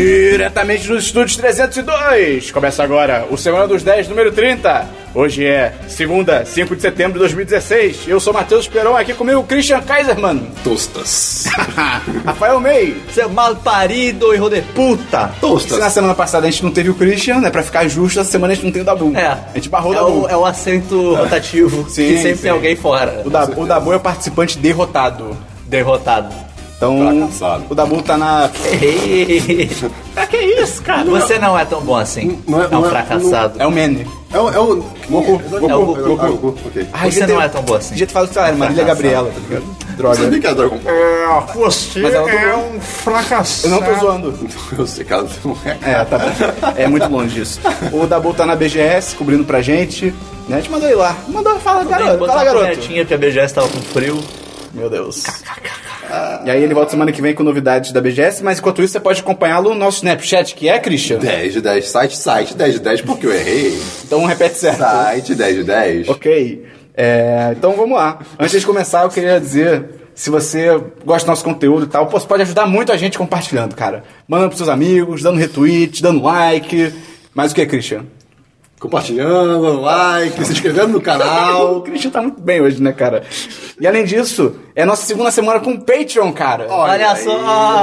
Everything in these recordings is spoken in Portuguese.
Diretamente dos estúdios 302. Começa agora o Semana dos 10, número 30. Hoje é segunda, 5 de setembro de 2016. Eu sou Matheus Peron, aqui comigo Christian Kaiserman, Tostas. Rafael May. Seu mal parido, e de puta! Se na Tostas. semana passada a gente não teve o Christian, né? Pra ficar justo, essa semana a gente não tem o Dabu. É. A gente barrou é o Dabu. o, é o acento rotativo Sim, que sempre sim. tem alguém fora. O, Dabu, o Dabu é o participante derrotado. Derrotado. Então, Fracassado. o Dabu tá na. pra que isso, cara? Você não é tão bom assim. Não é- um não é- fracassado. É o Mene. É o. É o. Goku, Goku. É o Goku. Ah, Goku. Ok. Ai, Você devia não ter- é tão boa assim. Devia ter falado, sei lá, era Marília Fracassado. Gabriela, tá ligado? Eu Droga. sabia que era Dragon Ball. É, você Mas ela é doou. um fracassado. Eu não tô Tá. zoando. Eu sei que ela não é. É, tá bom. É muito longe disso. O Dabu tá na BGS, cobrindo pra gente. Né? Te mandou ele lá. Mandou, fala, garoto. Botar Fala, uma garoto. cobertinha, porque a BGS tava com frio. Meu Deus. Ah, E aí ele volta semana que vem com novidades da BGS, mas enquanto isso você pode acompanhá-lo no nosso Snapchat, que é, Christian? 10 de 10, site, site, 10 de 10, porque eu errei. Então repete certo. Tá. Site, 10 de 10. Ok. É, então vamos lá. Antes de começar, eu queria dizer. Se você gosta do nosso conteúdo e tal, pô, você pode ajudar muito a gente compartilhando, cara. Mandando pros seus amigos, dando retweet, dando like. Mas o que, Christian? Compartilhando, like, se inscrevendo no O canal. Christian tá muito bem hoje, né, cara? E além disso, é nossa segunda semana com o Patreon, cara. Tá? Olha, aí. só!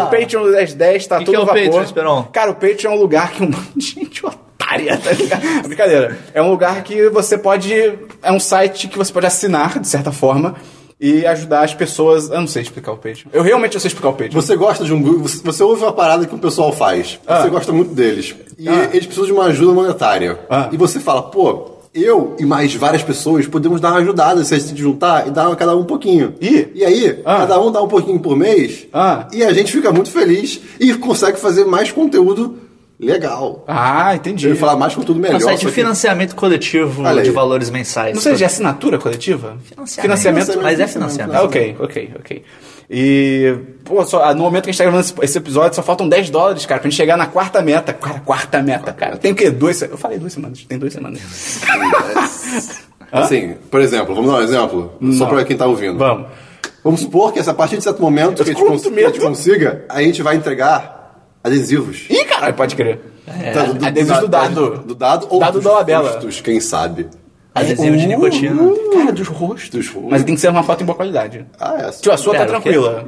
O Patreon do 1010 tá ah. Que tudo que é o vapor. Patreon, Esperon? Cara, o Patreon é um lugar que um monte de gente otária, tá ligado? Brincadeira. É um lugar que você pode... É um site que você pode assinar, de certa forma, e ajudar as pessoas... Eu não sei explicar o Patreon. Eu realmente não sei explicar o Patreon. Você gosta de um grupo, você, você ouve uma parada que o pessoal faz, Ah. você gosta muito deles, e eles precisam de uma ajuda monetária. Ah. E você fala, pô, eu e mais várias pessoas podemos dar uma ajudada se a gente se juntar e dar a cada um um pouquinho. Ih. E aí, Ah. cada um dá um pouquinho por mês, Ah. e a gente fica muito feliz e consegue fazer mais conteúdo legal. Ah, entendi. Eu ia falar mais conteúdo melhor. É um site só de que- financiamento coletivo Olha aí. de valores mensais. Não sei, é de assinatura coletiva? Mas é financiamento. Ah, ok, ok, ok. E, pô, só, ah, no momento que a gente tá gravando esse, esse episódio, só faltam 10 dólares, cara, pra gente chegar na quarta meta. Cara, quarta meta, cara. Tem o quê? Dois. se- Eu falei duas semanas, tem duas semanas. Ah. Assim, por exemplo, vamos dar um exemplo, só pra quem tá ouvindo. Hum. Vamos. Vamos supor que essa, a partir de certo momento Eu que a, tô gente com cons- muito que a gente medo. consiga, a gente vai entregar adesivos. Ih, caralho, pode crer. É, Tá, adesivos do dado. Do dado ou Dado dos da Olabella. rostos, quem sabe. Adesivo Uh. de nicotina. Cara, dos rostos. Dos rostos. Mas tem que ser uma foto em boa qualidade. Ah, é. Tio, a sua tá Pera, o quê? tranquila.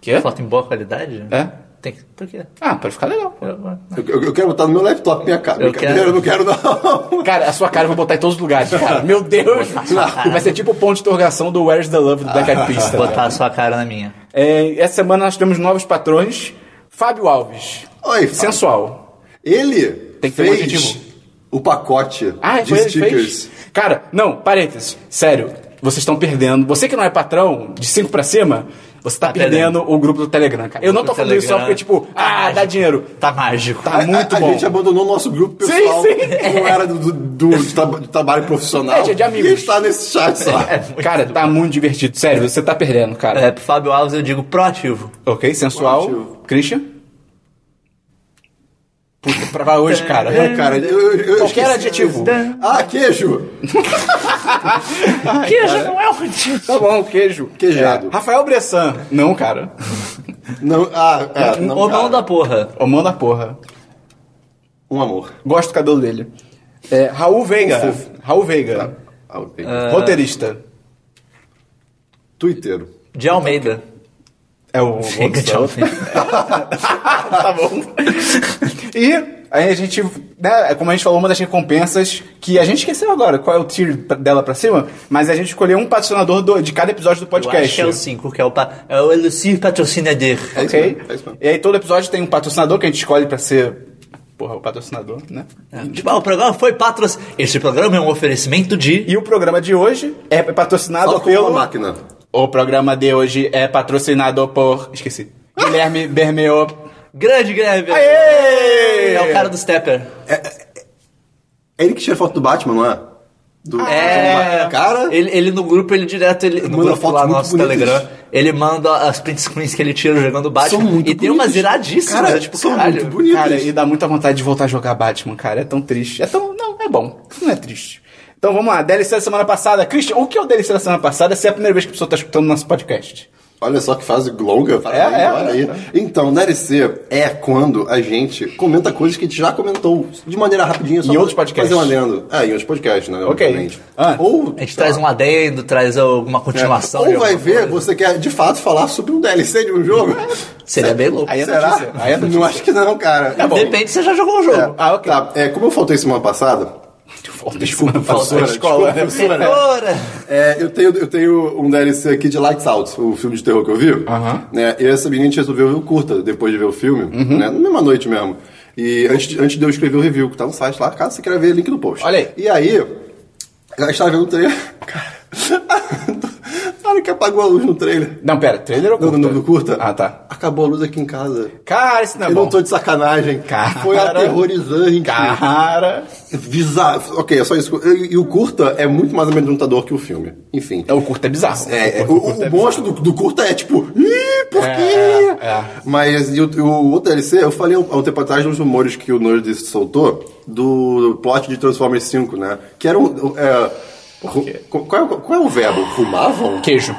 Quê? Foto em boa qualidade? É? Tem que... Por quê? Ah, pra ficar legal. pô. Eu, eu- eu quero botar no meu laptop minha cara. Eu Brincadeira, quero. eu não quero não. Cara, a sua cara eu vou botar em todos os lugares, cara. Meu Deus! Vai ser tipo o ponto de interrogação do Where's the Love do Black Eyed Peas. tá ligado? Botar a sua cara na minha. É, essa semana nós temos novos patrões. Fábio Alves. Oi, Fábio. Sensual. Ele é um Tem que ter um fez objetivo. o pacote Ah, de foi ele que stickers. fez? Cara, não, parênteses. Sério, vocês estão perdendo. Você que não é patrão, de 5 pra cima, você tá, Tá perdendo, perdendo. o grupo do Telegram, cara. Eu não tô Grupo do falando isso só Telegram. porque, tipo, ah, dá dinheiro. Tá mágico. Tá muito a, a bom. gente abandonou o nosso grupo pessoal. Sim, sim. Que não era do, do- do- de traba- de trabalho profissional. É, gente, é de amigos. E está nesse chat só. Cara, tá muito divertido. Sério, você tá perdendo, cara. É, pro Fábio Alves eu digo proativo. Ok, sensual. Ótimo. Christian? Puta, pra lá hoje, cara. É, cara, eu, eu, eu Qualquer esqueci. adjetivo. Ah, queijo. Queijo não é um tipo. Tá bom, queijo. Queijado. É, Rafael Bressan. Não, cara. Não, ah, é, Um não, Ou cara. não da porra. Ô, mão da porra. Um amor. Gosto do cabelo dele. É, Raul Veiga. Fofo. Raul Veiga. Ah, ok. Roteirista. Twitter. De Almeida. É o. Chega de Almeida. tá bom. e aí a gente, né, como a gente falou, uma das recompensas que a gente esqueceu agora qual é o tier pra- dela pra cima, mas a gente escolheu um patrocinador do- de cada episódio do Eu acho podcast. que é o 5, que é o, pa... é o Elucir Patrocinador. É isso Ok? mesmo, é isso mesmo. e aí todo episódio tem um patrocinador que a gente escolhe pra ser. Porra, o patrocinador, né? Tipo, ah, o programa foi patrocinado. Este programa é um oferecimento de. E o programa de hoje é patrocinado Fala com pelo. uma máquina. O programa de hoje é patrocinado por. Esqueci. Guilherme Bermeo. Grande Greve! Aê! É o cara do Stepper. É ele que tira foto do Batman, não é? Do, Ah, É. tá do- Cara, Ele, ele no grupo, ele direto, ele, no Manda grupo fotos lá no muito nosso bonitas. Telegram, ele manda as print screens que ele tira jogando Batman. são muito e tem umas bonitos. iradíssimas, Cara, né? tipo, são caralho. muito bonitos. Cara, e dá muita vontade de voltar a jogar Batman, cara. É tão triste. É tão. Não, é bom. Não é triste. Então vamos lá. DLC da semana passada. Christian, o que é o DLC da semana passada se é a primeira vez que a pessoa tá escutando nosso podcast? Olha só que fase longa. Parabéns, é, olha é, aí. Então, DLC é quando a gente comenta coisas que a gente já comentou de maneira rapidinha. Só Em pra outros podcasts. Fazer um adendo. É, em outros podcasts, né? obviamente. Ah. Ou... A é, gente traz um adendo, traz alguma continuação. de Ou Um vai alguma ver, coisa. você quer de fato falar sobre um DLC de um jogo? Seria bem louco. Aí é Será? notícia. Aí é notícia. não acho que não, cara. Tá bom. Depende se você já jogou o É, jogo. Ah, ok. tá, é, como eu faltei semana passada, Desculpa, faltou professora. a Escola. professora. Ora! É, eu, tenho, eu tenho um DLC aqui de Lights Out, o filme de terror que eu vi. Né, e essa menina a gente resolveu ver o curta depois de ver o filme, Uhum. né, na mesma noite mesmo. E antes, antes de eu escrever o review, que tá no site lá, caso você queira ver, link no post. Olha aí. E aí, eu estava vendo o trailer. Cara, na hora que apagou a luz no trailer. Não, pera, trailer ou No, curta? no, no curta? Ah, tá. Acabou a luz aqui em casa. Cara, isso não é eu bom. não tô de sacanagem. Cara. Foi aterrorizante. Cara. Bizarro. Ok, é só isso. E, e o curta é muito mais amedrontador que o filme. Enfim. É, O curto é bizarro. É, é, curto- o, curto o é monstro do, do curta é tipo, Ih, por É, quê? é, é. Mas e o, o outro DLC, eu falei há um tempo atrás nos rumores que o Nerd soltou do plot de Transformers 5, né? Que era um. É, ru- quê? qual, é, o- qual é o verbo? Rumavam? Queijo.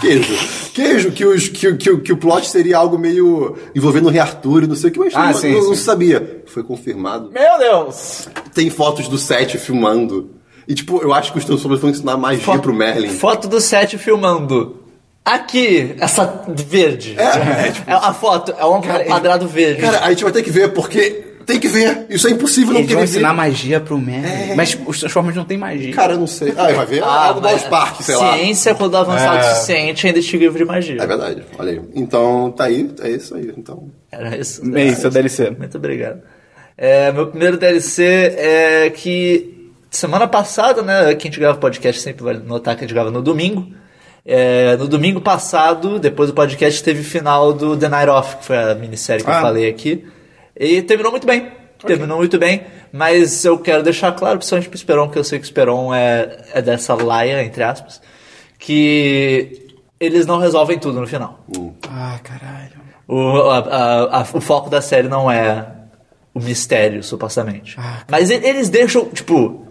Queijo. Queijo, que, os, que, o- que, o- que o plot seria algo meio envolvendo o Rei Arthur e não sei o que, mas Ah, não, sim, não- não sim. sabia. Foi confirmado. Meu Deus. Tem fotos do set filmando. E tipo, eu acho que os Transformers vão ensinar magia pro Merlin. Foto do set filmando. Aqui, essa verde. É, a foto é um quadrado verde. tipo Cara, a gente vai ter que ver, porque tem que ver. Isso é impossível não Eles vão querer ensinar ver. magia pro Merlin. Mas os Transformers não tem magia. Cara, eu não sei. Ah, vai ver ah, algo mas Boss Park, sei lá. Ciência, quando avançado É. o suficiente, ainda estive livre de magia. É verdade, olha aí. Então, tá aí, é isso aí. Então, Era isso. É isso, é o DLC. Muito obrigado. É, meu primeiro DLC é que semana passada, né? Quem a gente grava podcast sempre vai notar que a gente grava no domingo. É, no domingo passado, depois do podcast, teve o final do The Night Off, que foi a minissérie que Ah. eu falei aqui. E terminou muito bem. Terminou muito bem. Mas eu quero deixar claro, principalmente pro Esperon, que eu sei que o Esperon é, é dessa laia, entre aspas, que eles não resolvem tudo no final. Ah, caralho. O, a- a- a- o foco da série não é o mistério, supostamente. Ah. Mas e- eles deixam, tipo,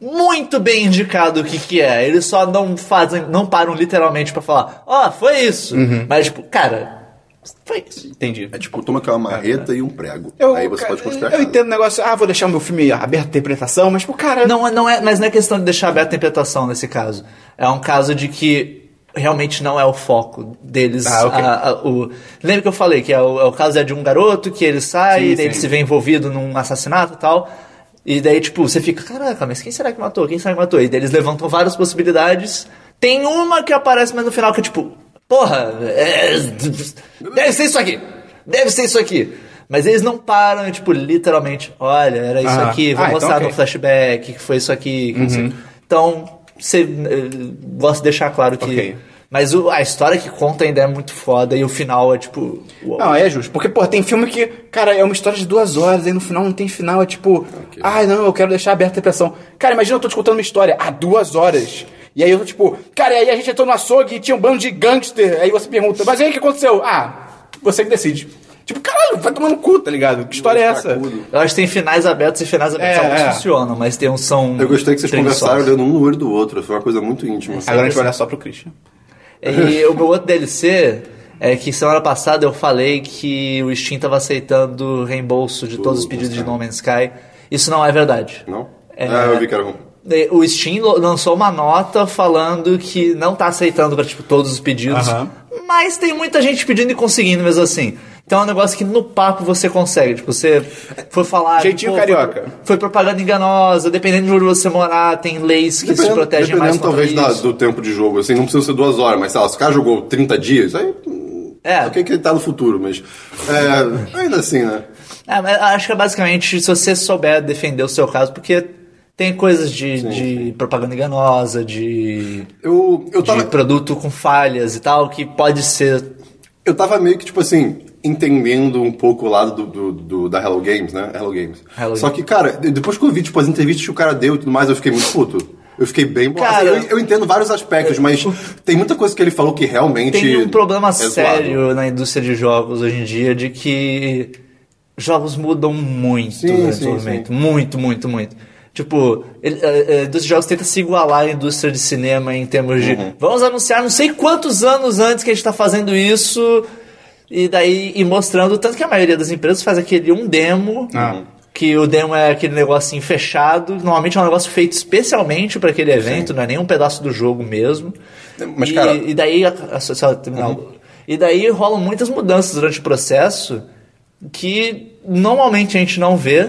muito bem indicado o que, que é. Eles só não fazem, não param literalmente pra falar, ó, foi isso. Mas, tipo, cara, foi isso. Entendi. é tipo, toma aquela marreta e um prego. aí você pode construir a Eu casa. entendo o negócio, ah, vou deixar o meu filme aberto à interpretação, mas, tipo, cara. Não, não é, mas não é questão de deixar aberta a interpretação nesse caso. É um caso de que realmente não é o foco deles. Ah, ok. a- a- o- Lembra que eu falei que é o, é o caso é de um garoto que ele sai, Sim, daí ele sim. se vê envolvido num assassinato e tal. E daí, tipo, você fica, caraca, mas quem será que matou? Quem será que matou? E daí eles levantam várias possibilidades. Tem uma que aparece, mas no final que é tipo, porra, é- deve ser isso aqui! Deve ser isso aqui! Mas eles não param, é, tipo, literalmente, olha, era isso Ah. aqui, vou Ah, então mostrar ok. no flashback, que foi isso aqui. que não Uhum. sei. Então, você eh, gosta de deixar claro que. Ok. Mas o- a história que conta ainda é muito foda e o final é tipo. uou. Ah. Não, é justo. Porque, pô, tem filme que, cara, é uma história de duas horas, aí no final não tem final, é tipo, ai não, eu quero deixar aberta a depressão. Cara, imagina eu tô te contando uma história há duas horas. E aí eu tô tipo, cara, e aí a gente entrou no açougue e tinha um bando de gangster. Aí você pergunta, mas e aí o que aconteceu? Ah, você que decide. Tipo, caralho, vai tomando cu, tá ligado? Que história é essa? Eu acho que tem finais abertos e finais abertos. É, Alguns é. funcionam, mas tem um uns são. Eu gostei que vocês preguiçosos. conversaram olhando um no olho do outro. Foi uma coisa muito íntima. É. assim, Agora a gente vai olhar só pro Christian. E o meu outro DLC é que semana passada eu falei que o Steam tava aceitando reembolso de todos os pedidos de No Man's Sky. Isso não é verdade. Não? É. Ah, eu vi que era um. É, O Steam lo- lançou uma nota falando que não tá aceitando pra tipo, todos os pedidos. Aham. Mas tem muita gente pedindo e conseguindo mesmo assim. Então é um negócio que no papo você consegue. Tipo, você foi falar. Jeitinho pô, foi- carioca. Foi, propaganda enganosa, dependendo de onde você morar, tem leis que se Dependendo, protegem mais dependendo contra talvez da- isso. do tempo de jogo, assim, não precisa ser duas horas, mas sei lá, se o cara jogou 30 dias, aí. É. Ok, que ele tá no futuro, mas. é, ainda assim, né? É, mas acho que é basicamente se você souber defender o seu caso, porque tem coisas de, de propaganda enganosa, de, Eu, eu tava. de produto com falhas e tal, que pode ser Eu tava meio que, tipo assim, entendendo um pouco o lado do, do- do- da Hello Games, né? Hello Games. Hello Só que, cara, de- depois que eu vi, tipo, as entrevistas que o cara deu e tudo mais, eu fiquei muito puto. Eu fiquei bem bolado. Cara, eu, eu entendo vários aspectos, mas tem muita coisa que ele falou que realmente. Tem um problema é zoado. sério na indústria de jogos hoje em dia de que jogos mudam muito Sim, durante sim, o desenvolvimento. Muito, muito, muito. Tipo, ele, a, a indústria de jogos tenta se igualar à indústria de cinema em termos de. Uhum. Vamos anunciar não sei quantos anos antes que a gente tá fazendo isso. E daí, e mostrando, tanto que a maioria das empresas faz aquele um demo. Ah. Que o demo é aquele negocinho fechado. Normalmente é um negócio feito especialmente para aquele evento, não é nem um pedaço do jogo mesmo. Mas, e, cara- e daí, a- a- só- só terminar Uhum. o- e daí rolam muitas mudanças durante o processo que normalmente a gente não vê,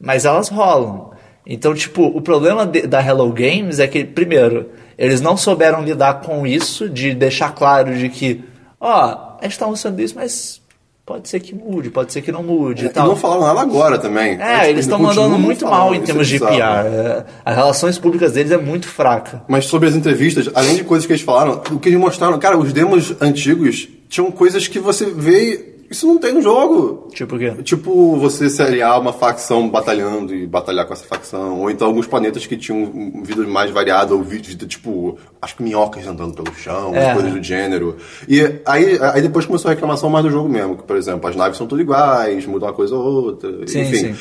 mas elas rolam. Então, tipo, o problema de- da Hello Games é que, primeiro, eles não souberam lidar com isso, de deixar claro de que, ó, a gente tá lançando isso, mas pode ser que mude, pode ser que não mude e É, E tal. não falaram nada agora também. É, tipo, eles estão continuam mandando muito falando, mal em isso é termos de PR. bizarro. É, As relações públicas deles é muito fraca. Mas sobre as entrevistas, além de coisas que eles falaram, o que eles mostraram, cara, os demos antigos tinham coisas que você vê e isso não tem no jogo. Tipo o quê? Tipo, você se aliar a uma facção batalhando e batalhar com essa facção. Ou então alguns planetas que tinham um vida mais variada, ou vídeos de, tipo, acho que minhocas andando pelo chão, É. coisas do gênero. E aí, aí depois começou a reclamação mais do jogo mesmo. Que, por exemplo, as naves são tudo iguais, muda uma coisa ou outra. Sim, Enfim. sim.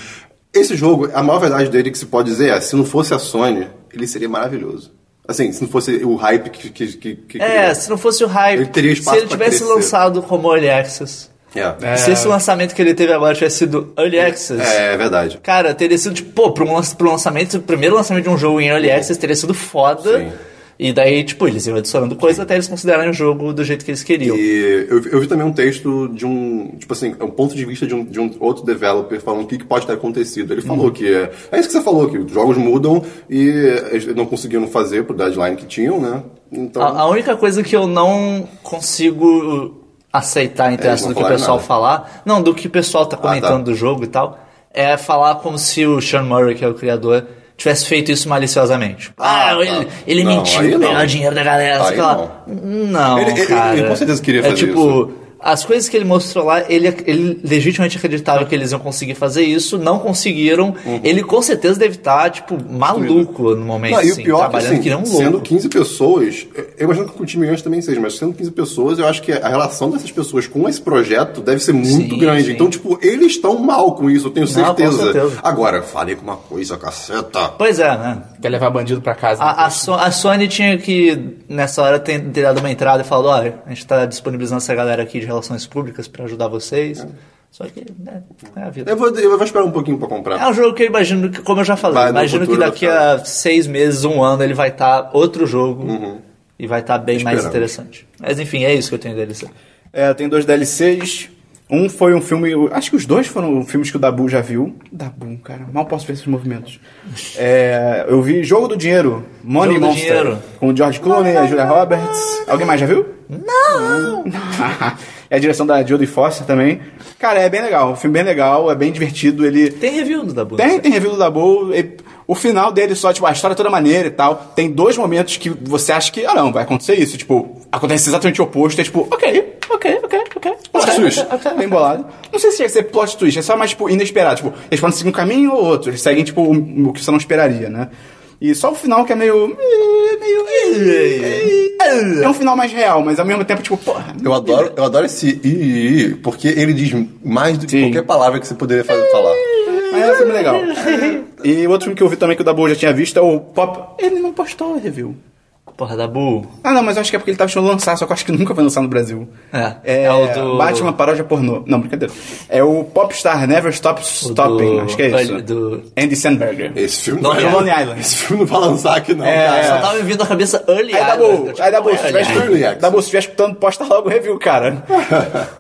Esse jogo, a maior verdade dele que se pode dizer é, se não fosse a Sony, ele seria maravilhoso. Assim, se não fosse o hype que... que, que, que É, se não fosse o hype. Ele teria espaço Se ele pra tivesse crescer. lançado como Early Access. criou. É. Se esse lançamento que ele teve agora tivesse sido Early Access. É, é verdade. Cara, teria sido, tipo, pô, pro, lan- pro lançamento, o primeiro lançamento de um jogo em Early Access teria sido foda. Sim. E daí, tipo, eles iam adicionando coisa até eles considerarem o jogo do jeito que eles queriam. E eu, eu vi também um texto de um, tipo assim, é um ponto de vista de um, de um outro developer falando o que, que pode ter acontecido. Ele Uhum. falou que é, é isso que você falou, que os jogos mudam e eles não conseguiram fazer pro deadline que tinham, né? Então, A, a única coisa que eu não consigo aceitar em eles termos É, não do que o falaram pessoal nada. Ah, falar, não, do que o pessoal tá comentando do jogo e tal, é falar como se o Sean Murray, que é o criador, tivesse feito isso maliciosamente. Ah, Ah, tá. ele, ele Não, mentiu, aí não. ganhou dinheiro da galera, sei Aí lá. Não, Ele- ele- cara. ele com certeza queria é fazer tipo, isso. as coisas que ele mostrou lá, ele, ele legitimamente acreditava que eles iam conseguir fazer isso, não conseguiram. Uhum. Ele com certeza deve estar, tipo, maluco no momento, Não, e assim, o pior é que, trabalhando assim, que nem um louco. sendo 15 pessoas, é, eu imagino que com o time antes também seja, mas sendo 15 pessoas, eu acho que a relação dessas pessoas com esse projeto deve ser muito Sim, grande. sim. Então, tipo, eles estão mal com isso, eu tenho Não, com certeza. certeza. Agora, falei com uma coisa, caceta. Pois é, né? Quer levar bandido pra casa. né? A, a, So- a Sony tinha que, nessa hora, ter, ter dado uma entrada e falado, olha, a gente tá disponibilizando essa galera aqui de relações públicas pra ajudar vocês. É. Só que, né, é a vida. Eu vou, eu vou esperar um pouquinho pra comprar. É um jogo que eu imagino, que, como eu já falei, Vai, no imagino que futuro daqui vai a seis meses, um ano, ele vai estar outro jogo Uhum. e vai estar bem mais Esperamos. interessante. Mas enfim, é isso que eu tenho dele. É, tem dois DLCs. Um foi um filme. eu Acho que os dois foram filmes que o Dabu já viu. Dabu, cara, mal posso ver esses movimentos. É, eu vi Jogo do Dinheiro, Money Jogo do Monster. Dinheiro. Com o George Clooney, a Julia Roberts. Alguém mais já viu? Não! é a direção da Jodie Foster também. Cara, é bem legal. Um filme bem legal, é bem divertido. Ele. Tem review do Dabu? Tem, tem review do Dabu. e o final dele só, tipo, a história é toda maneira e tal. Tem dois momentos que você acha que, ah, não, vai acontecer isso. Tipo, acontece exatamente o oposto. É tipo, ok, ok, ok, ok. Plot ok, twist. ok, ok, Bem bolado. Não sei se ia ser plot twist, é só mais, tipo, inesperado. Tipo, eles podem seguir um caminho ou outro. Eles seguem, tipo, o, o que você não esperaria, né? E só o final que é meio. meio. É um final mais real, mas ao mesmo tempo, tipo, porra. Eu adoro, eu adoro esse i, i, i, porque ele diz mais do que Sim. qualquer palavra que você poderia fazer, falar. Mas é um filme legal. E outro filme que eu vi também que o Dabu já tinha visto é o Pop. Ele não postou a review. Porra, Dabu. Ah, não, mas eu acho que é porque ele tava achando lançar, só que eu acho que nunca vai lançar no Brasil. É, é o do- Batman paródia pornô. Não, brincadeira. É o Popstar Never Stop Stopping, do- acho que é isso. do- Andy Sandberger. Esse filme Não, vai- É o Lonely Island. Esse filme não vai lançar aqui, não, É, Só cara. tá- tava me vindo a cabeça early Aí dá Island, bom, eu, tipo, aí dá bom, se early tiver Island. Early Access. escutando, dá bom, se tiver escutando, posta logo o review, cara.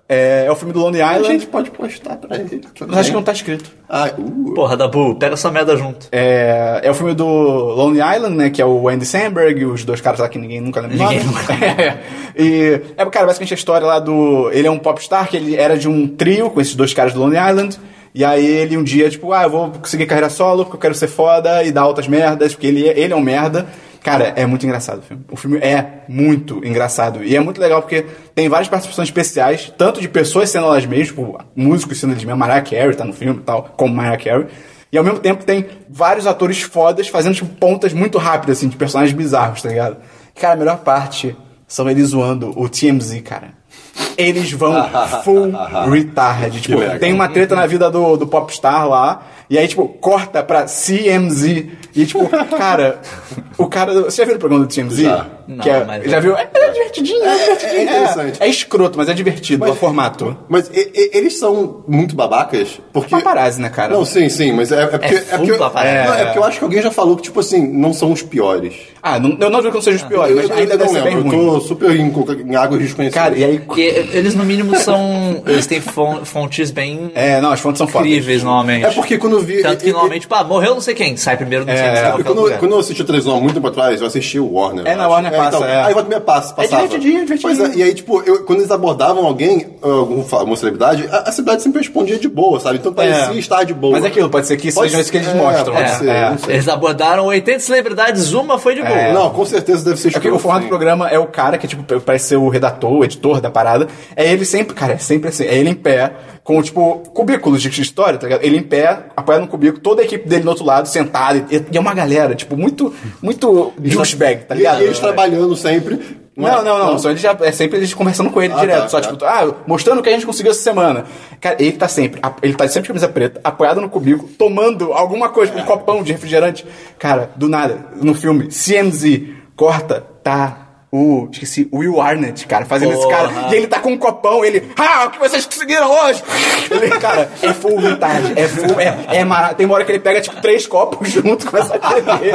é, é o filme do Lonely A Island, gente pode postar pra ele. também. mas acho que não tá escrito. Ah, uh. Porra, Dabu, pega essa merda junto. É, é o filme do Lonely Island, né? Que é o Andy Samberg, os dois caras lá que ninguém nunca lembra. o nome. Ninguém nunca. É, e é, cara, basicamente a história lá do. Ele é um popstar que ele era de um trio com esses dois caras do Lonely Island. E aí ele um dia, tipo, ah, eu vou seguir carreira solo porque eu quero ser foda e dar altas merdas, porque ele, é- ele é um merda. Cara, é muito engraçado o filme. O filme é muito engraçado. E é muito legal porque tem várias participações especiais, tanto de pessoas sendo elas mesmas, tipo, músicos sendo eles mesmas, Mariah Carey tá no filme e tal, como Mariah Carey. E ao mesmo tempo tem vários atores fodas fazendo, tipo, pontas muito rápidas, assim, de personagens bizarros, tá ligado? Cara, a melhor parte são eles zoando o TMZ, cara. Eles vão full retard. Tipo, legal. tem uma treta na vida do, do popstar lá, e aí, tipo, corta pra CMZ. E, tipo, cara, o cara. Você já viu o programa do CMZ? Já. Que é- Não, mas- já viu? É, é divertidinho, é divertidinho. é interessante. É, é escroto, mas é divertido o formato. Mas e- e- eles são muito babacas, porque... Paparazzi, né, cara? Não, sim, sim, mas é, é porque... full porque, eu- paparazzi. não, é porque eu acho que alguém já falou que, tipo assim, não são os piores. Ah, não, eu não digo que não seja os piores, eu, mas eu ainda deve não ser bem lembro, eu ruim. tô super em, co- em águas desconhecidas. Cara, e aí. Porque eles, no mínimo, são. Eles têm fon- fontes bem É, não, as fontes são fodas. incríveis, normalmente. É porque quando eu vi... Tanto que e- e- normalmente, pá, morreu não sei quem, sai primeiro não sei É, quem. é, sai e qualquer Quando, lugar. quando eu assisti a televisão há muito tempo atrás, eu assisti o Warner. É, na eu acho. então, Warner passa, é. Aí o Warner passa, passava. divertidinho, divertidinho. Pois é, e aí, tipo, eu- quando eles abordavam alguém, algum, fa- alguma celebridade, a, a celebridade sempre respondia de boa, sabe? Então parecia estar de boa. Mas é aquilo, pode ser que Pode seja isso que eles ser, mostram. pode É, ser, é. não sei. Eles abordaram 80 celebridades, uma foi de boa. É. Não, com certeza deve ser É porque escroto, o formato do sim. programa é o cara que, tipo, parece ser o redator, o editor da parada. É ele sempre, cara, é sempre assim. É ele em pé, com, tipo, cubículos de história, tá ligado? Ele em pé, apoiado no cubículo, toda a equipe dele do outro lado, sentada. E, e é uma galera, tipo, muito, muito douchebag, tá é E, ligado? e eles trabalhando sempre. é? Não, não, não. Só ele já, é sempre eles conversando com ele Ah, direto. tá, só, tá. tipo, ah, mostrando o que a gente conseguiu essa semana. Cara, ele tá sempre. a- Ele tá sempre de camisa preta, apoiado no cubículo, tomando alguma coisa, um copão de refrigerante. Cara, do nada, no filme, CMZ, corta, tá. O, esqueci, o Will Arnett, cara, fazendo esse cara. Porra. E ele tá com um copão, ele. Ah, o que vocês conseguiram hoje? Ele, cara, é full vontade, é full. É, é mara- Tem uma hora que ele pega, tipo, três copos junto com essa TV.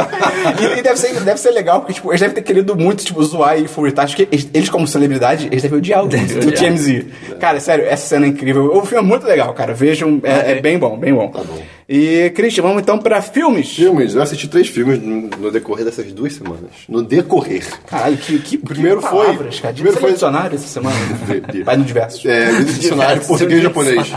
E, e deve, ser, deve ser legal, porque, tipo, eles devem ter querido muito, tipo, zoar e full retard. Porque eles, eles, como celebridade, eles devem odiar o Devem do odiar. TMZ. Cara, sério, essa cena é incrível. O filme é muito legal, cara. Vejam, é, é bem bom, bem bom. Tá Ah, bom. E, Christian, vamos então pra filmes. Filmes, eu assisti três filmes no, no decorrer dessas duas semanas. No decorrer. Caralho, que, que, Primeiro que foi- palavras, cara. primeiro Devia ser foi- dicionário essa semana. Devia. Vai no diversos. É, dicionário português e japonês.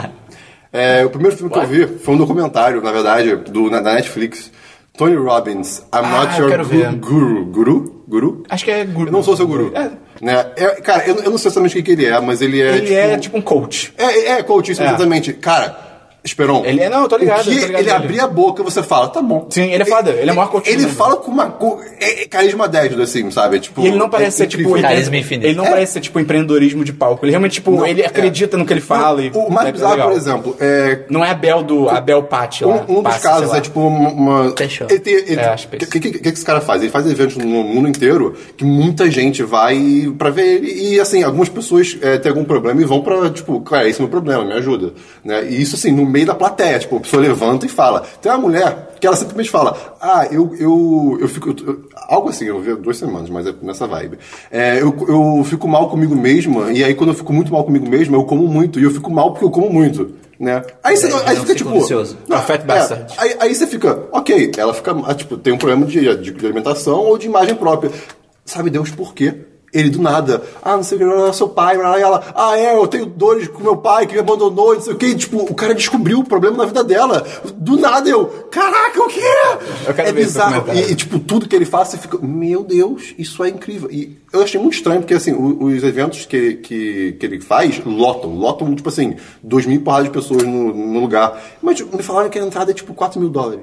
É, o primeiro filme que eu vi foi um documentário, na verdade, do, na, da Netflix. Tony Robbins, I'm eu Not Your Ah, quero Gu- ver. Guru. Guru? Guru? Acho que é guru. Eu não sou seu guru. É. Né? É, cara, eu, eu não sei exatamente o que, que ele é, mas ele é. Ele é tipo um coach. É, é coach, isso É. exatamente. Cara, Esperon. Ele é- não, eu tô ligado, O que eu tô ligado ele nele. abria a boca, você fala, tá bom. Sim, ele é foda, ele é o maior coach do Ele mundo. fala com uma. Com, é, é carisma 10, assim, sabe? Tipo, E ele não parece ser é tipo. incrível. É. empre- Carisma infinito. Ele não parece ser tipo empreendedorismo de palco. Ele realmente, tipo, Não, ele é. acredita no que ele fala. e- O mais é bizarro, legal. por exemplo, é. Não é a Bel do. A Bel Patti lá. Um, um dos Passi, sei casos lá. é tipo uma. uma- Fechou. Ele tem. ele- É, acho que que, que, que, que esse cara faz? Ele faz eventos no mundo inteiro que muita gente vai pra ver ele. E assim, algumas pessoas é, têm algum problema e vão pra, tipo, cara, esse é o meu problema, me ajuda. Né? E isso assim, no meio da plateia, tipo, a pessoa levanta e fala. Tem uma mulher que ela simplesmente fala: Ah, eu, eu, eu fico. eu- eu- algo assim, eu vi há duas semanas, mas é nessa vibe. É, eu, eu fico mal comigo mesma, e aí quando eu fico muito mal comigo mesma, eu como muito, e eu fico mal porque eu como muito. Né? Aí você Ele aí não fica fica tipo. ansioso. Não, Ah, fat bastard. é, aí, aí você fica, ok, ela fica, ah, tipo, tem um problema de, de alimentação ou de imagem própria. Sabe Deus por quê? Ele do nada, ah, não sei o que, não, seu pai, blá, blá, e ela, ah, é, eu tenho dores com meu pai que me abandonou, não sei o que, tipo, o cara descobriu o problema na vida dela. Do nada eu, caraca, o que é? Eu quero é ver esse bizarro. documentário. E, e, tipo, tudo que ele faz, você fica, meu Deus, isso é incrível. E eu achei muito estranho, porque, assim, o- os eventos que, que, que ele faz lotam. Lotam, tipo assim, dois mil porradas de pessoas no, no lugar. Mas tipo, me falaram que a entrada é, tipo, 4 mil dólares.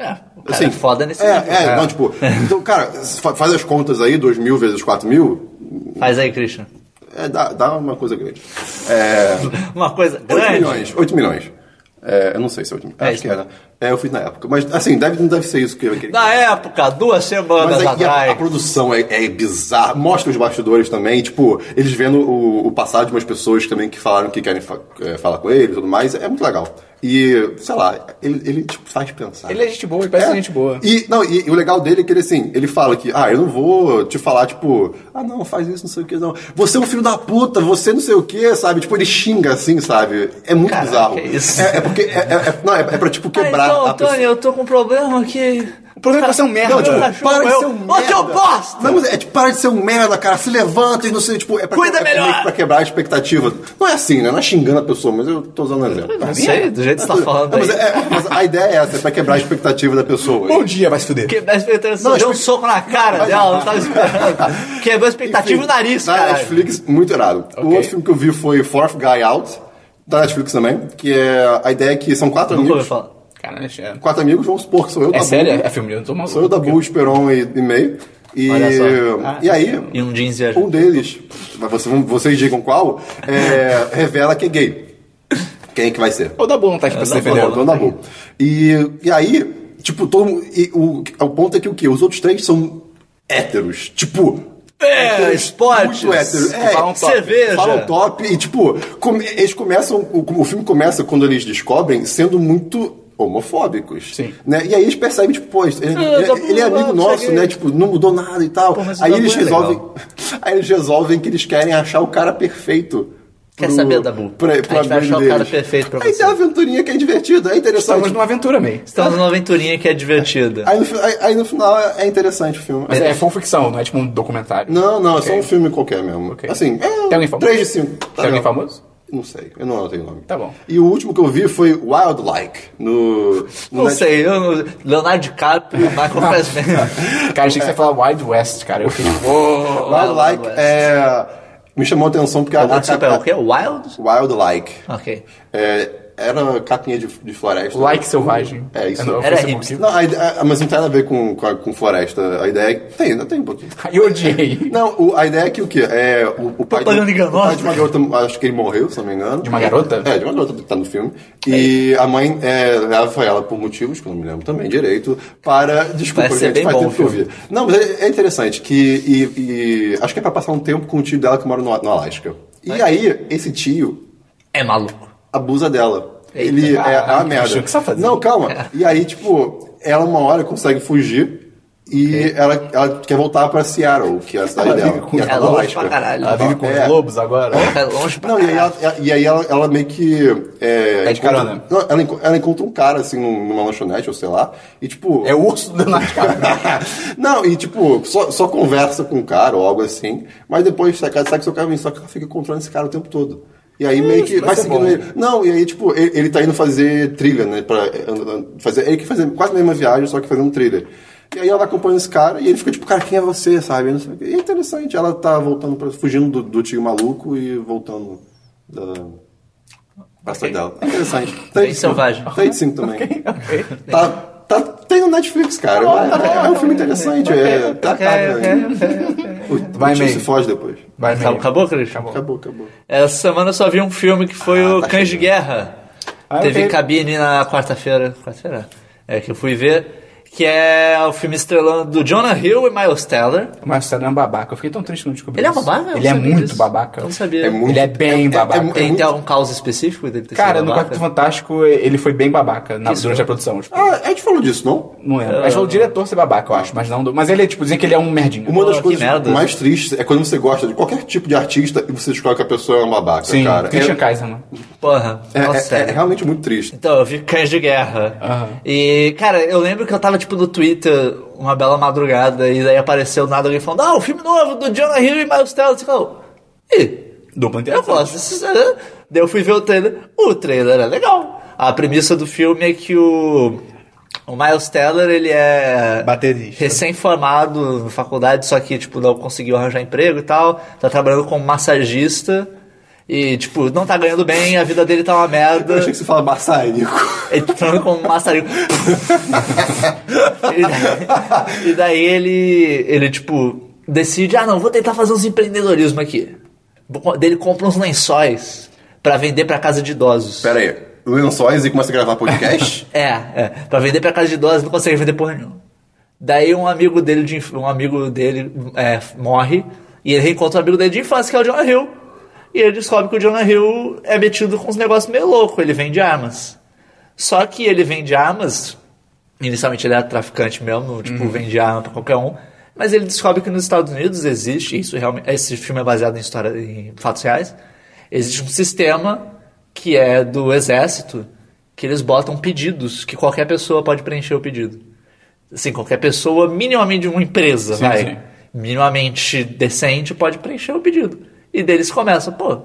É, o cara é foda nesse é, nível. é, não, tipo... então, cara, fa- faz as contas aí, dois mil vezes 4 mil, Faz aí, Christian. é, dá, dá uma coisa grande. É... Uma coisa 8 grande. milhões, 8 milhões. É, eu não sei se é 8 milhões. É acho isso. que era. É, eu fiz na época. Mas, assim, deve, não deve ser isso que eu queria. Na época, duas semanas Mas aí, e a, a atrás. produção é, é bizarra. Mostra os bastidores também, tipo, eles vendo o, o passado de umas pessoas também que falaram que querem fa- é, falar com ele e tudo mais. É muito legal. E, sei lá, ele, ele, tipo, faz pensar. Ele é gente boa, ele parece gente boa. E, não, e, e o legal dele é que ele assim, ele fala que, ah, eu não vou te falar, tipo, ah, não, faz isso, não sei o que, não. Você é um filho da puta, você não sei o que, sabe? Tipo, ele xinga assim, sabe? É muito Caraca, bizarro. é isso. É, é porque, é, é- é- não, é, é pra, tipo, ah, quebrar então, a pessoa. Tony, eu tô com um problema aqui. O problema é que você é um merda. Não, tipo, Cachorro, é para de eu- ser um Ô, merda. teu bosta! Não, mas é tipo, para de ser um merda, cara. Se levanta e não sei, tipo, é pra, Cuida é melhor. meio que pra quebrar a expectativa. Não é assim, né? Não é xingando a pessoa, mas eu tô usando um exemplo. Não sei, do jeito que você tá falando Não, aí. mas, é- é- mas a ideia é essa, é pra quebrar a expectativa da pessoa. Bom dia, vai se fuder. Quebrou a expectativa. Não, Deu um explica- soco na cara dela, não tava esperando. Quebrou a expectativa Enfim, e o nariz, na cara. Netflix, muito errado. O Ok. outro filme que eu vi foi Fourth Guy Out, da Netflix também, que é a ideia é que são quatro Nunca ouvi amigos. falar. Caralho, é, Quatro amigos, vamos supor que sou eu, é Dabu. sério? É filme, eu não tô maluco. Sou eu, Dabu, Esperon e, e May. E, Olha só. Ah, e aí, E um jeans viajante. um deles, mas você- vocês digam qual, é, revela que é gay. Quem é que vai ser? O Dabu não tá aqui pra se Dabu, defender. Entendeu? Então, tá bom. E, e aí, tipo, todo mundo- e o, o ponto é que o quê? Os outros três são héteros. Tipo. É, esportes. Muito hétero. É, Falam top. Cerveja. falam top. E, tipo, come- eles começam. O, o filme começa quando eles descobrem sendo muito homofóbicos. Sim. Né? E aí eles percebem, tipo, pô, ele, Ah, tá ele- ele é bom, amigo não nosso, sei né? quê. Tipo, não mudou nada e tal. Pô, mas o aí Dabu eles é resolvem. legal. Aí eles resolvem que eles querem achar o cara perfeito. Quer pro- saber, Dabu? Pra, pra A gente vai bem achar o deles. cara perfeito pra Aí você. tem a aventurinha que é divertida, é interessante. Estamos numa aventura, meio. Estamos numa aventurinha que é divertida. Aí no, fi- aí- aí no final é, é interessante o filme. Mas é, é fanficção, não é tipo um documentário. Não, não, é só Ok. um filme qualquer mesmo. Ok. Assim, é Tem alguém famoso? 3 de Tá 5. Tem alguém famoso? Não sei, eu não anotei o nome. Tá bom. E o último que eu vi foi Wild Like, no... no Não Netflix. sei, eu não... Leonardo DiCaprio, Michael Fassbender. Cara, achei que É. você ia falar Wild West, cara. Eu fiquei, "Uou." Wild Wild Like West. é... Me chamou a atenção porque... A, a Desculpa, é capa- o quê? Wild? Wild Like. Ok. É, era capinha de, de floresta. Like selvagem. É, isso. no Era Facebook. hipster. Não, a ide- a- mas não tem nada a ver com, com, a- com floresta. A ideia é... Tem, ainda tem um pouquinho. Eu odiei. Não, o- a ideia é que o quê? É, o, o pai, Propaganda do, o enganosa. pai de uma garota, acho que ele morreu, se não me engano. De uma garota? É, de uma garota que tá no filme. E a mãe é, ela foi ela por motivos, que eu não me lembro também direito, para. Desculpa, Parece ser gente, bem faz bom tempo o que eu filme. vi. Não, mas é, é interessante que. E, e acho que é pra passar um tempo com o tio dela que mora no, no Alasca. E aí, esse tio É maluco. abusa dela. Eita, ele é, é uma caraca, merda. o que você tá fazendo? Não, calma. E aí, tipo, ela uma hora consegue fugir e ela, ela quer voltar pra Seattle, que é a cidade Ela dela. vive com- que É a longe Alaska. pra caralho. Ela vive com É. os lobos agora. É longe pra Não, e aí, caralho. ela, e aí ela, ela meio que. É, Pede encontra- Tá carona. Não, ela, enco- ela encontra um cara, assim, num- numa lanchonete, ou sei lá, e tipo. É o urso do Leonardo DiCaprio. Não, e tipo, só, só conversa com o cara ou algo assim, mas depois sai sai com seu caminho, só que ela fica controlando esse cara o tempo todo. E aí meio que isso vai vai ser seguindo bom. ele. Não, e aí, tipo, ele, ele tá indo fazer trilha, né? Pra, eh, and- and- fazer, ele que fazer quase a mesma viagem, só que fazendo trilha. E aí ela vai acompanhando esse cara e ele fica tipo, cara, quem é você, sabe? Não sei o quê. E é interessante, ela tá voltando, pra, fugindo do, do tio maluco e voltando da. da cidade dela. É interessante. Tem Bem selvagem. Tem de cinco também. Tá, tá, tem no Netflix, Tá cara. é, é um filme interessante. é, tá, tá, né? O, Vai, o tio May. se foge depois. Vai, Acabou, meio. acabou, Cris? Acabou, acabou. Essa semana eu só vi um filme que foi Ah, o tá Cães de chegando. Guerra. Ah, Teve ok. cabine na quarta-feira. Quarta-feira? É, que eu fui ver. Que é o filme estrelando do Jonah Hill e Miles Teller. Mas o César é um babaca. Eu fiquei tão triste quando descobri Ele é isso. babaca? Eu Ele é não sabia muito disso. babaca. Não sabia. É muito- Ele é bem babaca. então- é- Tem, muito- tem algum caos específico dele ter Cara, sido no Quarteto é babaca? Fantástico, ele foi bem babaca na- Isso. durante a produção. Tipo, Ah, a gente falou disso, não? não lembro. Acho que o diretor ser babaca, eu acho. Mas não... do- Mas ele, tipo, dizem que ele é um merdinho. Uma das que coisas merda. mais tristes é quando você gosta de qualquer tipo de artista e você descobre que a pessoa é uma babaca, Sim, cara. Christian É, Kaiser, mano. Porra, é, nossa, é- é sério. realmente muito triste. Então, eu vi Cães de Guerra. Aham. E, cara, eu lembro que eu tava, tipo, no Twitter uma bela madrugada e daí apareceu do nada alguém falando, ah, o filme novo do Jonah Hill e Miles Teller. Você falou, ih, Dupla eu gosto desses... ah." Daí eu fui ver o trailer. O trailer é legal. A premissa do filme é que o... O Miles Teller, ele é... Baterista. Recém-formado na faculdade, só que, tipo, não conseguiu arranjar emprego e tal. Tá trabalhando como massagista. E, tipo, não tá ganhando bem, a vida dele tá uma merda. Eu achei que você fala maçarico. Ele entrando como um maçarico. e, daí, e daí ele, ele, tipo, decide, ah não, vou tentar fazer uns empreendedorismo aqui. Vou co- Daí Ele compra uns lençóis pra vender pra casa de idosos. Pera aí, lençóis e começa a gravar podcast? É, é. Pra vender pra casa de idosos, não consegue vender porra nenhuma. Daí um amigo dele, de, inf- um amigo dele é, morre e ele reencontra um amigo dele de infância, que é o Jonah Hill. E ele descobre que o Jonah Hill é metido com uns negócios meio loucos, ele vende armas. Só que ele vende armas, inicialmente ele era traficante mesmo, tipo, Uhum. vende arma pra qualquer um. Mas ele descobre que nos Estados Unidos existe, isso realmente, esse filme é baseado em história, em fatos reais, existe um sistema que é do exército, que eles botam pedidos, que qualquer pessoa pode preencher o pedido. Assim, qualquer pessoa, minimamente de uma empresa, Sim, vai, sim. minimamente decente, pode preencher o pedido. E daí eles começam, pô,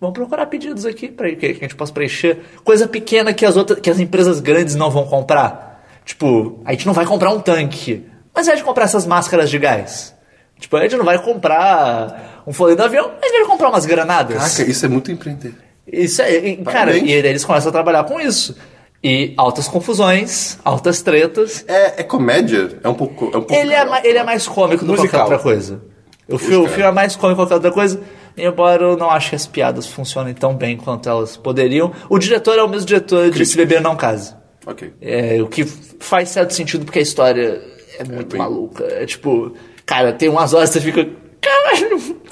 vamos procurar pedidos aqui para que a gente possa preencher. Coisa pequena que as outras, que as empresas grandes não vão comprar. Tipo, a gente não vai comprar um tanque, mas a gente comprar essas máscaras de gás. Tipo, a gente não vai comprar um folheto do avião, mas a gente vai comprar umas granadas. Caraca, isso é muito empreender. Isso é, e, cara, e daí eles começam a trabalhar com isso. E altas confusões, altas tretas. É, é comédia? É um pouco. É um pouco Ele é, carioca, ma- ele é né? mais cômico do que qualquer Musical. outra coisa. O filme, o cara. filme é mais cômico do que qualquer outra coisa, embora eu não ache que as piadas funcionem tão bem quanto elas poderiam. O diretor é o mesmo diretor de Se Beber Não Case. Ok. É, o que faz certo sentido porque a história é muito bem- maluca. É tipo, cara, tem umas horas que você fica. Caralho,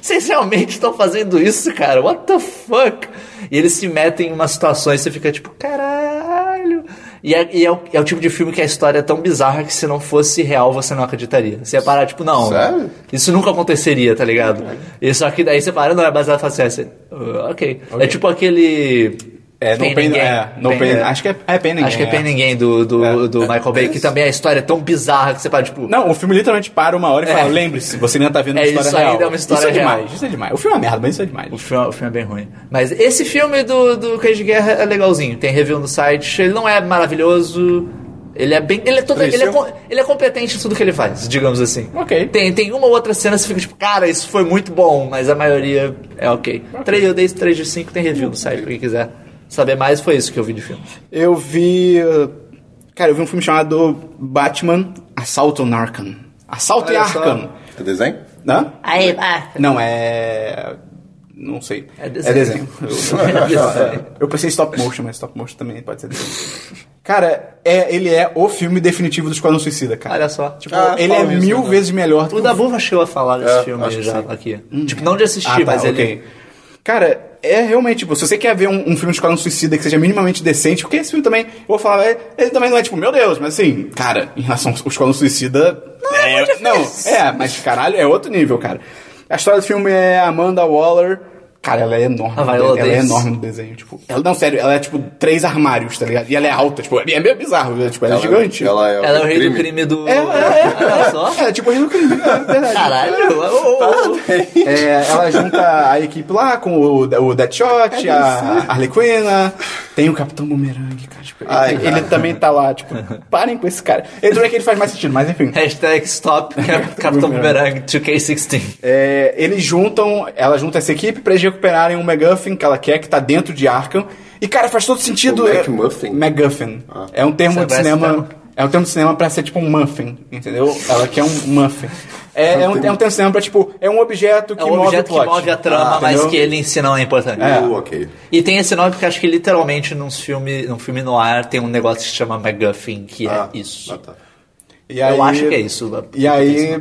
vocês realmente estão fazendo isso, cara? What the fuck? E eles se metem em umas situações e você fica tipo, caralho. E, é, e é o, é o tipo de filme que a história é tão bizarra que se não fosse real você não acreditaria. Você ia parar, tipo, não. Sério? Isso nunca aconteceria, tá ligado? E só que daí você para, não, é baseado em fatos reais. Você, "Ah, ok. É tipo aquele. É, no Pain- Ninguém. é, no Pain- acho que é- é Pain Acho que é Ninguém, Pain é. Ninguém do, do, É. do Michael Bay, que também a história é tão bizarra que você para, tipo. Não, o filme literalmente para uma hora e fala: É. lembre-se, você ainda tá vendo uma É, história isso real. ainda é uma história isso é real. demais, isso é demais. O filme é uma merda, mas isso é O demais. filme, o filme é bem ruim. Mas esse filme do, do Cães de Guerra é legalzinho. Tem review no site. Ele não é maravilhoso. Ele é bem. Ele é, todo, Triste, ele é, eu- com- ele é competente em tudo que ele faz, digamos assim. Ok. Tem, tem uma ou outra cena que você fica tipo, cara, isso foi muito bom, mas a maioria é ok. Três eu dei 3 de 5, tem review no site pra quem quiser saber mais. Foi isso que eu vi de filme. Eu vi. uh, Cara, eu vi um filme chamado Batman Assalto on Arkham. Assalto em Olha só. Arkham. É desenho? Hã? Aí, ah. Não, é. Não sei. É desenho. É Eu- eu- Eu pensei em stop motion, mas stop motion também pode ser desenho. Cara, é, ele é o filme definitivo do Esquadrão Suicida, cara. Olha só. Tipo, Ah, ele é fala isso, mil né? vezes melhor do O que o Dabu chegou a falar desse É, acho filme que já sim. aqui. Tipo, não de assistir, Ah, tá, mas ele. ok. Cara, é realmente, tipo, se você quer ver um, um filme de Esquadrão Suicida que seja minimamente decente, porque esse filme também, eu vou falar, é- ele também não é tipo, meu Deus, mas assim, cara, em relação ao Esquadrão Suicida. Não, é, não, é, mas caralho, é outro nível, cara. A história do filme é Amanda Waller. Cara, ela é enorme. A Viola ela é Davis. enorme no desenho, tipo. Ela, não, sério, ela é tipo três armários, tá ligado? E ela é alta, tipo, é meio bizarro, é, tipo, ela, é gigante. Ela é, Ela é o rei do crime do. É, é, é, Olha só. é, tipo, ele não é verdade. Caralho. ô, ô, ô. É, ela junta a equipe lá com o, o Deadshot, a Harley Quinn, a- É tem o Capitão Boomerang, cara. tipo, ele- Ai, ele, cara. também tá lá, tipo, parem com esse cara. Ele também é que ele faz mais sentido, mas enfim. Hashtag stop Cap- Capitão Boomerang 2K16. É, eles juntam, ela junta essa equipe pra eles recuperarem um MacGuffin que ela quer, que tá dentro de Arkham. E, cara, faz todo sentido. O é- MacMuffin? Ah. MacGuffin. É um termo Você de vai cinema. citar? É um termo de cinema pra ser tipo um muffin, entendeu? Ela quer um muffin. É, é um, é um termo de cinema pra, tipo, é um objeto que É um move objeto o plot. que move a trama, Ah, mas entendeu? que ele em si não é importante. Ah, É. Uh, ok. E tem esse nome porque acho que literalmente num filme, num filme no ar tem um negócio que se chama MacGuffin, que Ah, é isso. Ah, tá. E Eu aí- acho que é isso. E aí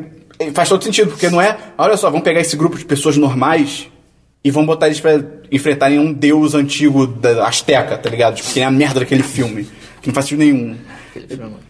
faz todo sentido, porque não é. Olha só, vamos pegar esse grupo de pessoas normais e vamos botar eles pra enfrentarem um deus antigo da Azteca, tá ligado? Tipo, que é a merda daquele filme. Que não faz sentido nenhum.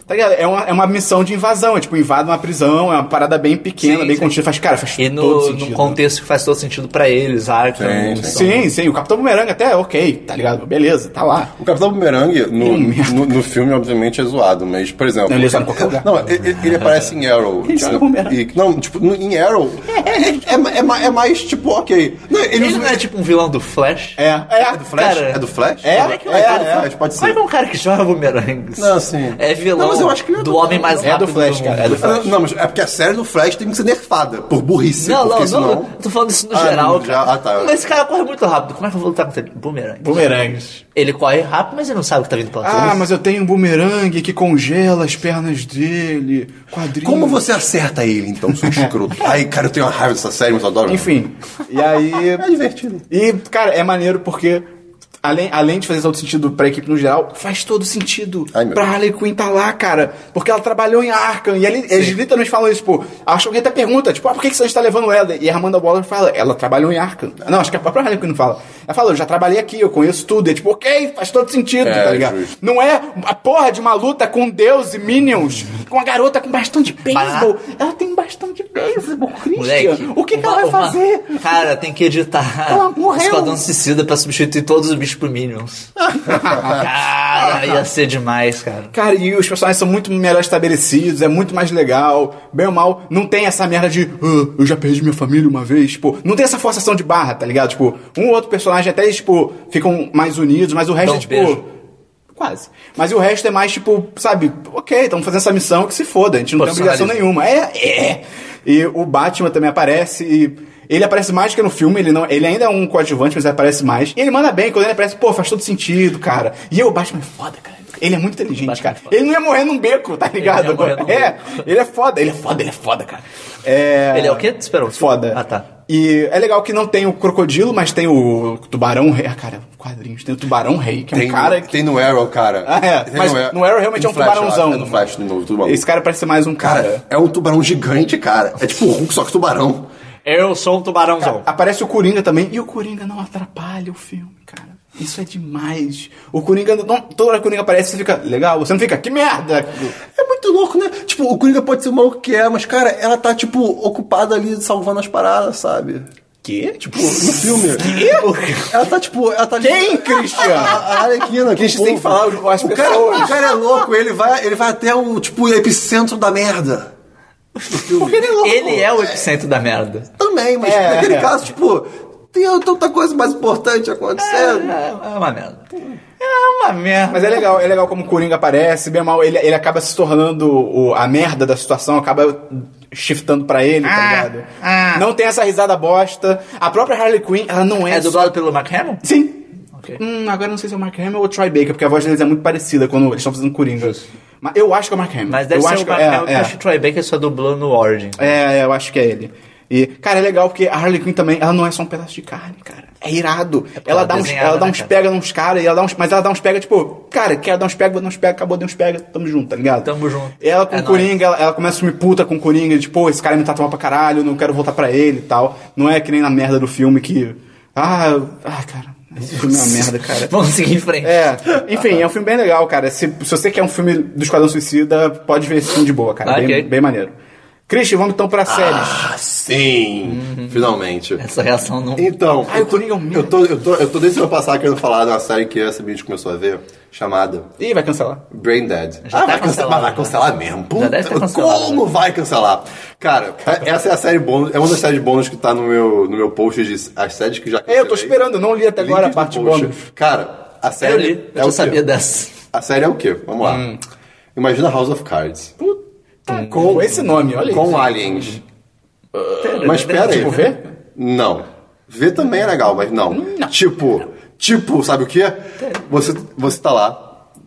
Tá ligado? É uma, é uma missão de invasão, é tipo, invade uma prisão, é uma parada bem pequena, Sim, bem sim. contida, faz, cara, faz E todo no, sentido. né? num contexto que faz todo sentido pra eles, Arkham. Sim, sim. são- Sim, sim, o Capitão Bumerangue até é ok, tá ligado? Beleza, tá lá. O Capitão Boomerang no, Hum, merda. no, no filme, obviamente, é zoado, mas, por exemplo. Não, ele é zoado em qualquer lugar. Não, ele, ele aparece em Arrow. Ele é zoado sabe? em Boomerang. E- não, tipo, no- em Arrow é, é, ma- é, ma- é mais tipo, ok. Não, ele, Ele não é tipo um vilão do Flash? É, é, do Flash? cara. É do Flash? É, Ah, é, do é. Flash, pode Como é ser. que é um cara que joga bumerangues? Não, sim. É vilão Não, mas eu acho que ele é do do- homem mais é rápido do Flash, mundo. cara, é do Flash. Ah, Não, mas é porque a série do Flash tem que ser nerfada por burrice. Não, porque não, não, senão... eu Tô falando isso no Ah, geral, não, cara. já- ah, tá. Mas esse cara corre muito rápido. Como é que eu vou lutar contra ele? Bumerangue. Bumerangues. Ele corre rápido, mas ele não sabe o que tá vindo pela Ah, frente. mas eu tenho um bumerangue que congela as pernas dele, quadrinhos. Como você acerta ele, então, seu escroto? Ai, cara, eu tenho uma raiva dessa série, mas eu adoro. Enfim, e aí. É divertido. E, cara, é maneiro porque, além, além de fazer todo sentido pra equipe no geral, faz todo sentido Ai, meu pra Deus. Harley Quinn tá lá, cara. Porque ela trabalhou em Arkham. E ele- eles literalmente falam isso, tipo, acho que alguém até pergunta, tipo, ah, por que, que você está levando ela? E a Amanda Waller fala, ela trabalhou em Arkham. Não, acho que a própria Harley Quinn não fala. Ela fala, eu já trabalhei aqui, eu conheço tudo. E é tipo, ok, faz todo sentido, É, tá ligado? justo. Não é a porra de uma luta com Deus e Minions, com a garota com bastão de beisebol. Ela tem um bastão de beisebol, Christian. Moleque, O que, que uma- ela vai uma- fazer? Cara, tem que editar Ela morreu. Esquadrão Suicida pra substituir todos os bichos por Minions. cara, ia ser demais, cara. Cara, e os personagens são muito melhor estabelecidos, é muito mais legal. Bem ou mal, não tem essa merda de "Ah, eu já perdi minha família uma vez. Tipo, não tem essa forçação de barra, tá ligado? Tipo, um ou outro personagem até, eles, tipo, ficam mais unidos, mas o resto Dá um é tipo. beijo. Quase. Mas o resto é mais, tipo, sabe, ok, estamos fazendo essa missão que se foda, a gente não tem obrigação Profissionalismo. nenhuma. É, é. E o Batman também aparece e. Ele aparece mais que no filme, ele, não, ele ainda é um coadjuvante, mas ele aparece mais. E ele manda bem, quando ele aparece, pô, faz todo sentido, cara. E eu, o Batman é foda, cara. Ele é muito inteligente, Batman é cara. foda. Ele não ia morrer num beco, tá ligado? ia morrer num é, ele é foda, ele é foda, ele é foda, cara. É... Ele é o quê? Esperou. Foda. Ah, tá. E é legal que não tem o crocodilo, mas tem o tubarão rei. Ah, cara, quadrinhos. Tem o tubarão rei, que é um Tem, cara que. tem no Arrow, cara. Ah, é. Tem Mas no Arrow realmente é um Flash, eu acho. tubarãozão. É no Flash, no novo tubarão. Esse cara parece ser mais um cara. Cara, é um tubarão gigante, cara. É tipo o Hulk, só que tubarão. Eu sou um tubarãozão. Aparece o Coringa também. E o Coringa não atrapalha o filme, cara. Isso é demais. O Coringa. Não, toda hora que o Coringa aparece, você fica. Legal. Você não fica. Que merda! É muito louco, né? Tipo, o Coringa pode ser o maluco que é, mas, cara, ela tá, tipo, ocupada ali salvando as paradas, sabe? Que? Tipo. Tipo, no filme. Ela tá, tipo, ela tá ali- Quem, Christian? A, a Arlequina. Christian com o tem que falar povo. as o cara, pessoas. o cara é louco, ele vai, ele vai até o, tipo, epicentro da merda. Porque ele é louco. Ele é o epicentro da merda. Também, mas É, naquele é. caso, tipo, tem outra coisa mais importante acontecendo. É, é uma merda. É uma merda. Mas é legal, é legal como o Coringa aparece, bem ou mal, ele, ele acaba se tornando o- a merda da situação, acaba shiftando pra ele, tá Ah, ligado? ah. Não tem essa risada bosta. A própria Harley Quinn, ela não é. É dublado pelo Mark Hamill? Sim. Ok. Hum, agora eu não sei se é o Mark Hamill ou o Troy Baker, porque a voz deles é muito parecida quando eles estão fazendo Coringa. Mas eu acho que é o Mark Hamill. Mas deve eu ser acho o que- Mark é, Hamill, porque é. acho que tá o Troy Baker só dublou no Origin. É, eu acho que é ele. E, cara, é legal porque a Harley Quinn também, ela não é só um pedaço de carne, cara. É irado. ela, ela dá uns, desenhada, ela dá né, uns cara? pega nos caras, e ela dá uns, mas ela dá uns pega, tipo, cara, quero dar uns pega, vou dar uns pega, acabou, dei uns pega, tamo junto, tá ligado? Tamo junto. Ela com É o Coringa, ela, ela começa a me puta com o Coringa, tipo, pô, esse cara me tá tomando pra caralho, não quero voltar pra ele e tal. Não é que nem na merda do filme que. Ah, eu- ah cara, esse filme é uma merda, cara. Vamos seguir em frente. É, enfim, é um filme bem legal, cara. Se, se você quer um filme do Esquadrão Suicida, pode ver esse filme de boa, cara. Ok. Bem, bem maneiro. Christian, vamos então pra séries. Ah, sim! Finalmente. Essa reação não. Então, Ah, eu, o tô, Coringa é um merda. eu, tô, eu, tô, eu tô desde semana passada querendo falar de uma série que essa bicha começou a ver, chamada Ih, vai cancelar. Brain Dead. Já ah, tá vai cancelado, cancelar, mas vai né? cancelar mesmo. Puta, deve ter cancelado, como vai cancelar? Cara, essa é a série bônus, é uma das séries bônus que tá no meu, no meu post de as séries que já É, eu tô cancelei. esperando, eu não li até Link agora a no parte post. bônus. Cara, a série Eu li, é eu o já sabia quê? dessa. A série é o quê? Vamos lá. Imagina House of Cards. Puta, com esse nome, olha com isso. aliens. é. Mas pera aí. Tipo, ver? Não. Ver também é legal, mas não. Tipo, tipo, sabe o que? Você, você tá lá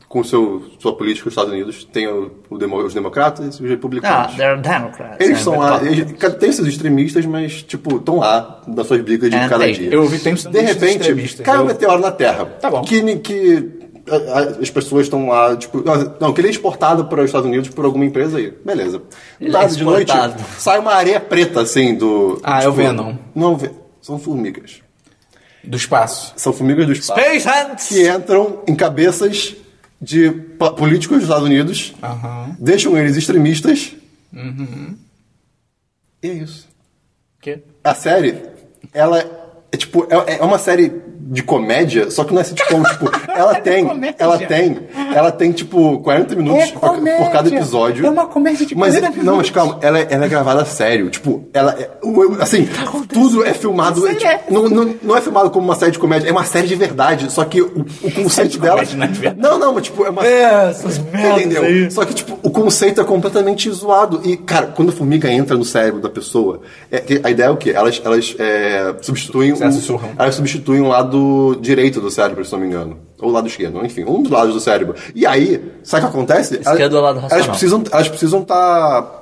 com o seu, sua política nos Estados Unidos, tem o, o demo- os democratas e os Ah, republicanos. they're Democrats. eles né? são lá, eles, cara, tem seus extremistas, mas, tipo, estão lá nas suas brigas de É, cada tem. dia. Eu ouvi tempos De repente, cai um meteoro na Terra. Tá bom. Que, ni- que a- a- as pessoas estão lá, tipo... não, Não, que ele é exportado para os Estados Unidos por alguma empresa aí. Beleza. Ele Nada é de noite, exportado. sai uma areia preta, assim, do... Ah, é o Venom. Não, Ve- são formigas. Do espaço. São formigas do espaço. Space Hunts! Que entram em cabeças de pa- políticos dos Estados Unidos, Aham. deixam eles extremistas... Uhum. E é isso. Que? A série, ela é tipo, é, é uma série de comédia, só que não é sitcom, tipo, ela tem, É comédia. ela tem, ela tem tipo 40 minutos É por, por cada comédia. episódio. É uma comédia de mas, 40 Não, minutos. mas calma, ela, é- ela é gravada a sério, tipo, ela é, o- assim, tá tudo é filmado, é, Sério? tipo, não, não, não é filmado como uma série de comédia, é uma série de verdade, só que o, o conceito dela comédia não é de verdade. Não, não, mas tipo, é uma É, essas merdas Entendeu? aí. Só que, tipo, o conceito é completamente zoado. E, cara, quando a formiga entra no cérebro da pessoa, é que a ideia é o quê? Elas, elas é, substituem. Elas o- sussurram. elas substituem o lado direito do cérebro, se não me engano. Ou o lado esquerdo, enfim, um dos lados do cérebro. E aí, sabe o que acontece? Esquerdo Elas- é o lado Elas racional. precisam Elas precisam tá.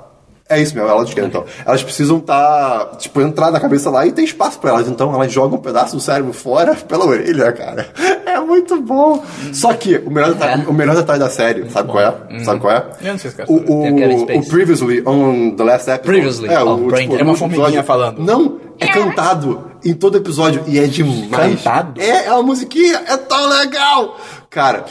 É isso mesmo, é o lado esquerdo, então. Elas precisam tá, tipo, entrar na cabeça lá e tem espaço pra elas. Então elas jogam um pedaço do cérebro fora pela orelha, cara. É muito bom. Só que o melhor É. detalhe, o melhor detalhe da série, sabe qual é? Sabe qual é? Hum. Eu não sei se quero o, saber. o, Tem aquele space. o Previously on the Last Episode. Previously é, on o, Brain Dead. É uma o último formiguinha episódio. falando. Não, é cantado em todo episódio e é demais. Cantado? É, é uma musiquinha, é tão legal. Cara,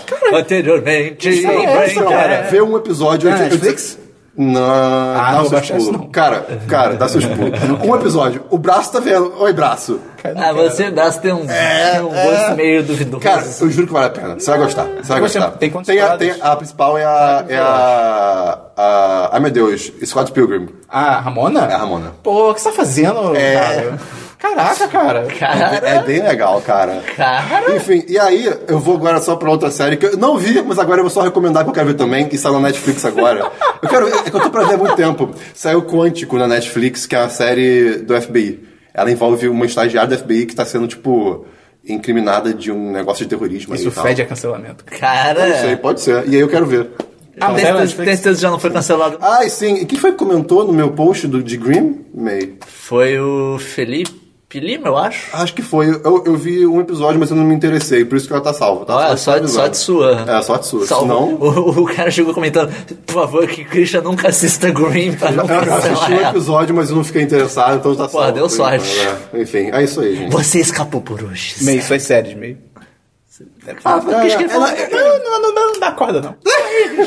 Anteriormente. não, Brain não, cara. Dead. Vê um episódio. Ah, eu- eu- Netflix? Ah, Não, dá não os vou seus achar isso, pulos. não. Cara, cara, dá seus pulos. Um episódio, o braço tá vendo. Oi, braço. Ah, você dá tem um, tem um gosto meio duvidoso. Cara, eu juro que vale a pena. Você vai gostar. Você vai Você- gostar. tem quantas a, temporadas? tem a principal é a. É a, a. Ai meu Deus, Scott Pilgrim. Ah, Ramona? É a Ramona. Pô, o que você tá fazendo, É. cara? Caraca, cara. Cara, É bem legal, cara. cara. Enfim, e aí eu vou agora só pra outra série que eu não vi, mas agora eu vou só recomendar que eu quero ver também, que saiu na Netflix agora. Eu quero ver, é que eu tô pra ver há muito tempo. Saiu Quântico na Netflix, que é a série do FBI. Ela envolve uma estagiária do FBI que tá sendo, tipo, incriminada de um negócio de terrorismo. aí Isso e tal. fede a cancelamento. Cara. Não sei, pode ser. E aí eu quero ver. Ah, sério, Tem certeza- Netflix? tem certeza que já não foi cancelado. Ah, e sim. E quem foi que comentou no meu post do, de Green? May. Foi o Felipe Lima, eu acho. Acho que foi. Eu, eu vi um episódio, mas eu não me interessei. Por isso que ela tá salva. Tá? Olha, Só- só, só de sua. É, só de sua. Salvo. Senão- O, o cara chegou comentando, por favor, que Christian nunca assista Green pra não Eu eu cancelar assisti um ela. episódio, mas eu não fiquei interessado, então tá é. Pô, salvo. deu Por sorte. enquanto, é. Enfim, é isso aí, gente. Você escapou por hoje. Meio, suas séries, meio. Ah, por que que é, ele falou? ela- Não, não, não, não, não dá corda, não.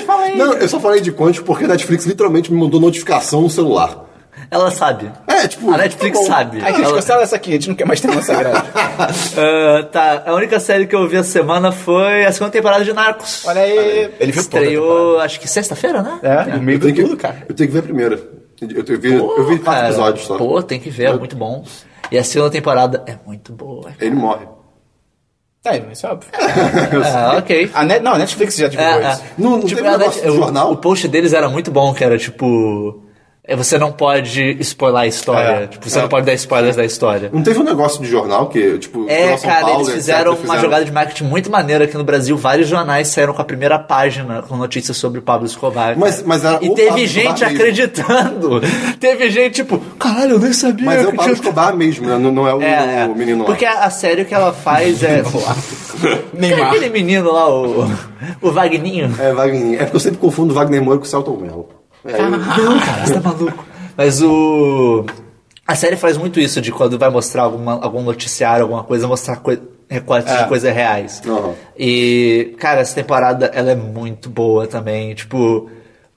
Fala aí. Não, eu só falei de quântico porque a Netflix literalmente me mandou notificação no celular. Ela sabe. É, tipo, A Netflix tá bom. sabe. A gente Ela- cancela essa aqui, a gente não quer mais ter nossa grade. Ah, tá, a única série que eu vi essa semana foi a segunda temporada de Narcos. Olha aí. Ele viu toda a Estreou, acho que sexta-feira, né? temporada. É, no meio Eu tenho, do que, tudo, cara. eu tenho que ver a primeira. Eu, eu vi, eu vi quatro Cara, episódios só. Pô, tem que ver, é muito bom. E a segunda temporada é muito boa. Ele morre. Tá, isso é óbvio. Ah, ok. A Net, não, a Netflix já divulgou É, isso. é. Não- não teve um a negócio do o- jornal? O post deles era muito bom, que era tipo. é, Você não pode spoiler a história. É, tipo, você não pode dar spoilers da história. Não teve um negócio de jornal que, tipo, É, jornal São cara, Paulo, eles etc, fizeram uma jogada de marketing muito maneira aqui no Brasil. Vários jornais saíram com a primeira página com notícias sobre o Pablo Escobar. Mas- cara. mas era e o teve Pablo Escobar gente mesmo. acreditando. Teve gente tipo, caralho, eu nem sabia. Mas é que o Pablo tinha- tipo" Escobar mesmo, né? Não, não é o, É, é. o menino lá. Porque a, a série que ela faz é. Neymar. Aquele menino lá, o, o Vagninho. É, Wagner. É porque eu sempre confundo Wagner Moura com o Celton Mello. Ah. É, eu- Não, cara, você tá maluco. Mas o. A série faz muito isso de quando vai mostrar alguma- algum noticiário, alguma coisa, mostrar coi- recortes de coisas reais. Uhum. E, cara, essa temporada ela é muito boa também. Tipo,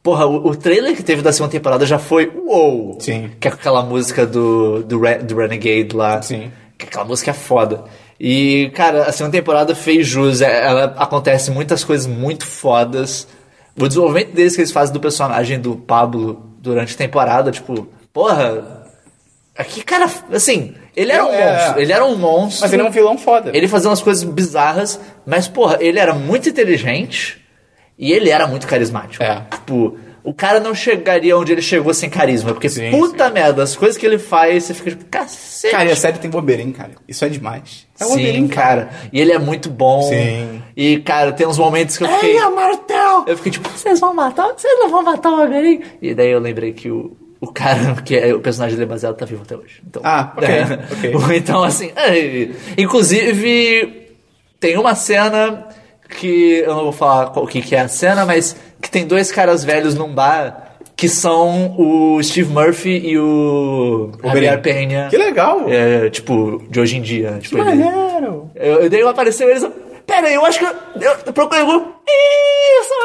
porra, o, o trailer que teve da segunda temporada já foi uou! Sim. Que é com aquela música do, do, Re- do Renegade lá. Sim. Que aquela música é foda. E, cara, a segunda temporada fez jus. É- Ela acontece muitas coisas muito fodas. O desenvolvimento deles que eles fazem do personagem do Pablo durante a temporada, tipo, porra. Aqui, cara, assim, ele era um É, é, monstro. é. Ele era um monstro. Mas ele é um vilão foda. Ele fazia umas coisas bizarras, mas, porra, ele era muito inteligente e ele era muito carismático. É. Tipo, o cara não chegaria onde ele chegou sem carisma, porque Sim, puta merda, as coisas que ele faz, você fica tipo, cacete. Cara, e a série tem bobeira, hein, cara. Isso é demais. É Sim, bobeirinho, cara. E ele é muito bom. Sim. É, E, cara, tem uns momentos que eu fiquei. Martel! Eu fiquei tipo, vocês vão matar? Vocês não vão matar o Wolverine? E daí eu lembrei que o, o cara, que é o personagem dele baseado, tá vivo até hoje. Então, Ah, ok, ok. Então, assim, é, e- inclusive, tem uma cena que eu não vou falar qual- o que, que é a cena, mas que tem dois caras velhos num bar que são o Steve Murphy e o Javier Wolverine. Penha. Que legal! É, tipo, de hoje em dia. Tipo, ele- Maneiro! eu, eu dei uma apareceu eles. Pera aí, eu acho que. Eu, eu procurei o Google. Ih, são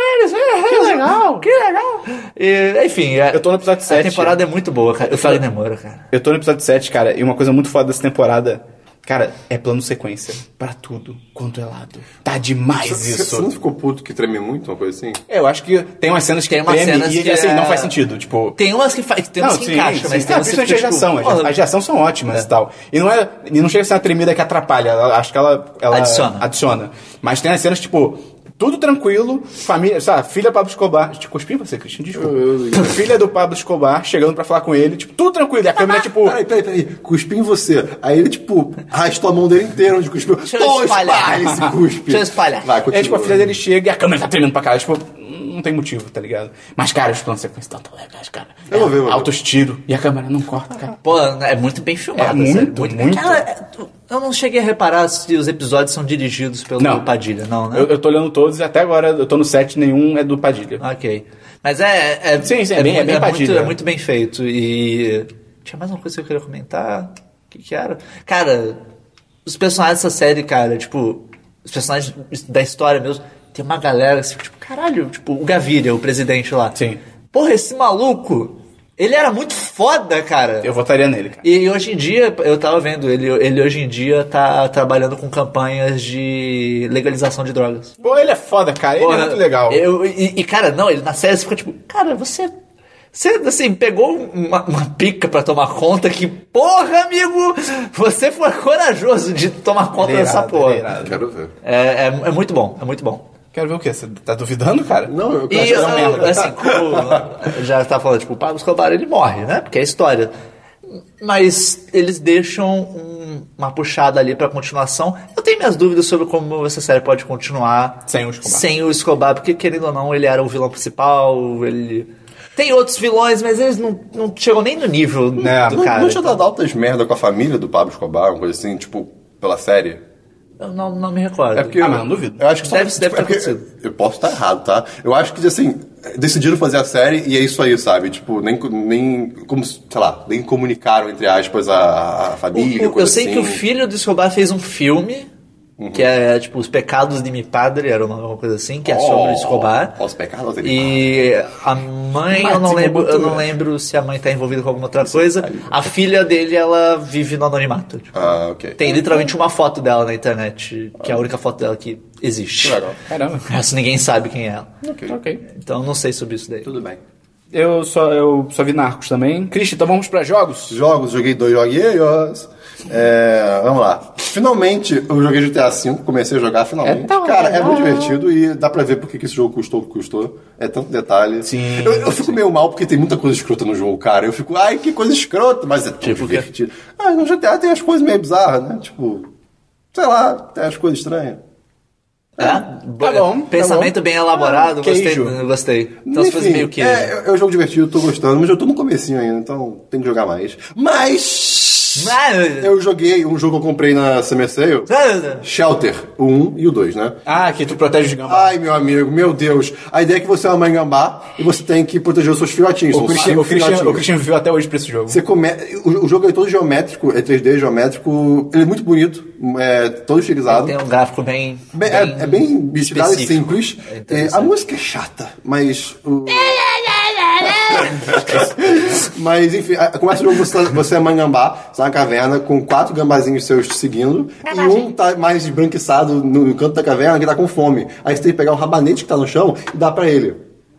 eles! Que legal. Que legal! E, enfim, a, Eu tô no episódio 7. a temporada é muito boa, cara. Eu falei demora, cara. Eu tô no episódio 7, cara, e uma coisa muito foda dessa temporada, cara, é plano sequência. Pra tudo, quanto é lado. Tá demais Você você isso. não ficou puto que treme muito, uma coisa assim? É, eu acho que tem umas cenas que Tem umas treme cenas e que assim, é- não faz sentido, tipo... Tem umas que, fa... tem umas que encaixam, mas tem Ah, umas que. principalmente a fica, tipo, reação. porra, As reações são ótimas É. e tal. E não, é, e não chega a ser uma tremida que atrapalha. ela- acho que ela, ela Adiciona. adiciona. Mas tem as cenas, tipo, tudo tranquilo, família, sabe, filha Pablo Escobar. Te cuspi em você, Cristian, desculpa. filha do Pablo Escobar chegando pra falar com ele, tipo, tudo tranquilo. E a câmera, tipo. Peraí, peraí, peraí. Cuspi em você. Aí ele, tipo, arrastou a mão dele inteira onde cuspiu. Deixa eu Pô, espalhar. espalha esse cuspe. Deixa eu espalhar. Vai, continua. É tipo, a filha dele chega e a câmera tá tremendo pra caralho. Tipo, não tem motivo, tá ligado? Mas, cara, os planos de sequência estão tão legais, cara. Eu vou ver, eu vou ver. Ah. Altos tiros e a câmera não corta, cara. Pô, é muito bem filmado. É sério, muito, muito. Cara, é- eu não cheguei a reparar se os episódios são dirigidos pelo Não. Padilha, não, né? Eu, eu tô olhando todos e até agora eu tô no set, nenhum é do Padilha. Ok. Mas é. é Sim, sim, é bem- é muito- bem muito, Padilha. é muito bem feito. E. Tinha mais uma coisa que eu queria comentar. O que, que era? Cara, os personagens dessa série, cara, tipo. Os personagens da história mesmo. Tem uma galera que você fica, tipo, caralho, tipo, o Gaviria, o presidente lá. Sim. Porra, esse maluco, ele era muito foda, cara. Eu votaria nele, cara. E hoje em dia, eu tava vendo, ele, ele hoje em dia tá trabalhando com campanhas de legalização de drogas. Pô, ele é foda, cara. Ele Porra, é muito legal. eu- e, e, cara, não, ele na série você fica tipo, cara, você. Você, assim, pegou uma, uma pica pra tomar conta que, porra, amigo, você foi corajoso de tomar conta Irado, dessa porra. irado. Quero ver. É, é, é muito bom, é muito bom. Quero ver o quê? Você tá duvidando, cara? Não, eu E, acho que era eu- merda. assim, como já tá falando, tipo, o Pablo Escobar, ele morre, né? Porque é história. Mas eles deixam um- uma puxada ali pra continuação. Eu tenho minhas dúvidas sobre como essa série pode continuar Sem o Escobar. sem o Escobar, porque querendo ou não, ele era o vilão principal, ele... Tem outros vilões, mas eles não, não chegam nem no nível É, do Não, cara. então. não tinha dado altas merda com a família do Pablo Escobar, uma coisa assim, tipo, pela série? Eu não, não me recordo. É porque Ah, eu, mas não duvido. Eu acho que só Deve- tipo, deve ter é porque- acontecido. Eu posso estar errado, tá? Eu acho que assim decidiram fazer a série e é isso aí, sabe? Tipo nem co- nem como se- sei lá, nem comunicaram entre aspas a, a família. O- o- eu coisa sei assim. Uhum. que o filho do Escobar fez um filme, que é tipo Os Pecados de Mi Padre, era uma uma coisa assim, que é sobre o Oh, Escobar. Os Pecados de Mi E a mãe, eu não, Máximo lembro, eu não Cultura. lembro se a mãe tá envolvida com alguma outra coisa. A filha dele, ela vive no anonimato. tipo. Ah, ok. Tem literalmente uma foto dela na internet, que é a única foto dela que existe. Ah. Que legal. Caramba. Essa ninguém sabe quem é ela. Ok. Ok. Então eu não sei sobre isso daí. Tudo bem. Eu só, eu só vi Narcos também. Christian, então vamos pra jogos? Jogos, joguei dois joguinhos. É, vamos lá. Finalmente, eu joguei GTA V, comecei a jogar finalmente. É tão Cara, é legal. muito divertido e dá pra ver porque que esse jogo custou o que custou. É tanto detalhe. Sim, Eu, eu fico meio mal porque tem muita coisa escrota no jogo, cara. Eu fico, ai, que coisa escrota, mas é tão Tipo o quê? divertido. Ah, no GTA tem as coisas meio bizarras, né? Tipo, sei lá, tem as coisas estranhanhas. Tá? Tá bom, tá Pensamento bom. bem elaborado, Ah, gostei. queijo. gostei. Então se fosse meio queijo. É, é um jogo divertido, tô gostando, mas eu tô no comecinho ainda, então tem que jogar mais. Mas... Mas- Eu joguei um jogo que eu comprei na Summer Sale. Ah, Shelter, o 1 e o 2, né? Ah, que tu protege os gambá. Ai, meu amigo, meu Deus. A ideia é que você é uma mãe gambá e você tem que proteger os seus filhotinhos. o, são Christian, cinco o, Christian, o filhotinhos. Christian viveu até hoje pra esse jogo. Você come... o, o jogo é todo geométrico, é 3D geométrico. Ele é muito bonito, é todo estilizado. Tem um gráfico bem. Bem- é, é bem estilizado e específico. simples. É É, interessante. a música é chata, mas... o- Mas enfim, a- começa o jogo, você, você é mangambá, você tá na caverna, com quatro gambazinhos seus te seguindo, e um tá mais esbranquiçado no, no canto da caverna que tá com fome. Aí você tem que pegar um rabanete que tá no chão e dar pra ele.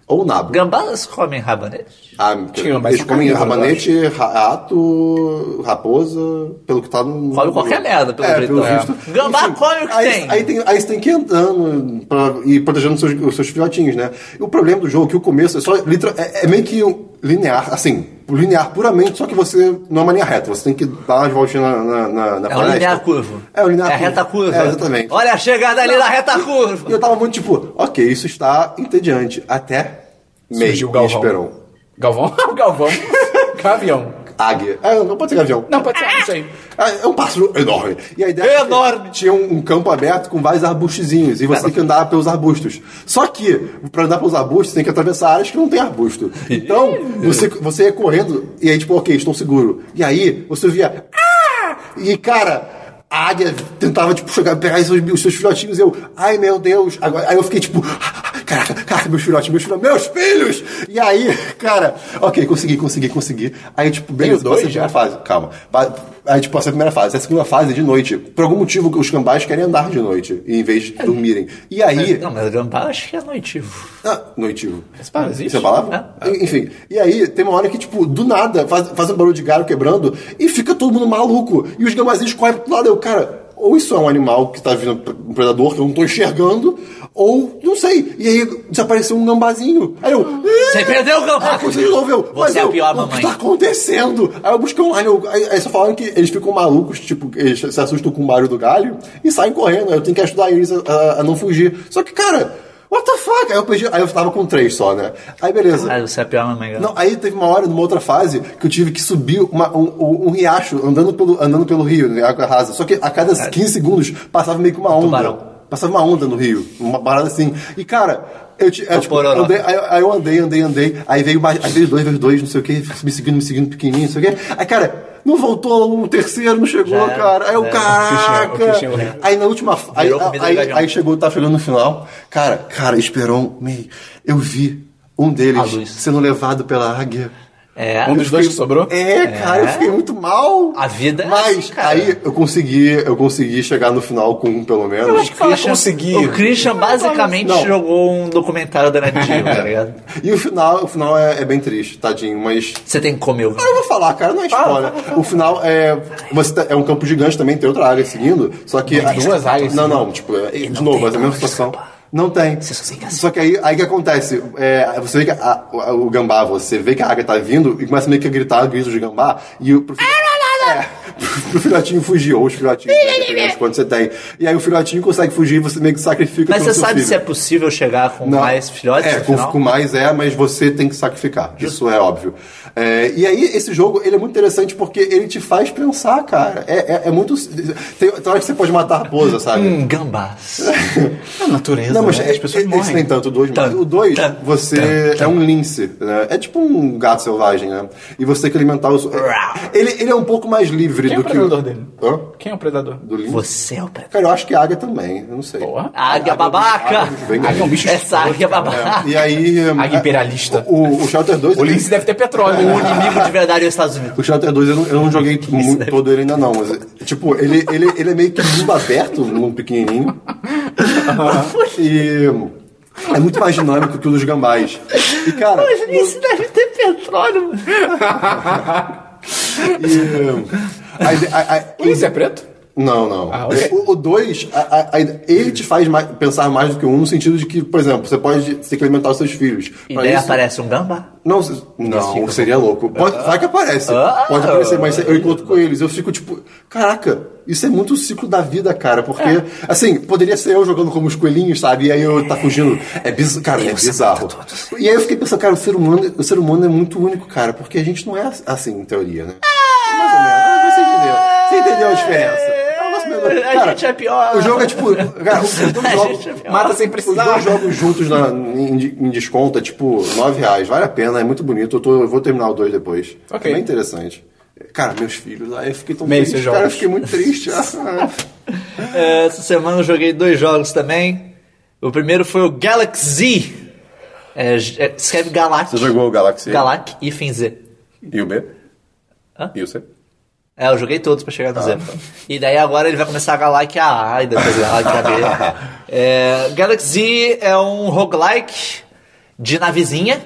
Ou um nabo. Gambás comem rabanete? Ah, que gambá eles são comem carnívoros, rabanete, ra- rato, raposa, pelo que tá no. Come qualquer merda, pelo é, jeito, Pelo né? visto. Gambá come o que aí, tem. Aí, tem. aí você tem que ir andando pra ir protegendo os seus, os seus filhotinhos, né? E o problema do jogo é que o começo é só. literal- É, é meio que um linear, assim. Linear puramente, só que você não é uma linha reta, você tem que dar umas voltinhas na, na, na, na É um floresta. linear curvo. É um linear É a curvo. reta curva. É, exatamente. Olha a chegada ali da reta curva. E eu tava muito tipo, ok, isso está entediante. Até Surgiu meio o que Galvão. esperou. Galvão? Galvão. Gavião. Águia. Ah, não pode ser gavião. Não, pode ser, não sei. Ah, É um pássaro enorme. E a ideia É era que enorme. Tinha um, um campo aberto com vários arbustezinhos e você tem que andar pelos arbustos. Só que, pra andar pelos arbustos, você tem que atravessar áreas que não tem arbusto. Então, você, você ia correndo e aí, tipo, ok, estou seguro. E aí, você via. "Ah!" E cara. A águia tentava, tipo, chegar, pegar os seus, os seus filhotinhos e eu, ai meu Deus. Agora, aí eu fiquei tipo, caraca, caraca, meus filhotes, meus filhotes, meus filhos! E aí, cara, ok, consegui, consegui, consegui. Aí, tipo, beleza, dois passei a primeira fase, calma. Pa- Aí, tipo, essa é a primeira fase. A segunda fase é de noite. Por algum motivo, os cambais querem andar de noite, em vez de dormirem. E aí. Não, mas gambá acho que é noitivo. Ah, noitivo. Essa palavra existe? Isso é palavra? Ah, Enfim. E aí, tem uma hora que, tipo, do nada, faz, faz um barulho de galho quebrando e fica todo mundo maluco. E os gambazinhos correm pro lado. Eu, cara, ou isso é um animal que tá vindo, um predador que eu não tô enxergando, ou não sei. E aí desapareceu um gambazinho. Aí eu. Você perdeu o gambá. Aí você resolveu. Você é a pior o que mamãe. tá acontecendo? Aí eu busquei online. Eu, aí, aí só falaram que eles ficam malucos, tipo, eles se assustam com o barulho do galho e saem correndo. Aí eu tenho que ajudar eles a, a- a não fugir. Só que, cara, what the fuck? Aí eu, perdi, aí eu tava com três só, né? Aí beleza. Ah, você é a pior mamãe gambá. Não, aí teve uma hora, numa outra fase, que eu tive que subir uma- um, um- um riacho, andando pelo, andando pelo rio, né, água rasa. Só que a cada 15 segundos passava meio que uma onda. É. Tubarão. Passava uma onda no rio, uma parada assim. E, cara, eu, ti- eu, tipo, Pororó. andei- aí, aí eu andei, andei, andei. Aí veio mais, aí veio dois, veio dois, não sei o quê, me seguindo, me seguindo pequenininho, não sei o quê. Aí, cara, não voltou, o terceiro não chegou, Já era, cara. Aí eu, já O era. Cristiano, o caraca. Cristiano horrível. Aí na última. fa- Aí, Virou comida aí, do gavião. aí chegou, tá chegando no final. Cara, cara, esperou meio. Eu vi um deles A luz. sendo levado pela águia. É. Um dos dois que sobrou? É, cara, eu fiquei muito mal. A vida é Mas assim, cara. aí eu consegui, eu consegui chegar no final com um, pelo menos. acho que fala conseguir. O Christian basicamente Não. jogou um documentário da Nat Geo, tá ligado? É. E o final, o final é, é bem triste, tadinho, mas. Você tem que comer o. Ah, eu vou falar, cara, não é spoiler. O final é. Você tá- é um campo gigante também, tem outra área seguindo. Só que. Tem duas áreas Não, seguindo. não, tipo, é- de não novo, tem é a mesma como situação. escapar. Não tem. Você só tem que Só que aí, aí que acontece? É, você vê que a- a- o gambá, você vê que a águia tá vindo e começa meio que a gritar gritos de gambá e o. Pro, é, pro filhotinho fugir, ou os filhotinhos, né, dependendo de quanto você tem. E aí o filhotinho consegue fugir e você meio que sacrifica Mas você pelo seu sabe filho. se é possível chegar com Não. mais filhotes? É, no com, final? com mais é, mas você tem que sacrificar. Isso é óbvio. É, e aí, esse jogo, ele é muito interessante porque ele te faz pensar, cara. É, é- é muito... Tem, tem hora que você pode matar a raposa, sabe? Hum, gambás. É a natureza, Não, mas né? é- as pessoas é- esse nem morrem. tanto, o 2 Tan, O 2, tan, você é um lince, né? É tipo um gato selvagem, né? E você tem que alimentar os... Ele, ele é um pouco mais livre Quem é do o que... predador dele? Hã? Quem é o predador? Do lince? Você é o predador. Cara, eu acho que a águia também, eu não sei. Porra. A águia a babaca! águia vem Águia é um bicho Essa escroto, águia cara. babaca! E aí... Águia Ah, imperialista. Ah, O, o Shelter é 2... O Lince deve ter petróleo. né? O inimigo de verdade é os Estados Unidos. O Shelter 2 eu não, eu não joguei é mu- todo ele ainda não, mas tipo, ele, ele, ele é meio que mundo aberto, num pequenininho. e é muito mais dinâmico que o dos gambás. E cara, Isso deve ter petróleo. e, aí, aí- aí- O Lince é preto? não, não. Ah, ok. O 2, ele te faz mais- pensar mais do que um no sentido de que, por exemplo, você pode você tem que alimentar os seus filhos. E Pra daí isso- aparece um gambá. Não, se- não seria louco. Pode, vai que aparece. Ah. pode aparecer, mas eu encontro com eles. Eu fico tipo, caraca, isso é muito o ciclo da vida, cara. Porque, É. assim, poderia ser eu jogando como os coelhinhos, sabe? E aí eu tá fugindo. É bizarro. Cara, é Deus bizarro. mata todos. E aí eu fiquei pensando, cara, o ser, humano, o ser humano é muito único, cara. Porque a gente não é assim, em teoria, né? Mais ou menos. Ah, Você entendeu? Você entendeu a diferença? É um negócio meio- A gente é pior. O jogo é tipo. Cara, os dois A jogos- gente é pior. Mata sem os precisar. dois jogos juntos na- em, em desconto é tipo 9 reais. Vale a pena, é muito bonito. Eu, tô- eu vou terminar o 2 depois. Ok. É bem interessante. Cara, meus filhos, aí eu fiquei tão Meio triste. esses Cara, eu jogos. fiquei muito triste. Ah, É, Essa semana eu joguei dois jogos também. O primeiro foi o Galaxy. É, é, escreve Galac. Você jogou o Galaxy? Galac e Fin Z. E o B? Hã? E o C? É, eu joguei todos pra Ah, chegar no tá. Z. E daí agora ele vai começar a Galac A e depois Galac AB. É, Galaxy é um roguelike de navezinha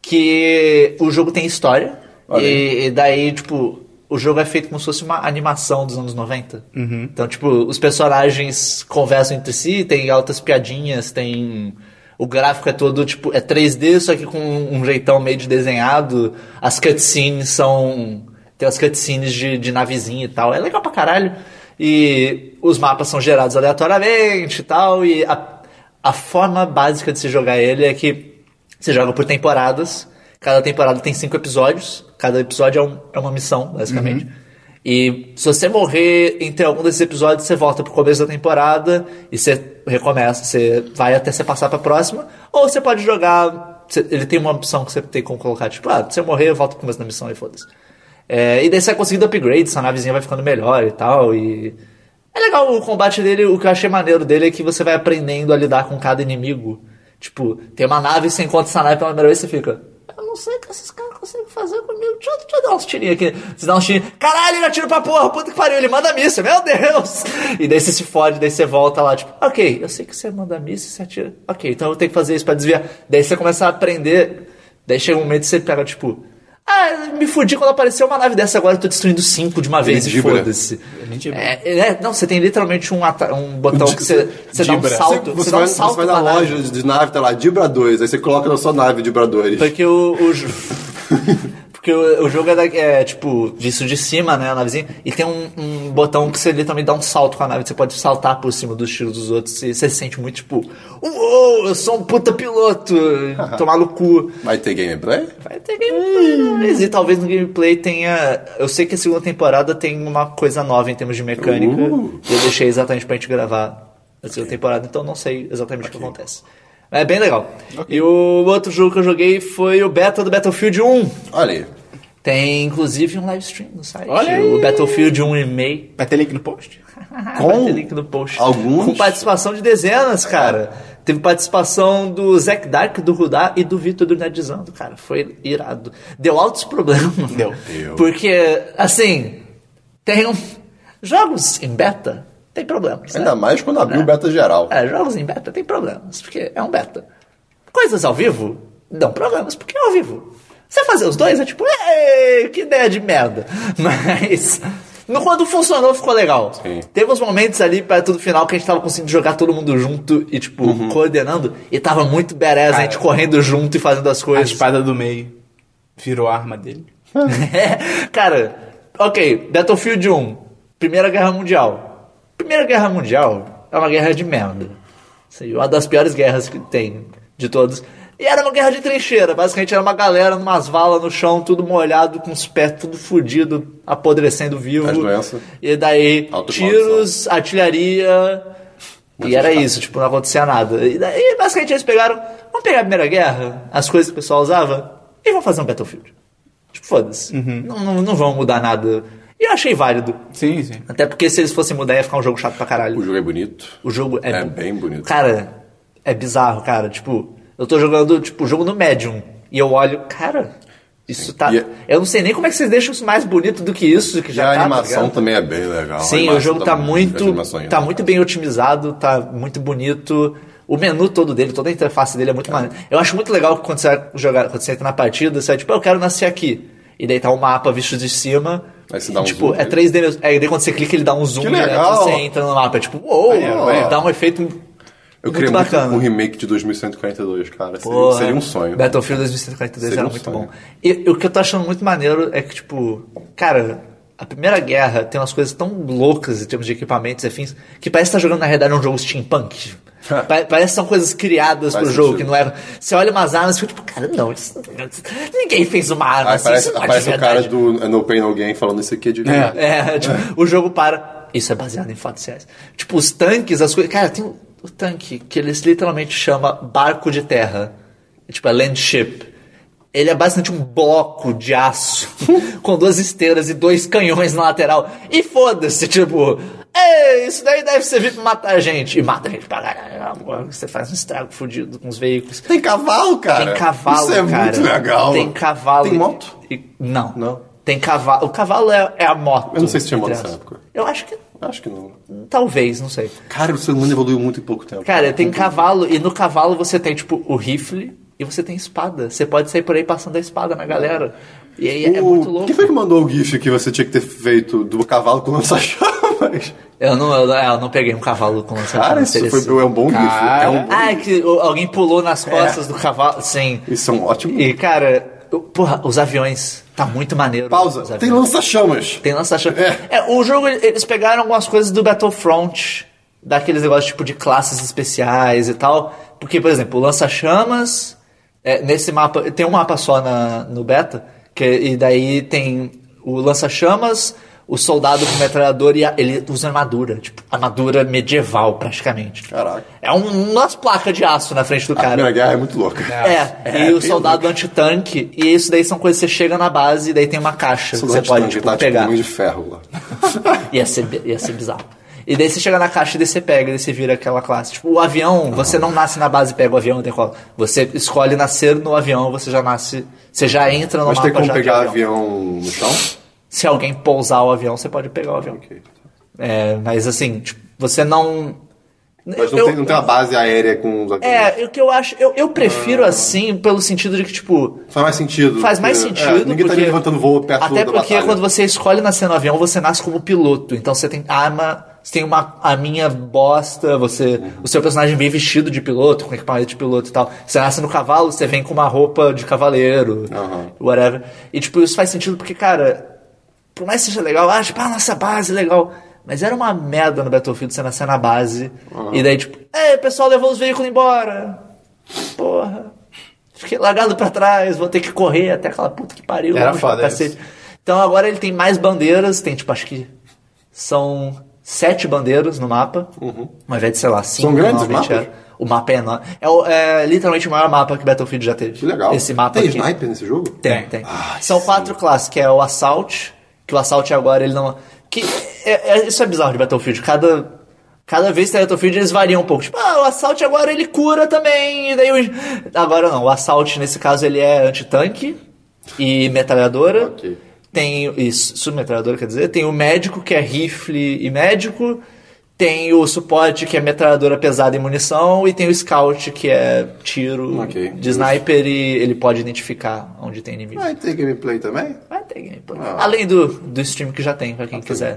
que o jogo tem história. E, e daí, tipo, o jogo é feito como se fosse uma animação dos anos 90. Então, tipo, os personagens conversam entre si, tem altas piadinhas, tem. O gráfico é todo, tipo, é 3D, só que com um jeitão meio de desenhado. As cutscenes são. Tem as cutscenes de, de navezinha e tal. É legal pra caralho. E os mapas são gerados aleatoriamente e tal. E a, a forma básica de se jogar ele é que você joga por temporadas. Cada temporada tem cinco episódios. Cada episódio é, um- é uma missão, basicamente. E se você morrer entre algum desses episódios, você volta pro começo da temporada e você recomeça. Você vai até você passar pra próxima. Ou você pode jogar. você- ele tem uma opção que você tem como colocar, tipo, ah, se você morrer, eu volto pro começo da missão e foda-se. É, e daí você vai conseguindo upgrade, sua navezinha vai ficando melhor e tal. E é legal o combate dele, o que eu achei maneiro dele é que você vai aprendendo a lidar com cada inimigo. Tipo, tem uma nave, você encontra essa nave pela primeira vez, você fica. Eu não sei o que esses caras conseguem fazer comigo. Deixa, eu- deixa eu dar uns tirinhos aqui. Você dá uns tirinhos. Caralho, ele atira pra porra, puta que pariu, ele manda missa, meu Deus! E daí você se fode, daí você volta lá, tipo, ok, eu sei que você manda missa e você atira. Ok, então eu tenho que fazer isso pra desviar. Daí você começa a aprender. Daí chega um momento que você pega, tipo, ah, me fudi quando apareceu uma nave dessa, agora eu tô destruindo cinco de uma vez e Mandíbula. foda-se. É, é, não, você tem literalmente um, ata- um botão que você, você dá um Dibra. salto. Você, dá um vai, salto você vai na pra nave. loja de nave, tá lá, Dibra 2. Aí você coloca na sua nave Dibra 2. Porque o. o jo- Porque o, o jogo é, da- é, tipo, visto de cima, né, a navezinha, e tem um, um botão que você literalmente dá um salto com a nave, você pode saltar por cima dos tiros dos outros, e você se sente muito tipo, uou, eu sou um puta piloto, tomar no cu. Vai ter gameplay? Vai ter gameplay, Hum. né? E talvez no gameplay tenha. Eu sei que a segunda temporada tem uma coisa nova em termos de mecânica. Uh. E eu deixei exatamente pra gente gravar a segunda temporada, então não sei exatamente o que acontece. Mas É bem legal. E o outro jogo que eu joguei foi o beta do Battlefield 1. Olha aí. Tem inclusive um live stream no site. Olha o aí. Battlefield 1 e meio. Vai ter link no post? Vai ter link no post. alguns- Com participação de dezenas, cara. Teve participação do Zack Dark, do Rudá e do Vitor do Nerdizando, cara. Foi irado. Deu altos problemas. Deu. Porque, assim, tem um... Jogos em beta tem problemas. né? Ainda mais quando abriu o beta geral. É, jogos em beta tem problemas, porque é um beta. Coisas ao vivo dão problemas, porque é ao vivo. Você fazer os dois é tipo, "Ei, que ideia de merda. Mas. No, quando funcionou, ficou legal. Sim. Teve uns momentos ali perto do final que a gente tava conseguindo jogar todo mundo junto e, tipo, coordenando. E tava muito badass, a gente Cara. correndo junto e fazendo as A coisas. espada do meio virou a arma dele. É, cara, ok, Battlefield 1, Primeira Guerra Mundial. Primeira Guerra Mundial é uma guerra de merda. Assim, uma das piores guerras que tem de todas. E era uma guerra de trincheira, basicamente era uma galera numas valas no chão, tudo molhado, com os pés tudo fudido, apodrecendo vivo. As doenças. E daí, Alto de tiros, artilharia. e era isso, tipo, não acontecia nada. E daí, basicamente, eles pegaram. Vamos pegar a Primeira Guerra, as coisas que o pessoal usava, e vamos fazer um Battlefield. Tipo, foda-se. Uhum. Não, não, não vão mudar nada. E eu achei válido. Sim, sim. Até porque se eles fossem mudar ia ficar um jogo chato pra caralho. O jogo é bonito. O jogo é, É bem bonito. Cara, é bizarro, cara. Tipo, eu tô jogando, tipo, o jogo no Medium. E eu olho, cara, isso tá. E é- Eu não sei nem como é que vocês deixam isso mais bonito do que isso, que E já a tá. tá animação ligado? também é bem legal. A Sim, animação o jogo tá, muito. as animações, Tá né? muito bem otimizado, tá muito bonito. O menu todo dele, toda a interface dele é muito maneiro. Eu acho muito legal que quando você vai jogar, quando você entra na partida, você vai, tipo, eu quero nascer aqui. E daí tá o mapa visto de cima. Aí você dá um tipo, zoom é nele. 3D mesmo. Aí daí quando você clica, ele dá um zoom Que direto, legal! você entra no mapa. É tipo, uou, Maneiro, maneiro. dá um efeito é. Eu muito queria muito bacana. um remake de 2142, cara. Seria- Porra, seria um sonho. Battlefield 2142 Seria era um muito sonho. bom. E, e o que eu tô achando muito maneiro é que, tipo, cara, a Primeira Guerra tem umas coisas tão loucas em termos de equipamentos e afins, que parece estar jogando, na realidade, um jogo steampunk. Pa- Parece que são coisas criadas Ah. Faz pro jogo, sentido. que não é. Você olha umas armas e fica tipo, cara, não, isso- ninguém fez uma arma Aí assim, aparece, isso não é de aparece o cara verdade." do uh, No Pain No Gain falando isso aqui é de verdade. É, tipo, o jogo para. Isso é baseado em fatos reais. Tipo, os tanques, as coisas. Cara, tem o, o tanque que eles literalmente chama barco de terra. Tipo, é land ship. Ele é basicamente um bloco de aço com duas esteiras e dois canhões na lateral. E foda-se, tipo. "Ei, isso daí deve servir pra matar a gente. E mata a gente pra caralho. Você faz um estrago fudido com os veículos. Tem cavalo, cara. Tem cavalo, Isso é cara. muito legal. Tem cavalo. Tem moto? E- não. Não? Tem cavalo. O cavalo é, é a moto. Eu não sei se tinha moto entre nessa aspas. época. Eu acho que... Acho que não. Talvez, não sei. Cara, o ser humano evoluiu muito em pouco tempo. Cara, tem cavalo. E no cavalo você tem, tipo, o rifle. E você tem espada. Você pode sair por aí passando a espada na galera. E aí é O- muito louco. Quem foi que mandou o GIF que você tinha que ter feito do cavalo com lança-chamas? Eu, não, eu, eu não peguei um cavalo com lança Cara, isso foi, é um bom GIF. É um É. bom- Ah, é que o- alguém pulou nas costas do cavalo. Sim. Isso é um ótimo. E, cara... eu- Porra, os aviões. Tá muito maneiro. os Pausa. Tem aviões. lança-chamas. Tem lança chama É. é. o jogo, eles pegaram algumas coisas do Battlefront, daqueles negócios tipo de classes especiais e tal. Porque, por exemplo, o lança-chamas, é, nesse mapa, tem um mapa só na, no beta, que, e daí tem o lança-chamas, o soldado com metralhador e a- ele usa armadura, tipo, armadura medieval praticamente. Caraca. É um, umas placas de aço na frente do A cara. Primeira Guerra é muito louca. É, É, e o bem soldado antitanque, e isso daí são coisas que você chega na base e daí tem uma caixa que Soldado você pode tanque, tipo, tá, tipo, pegar. um homem de ferro lá. Ia ser, bi- ia ser bizarro. E daí você chega na caixa e daí você pega, e daí você vira aquela classe. Tipo, o avião, você não nasce na base e pega o avião e decola. Você escolhe nascer no avião, você já nasce. Você já entra no Mas mapa tem como já de pegar avião no chão? Se alguém pousar o avião, você pode pegar o avião. Ok. É, mas assim, tipo, você não. Mas não, Eu- tem, não tem uma base aérea com os aviões. É, o que eu acho. Eu, eu prefiro Ah. assim, pelo sentido de que, tipo, Faz mais sentido. Faz mais porque- sentido. é, ninguém tá porque- levantando voo perto Até da porque batalha. quando você escolhe nascer no avião, você nasce como piloto. Então você tem arma, você tem uma a minha bosta, você. O seu personagem vem vestido de piloto, com equipamento de piloto e tal. Você nasce no cavalo, você vem com uma roupa de cavaleiro, Aham. whatever. E tipo, isso faz sentido porque, cara, por mais que seja legal, ah, tipo, a nossa base é legal. Mas era uma merda no Battlefield você nascer na base. E daí, tipo, é, o pessoal levou os veículos embora. Porra. Fiquei largado pra trás, vou ter que correr até aquela puta que pariu. Era longe pra foda isso. cacete. Então agora ele tem mais bandeiras, tem tipo, acho que são sete bandeiras no mapa. Ao invés de, sei lá, cinco. Uhum. São grandes os normalmente mapas? era. O mapa é enorme. É, o- é literalmente o maior mapa que Battlefield já teve. Que legal. Esse mapa Tem aqui. sniper nesse jogo? Tem, tem. São quatro classes, que é o Assault, que o Assault agora ele não... Que, é- é- isso é bizarro de Battlefield. Cada... Cada vez que Battlefield eles variam um pouco. Tipo, ah, o assalto agora ele cura também, e daí o... Agora não, o assalto nesse caso ele é antitanque e metralhadora. Ok. Tem isso, submetralhadora quer dizer, tem o médico que é rifle e médico, tem o suporte que é metralhadora pesada e munição e tem o scout que é tiro Ok. de sniper e ele pode identificar onde tem inimigo. Vai ter gameplay também? Vai ter gameplay. Ah. Além do, do stream que já tem, pra quem quiser.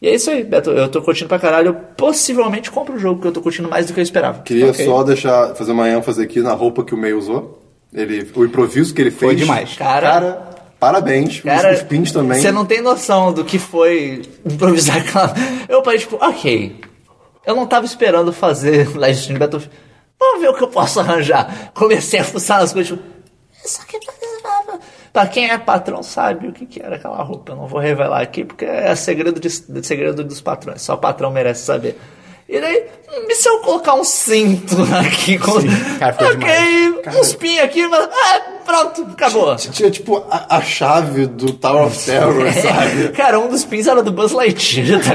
E é isso aí, Beto. Eu tô curtindo pra caralho. Eu possivelmente compro o jogo, que eu tô curtindo mais do que eu esperava. Queria Ok. só deixar, fazer uma ênfase aqui na roupa que o May usou. Ele, o improviso que ele fez. Foi demais. Cara- Cara, parabéns. Os- os pins também. Você não tem noção do que foi improvisar aquela. Eu parei, tipo, ok. Eu não tava esperando fazer live stream de Battlefield. Vamos ver o que eu posso arranjar. Comecei a fuçar as coisas, tipo. Isso aqui precisava. Pra quem é patrão sabe o que, que era aquela roupa. Eu não vou revelar aqui porque é segredo, de- segredo dos patrões. Só o patrão merece saber. E daí, hum, e se eu colocar um cinto aqui? Com... cara, ficou ok, uns pin aqui, mas. Ah, pronto, acabou. Tinha tipo a, a chave do Tower of Terror, É, sabe? cara, um dos pins era do Buzz Lightyear, tá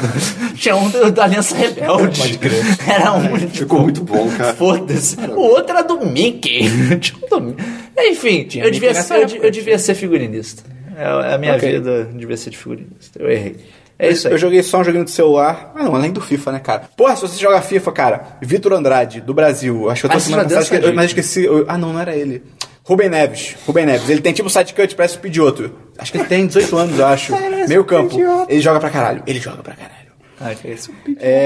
ligado? Tinha um do- da Aliança Rebelde. Pode crer. Era um, tipo, Ficou muito bom, cara. foda-se. O outro era do Mickey. Tinha um do Mickey. Enfim, eu, Mickey devia nessa ser, eu, época, de- eu devia ser figurinista. É, a minha Ok. vida devia ser de figurinista. Eu errei. É isso aí. Eu joguei só um joguinho do celular. Ah, não, além do FIFA, né, cara? Porra, se você joga FIFA, cara, Vitor Andrade, do Brasil. Acho que eu tô Mas semana isso não passada, é acho que- dança, mas esqueci. eu- ah, não, não era ele. Rubem Neves. Rubem Neves. Ele tem tipo sidecut, parece um pidioto. Acho que ele tem 18 anos, eu acho. Parece Meio um campo. pidioto. Ele joga pra caralho. Ele joga pra caralho. Ah, é que isso.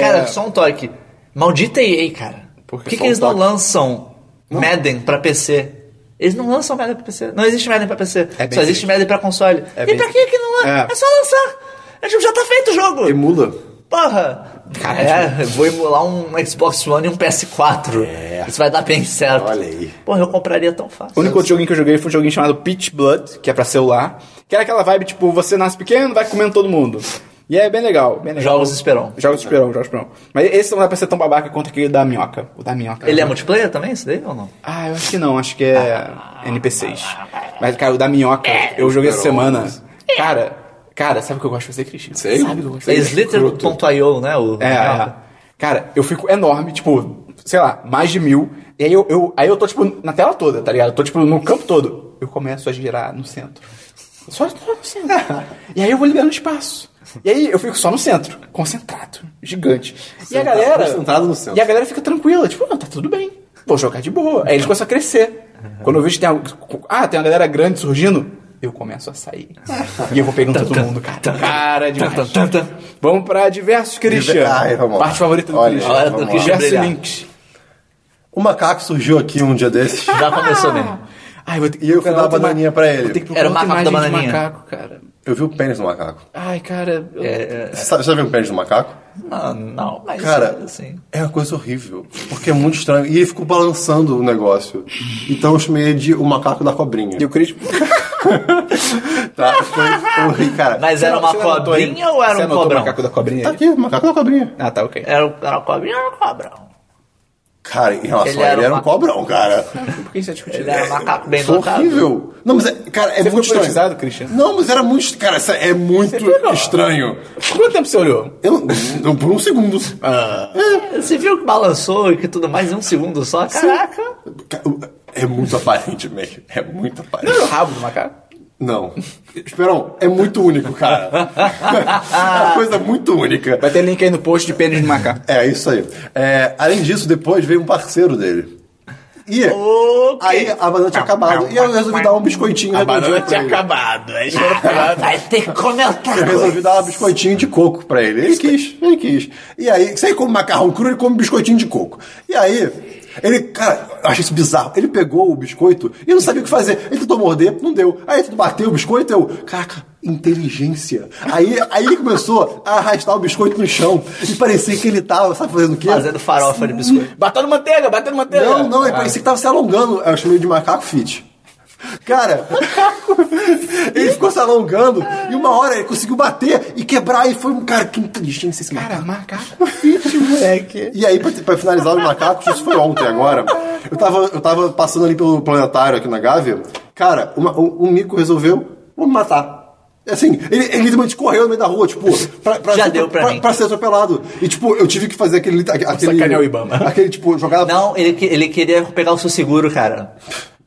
Cara, só um toque. Maldita EA, cara. Por Por que que, que só um eles não toque? lançam Madden pra PC? Eles não lançam Madden pra PC. Não existe Madden pra PC. É bem só existe triste. Madden pra console. É e bem pra que que não lança? É. É. só lançar. É tipo, já tá feito o jogo. Emula. Porra. Caralho. É, eu vou emular um Xbox One e um PS4. É. Isso vai dar bem certo. Olha aí. Porporra, eu compraria tão fácil. O único outro joguinho que eu joguei foi um joguinho chamado Pitch Blood, que é pra celular. Que era aquela vibe, tipo, você nasce pequeno, vai comendo todo mundo. E é bem legal, bem legal. Jogos Esperon. Jogos de esperão, jogos de esperão. Mas esse não dá pra ser tão babaca quanto aquele da minhoca. O da minhoca. Ele é multiplayer também, isso daí ou não? Ah, eu acho que não, acho que é NPCs. Mas, cara, o da minhoca, eu joguei essa semana. Cara, cara, sabe o que eu gosto de fazer, Cristian? Sei. Sabe o que eu gosto de É fazer? Slither.io, né? O É, é. Cara, eu fico enorme, tipo, sei lá, mais de mil. E aí eu, eu- aí eu tô, tipo, na tela toda, tá ligado? Eu tô, tipo, no campo todo. Eu começo a girar no centro. Só girar no centro. e aí eu vou liberando espaço. E aí eu fico só no centro, concentrado, gigante. e a Sentado- galera. concentrado no centro. E a galera fica tranquila, tipo, não, tá tudo bem. Vou jogar de boa. Aí eles começam a crescer. Quando eu vejo que tem, algo- ah, tem uma galera grande surgindo, eu começo a sair. e eu vou pegando todo mundo, cara. Cara, demais. Tan, tan, tan. Vamos pra diversos, Christian. Ai, vamos lá. Parte favorita do Olha, Christian. Olha, do vamos lá. que já Diversos brilhar. links. O macaco surgiu aqui um dia desses. é. Já começou bem. Ai, vou ter, E eu fui procurar dar uma outra bananinha pra ele. Vou ter que procurar Era o outra macaco da imagem de bananinha. macaco, cara. Eu vi o pênis do macaco. Ai, cara. eu- É, é, Você sabe, você já viu o pênis do macaco? não, não, mas Cara, assim. é uma coisa horrível. Porque é muito estranho. E ele ficou balançando o negócio. Então eu chamei ele de o macaco da cobrinha. E o Cris. Tá? Foi horrível, cara. Mas era uma Você anotou aí? cobrinha ou era Você um anotou cobrão? o macaco da cobrinha Tá aí? aqui, o macaco da cobrinha. Ah, tá, ok. Era, era uma cobrinha ou era um cobrão? Cara, em relação Ele a ele, era era uma- um cobrão, cara. Por que você discutiu? Ele era um macaco bem Foi dotado. horrível. Não, mas, é, cara, Você é muito ficou estranho. hipnotizado, Christian? Não, mas era muito... Cara, isso é muito ficou? estranho. Quanto tempo você olhou? Eu, eu- por um segundo. Você viu que balançou e que tudo mais em um segundo só? Caraca! Cara, É muito aparente, meio. É muito aparente. Era o rabo do macaco? Não. Esperão, é muito único, cara. é uma coisa muito única. Vai ter link aí no post de pênis de macaco. É, isso aí. É, além disso, depois veio um parceiro dele. E Ok. aí a banana tinha acabado. E eu resolvi dar um biscoitinho. A redondinho banana pra tinha ele. acabado. aí chegou no final, Ah, Vai ter que comentar! Eu resolvi dar um biscoitinho de coco pra ele. Ele quis, ele quis. E aí, você come macarrão cru, ele come biscoitinho de coco. E aí, ele, cara, eu achei isso bizarro. Ele pegou o biscoito e não sabia o que fazer. Ele tentou morder, não deu. Aí ele bateu o biscoito eu, caraca, inteligência. Aí, aí ele começou a arrastar o biscoito no chão. E parecia que ele tava, sabe fazendo o quê? Fazendo farofa de biscoito. Batendo manteiga, batendo manteiga. É. Ah. Não, é não, ele Ah. parecia que tava se alongando. Eu chamei de macaco fit. Cara, ele ficou se alongando e uma hora ele conseguiu bater e quebrar e foi um cara que inteligência esse macaco. Cara, macaco fit, moleque. E aí, pra, pra finalizar os macacos, isso foi ontem agora. Eu tava, eu tava passando ali pelo planetário aqui na Gávea. Cara, uma- um, um mico resolveu, vamos matar. Assim, ele, ele literalmente correu no meio da rua, tipo, pra, pra, Já ser, deu pra mim. ser atropelado. E, tipo, eu tive que fazer aquele. aque- aquele sacanear o Ibama. Aquele, tipo, jogada. Não, ele, que- ele queria pegar o seu seguro, cara.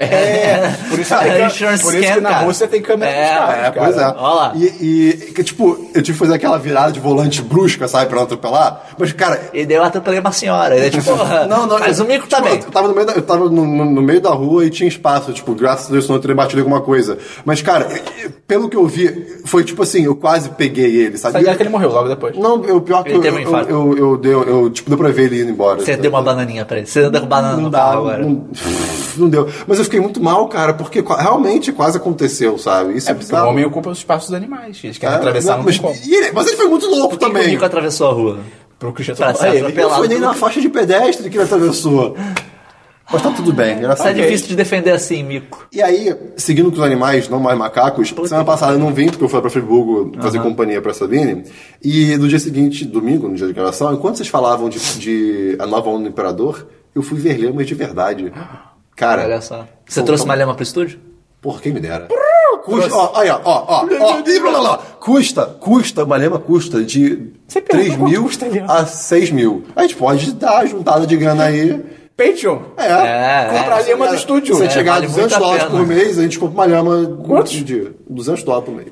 É, por isso que, tem Tá, então, É, câmera- insurance por isso que scam, na cara. Rússia tem câmera É, nos carros, É, cara. pois é. Ó lá. E, e que, tipo, eu tive que fazer aquela virada de volante brusca, sabe, pra não atropelar. Mas, cara. E daí eu atropelei uma senhora. Ele é tipo, porra, Não, não, faz eu- um mico tipo, também. Eu tava, no meio da, eu tava no, no- no meio da rua e tinha espaço, tipo, graças a Deus eu não teria batido em alguma coisa. Mas, cara, eu- eu- pelo que eu vi, foi tipo assim, eu quase peguei ele, sabe? Sabe que ele morreu logo depois. Não, eu pior que Ele eu, teve um eu, infarto. eu, eu, dei- eu, tipo, deu pra ver ele indo embora. Você deu uma bananinha pra ele. Você anda com banana não no dá, carro agora. Não, não deu. Mas eu fiquei muito mal, cara, porque qua- realmente quase aconteceu, sabe? Isso é, Porque o bizarro. homem ocupa os espaços dos animais. Eles querem É, atravessar, um não mas, tem como. e ele- mas ele foi muito louco Por que que o também. Nico atravessou a rua? Pro Cristiano Pra né? falar, ser ele- Não atropelado. foi nem na faixa de pedestre que ele atravessou. Mas tá tudo bem, graças Isso a é Deus. difícil de defender assim, Mico. E aí, seguindo com os animais, não mais macacos, semana passada eu não vim, porque eu fui pra Friburgo fazer companhia pra Sabine. E no dia seguinte, domingo, no dia de gravação, enquanto vocês falavam de, de A Nova Onda do Imperador, eu fui ver lemas de verdade. Cara, Olha só. Você Pô, trouxe então- uma lema pro estúdio? Por quem me dera. Custa, ó, aí, ó, ó, ó, ó, e blá, blá, blá. custa, custa, uma lema custa de Você perguntou 3 mil quanto custa a lema? a 6 mil. A gente pode dar a juntada de grana aí. Patreon. É, É, comprar é. a lema do estúdio. Se É, chegar vale a 200 muito a dólares pena. por mês, a gente compra uma lhama Quantos? de 200 dólares por mês.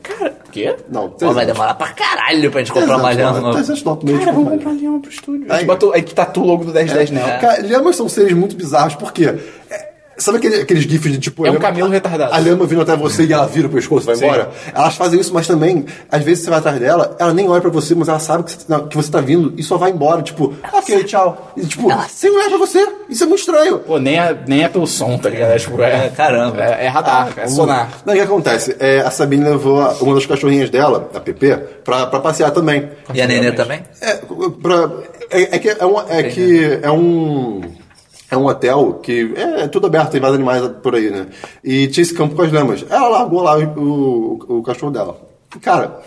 Quê? Não, Pô, vai 300. demorar pra caralho pra gente comprar uma 300 lema. dólares, 300 dólares por mês. Cara, a gente vamos compra comprar uma a lhama. lema pro estúdio. A Aí. gente, botou, a gente tatua o tá logo do 1010 né? É. nela. Cara, lhamas são seres muito bizarros, por quê? É, Sabe aquele- aqueles gifs de tipo. É um lhama- camelo retardado. A lhama vindo até você e ela vira o pescoço e vai Sim. embora? Elas fazem isso, mas também, às vezes você vai atrás dela, ela nem olha pra você, mas ela sabe que você, não, que você tá vindo e só vai embora. Tipo, ok, tchau. E, tipo, sem olhar pra você. Isso é muito estranho. Pô, nem é, nem é pelo som, tá ligado? É, tipo, É, caramba. É, é radar, Ah, é sonar. Não, o que acontece? É, a Sabine levou a- uma das cachorrinhas dela, a Pepe, pra, pra passear também. E a Nenê também? É, pra- é- é que é um. É, que é um é um hotel que é, tudo aberto, tem vários animais por aí, né? E tinha esse campo com as lamas. Ela largou lá o, o, o cachorro dela. Cara,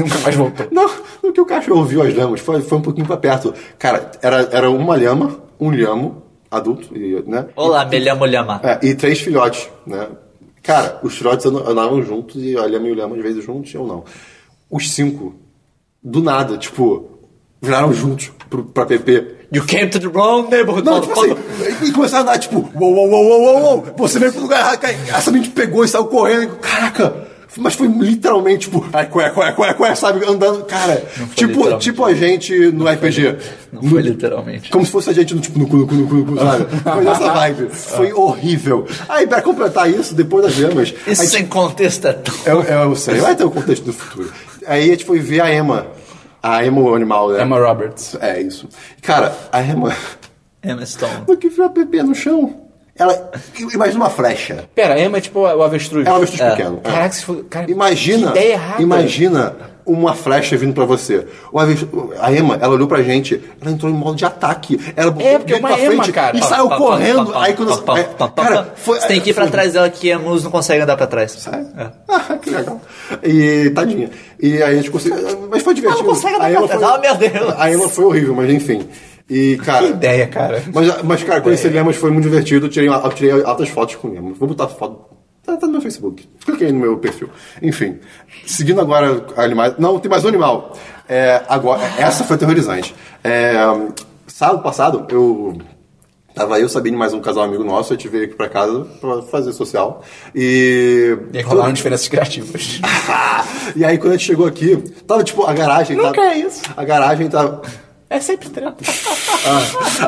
E nunca mais voltou. não, o que o cachorro viu as lamas foi, foi um pouquinho pra perto. Cara, era, era uma lhama, um lhamo adulto, e, né? Olá, me lhamo lhamar. É, e três filhotes, né? Cara, os filhotes and- andavam juntos e a Lhama e o Lhama às vezes juntos, eu não. Os cinco, do nada, tipo, viraram juntos pro, pra PP. You came to the wrong neighborhood. É. Não, tipo assim, motherfucker. e- e começaram a andar, tipo, uou, uou, uou, uou, uou, uou, você veio pro lugar errado, cara. essa mente pegou e saiu correndo, caraca. Mas foi literalmente, tipo, ai, qual é, qual é, qual é, qual é, sabe, andando, cara. Tipo, literalmente. tipo a gente no RPG. Não No- foi literalmente. como se fosse a gente no tipo no cu, no cu, no cu, no cu, sabe? Foi nessa vibe. Ah. Foi horrível. Aí, pra completar isso, depois das gemas. Isso aí, sem contexto é tão... eu, eu sei, vai ter o contexto do futuro. Aí a gente foi ver a Emma. A Emma, o animal, né? Emma Roberts. É isso. Cara, a Emma. Emma Stone. No que viu a Pepe no chão? Ela. Imagina uma flecha. Pera, Emma é tipo o avestruz. Ela vestiu É. pequeno. É. Caraca, se for, cara, Imagina, que ideia errada. imagina uma flecha vindo pra você. Uma vez, a Emma, ela olhou pra gente, ela entrou em modo de ataque. Ela botou É, o porque é dedo uma pra frente Emma, cara. Tá, E saiu Pá, pá, correndo. pá, pá, aí quando. pá, é, pá, pá, cara, pá. foi. é, Você tem que ir pra foi- trás dela que a Muse não consegue andar pra trás. É. Ah, que legal. E tadinha. E aí a gente conseguiu. Mas foi divertido. Ela não consegue A andar Emma pra foi- trás. Ah, meu Deus. A Emma foi horrível, mas enfim. E, cara. Que ideia, cara. Mas, mas cara, É. conhecer Lemas foi muito divertido. Eu tirei, eu tirei altas fotos com Lemas. Vou botar foto. Tá, tá no meu Facebook. Cliquei aí no meu perfil. Enfim. Seguindo agora animais. Não, tem mais um animal. É, agora, essa foi aterrorizante. É, sábado passado, eu. Tava eu, Sabine, mais um casal amigo nosso. A gente veio aqui pra casa pra fazer social. E. E aí rolaram diferenças criativas. E aí, quando a gente chegou aqui, tava tipo a garagem. Nunca tava- é isso. A garagem tava. É sempre treta.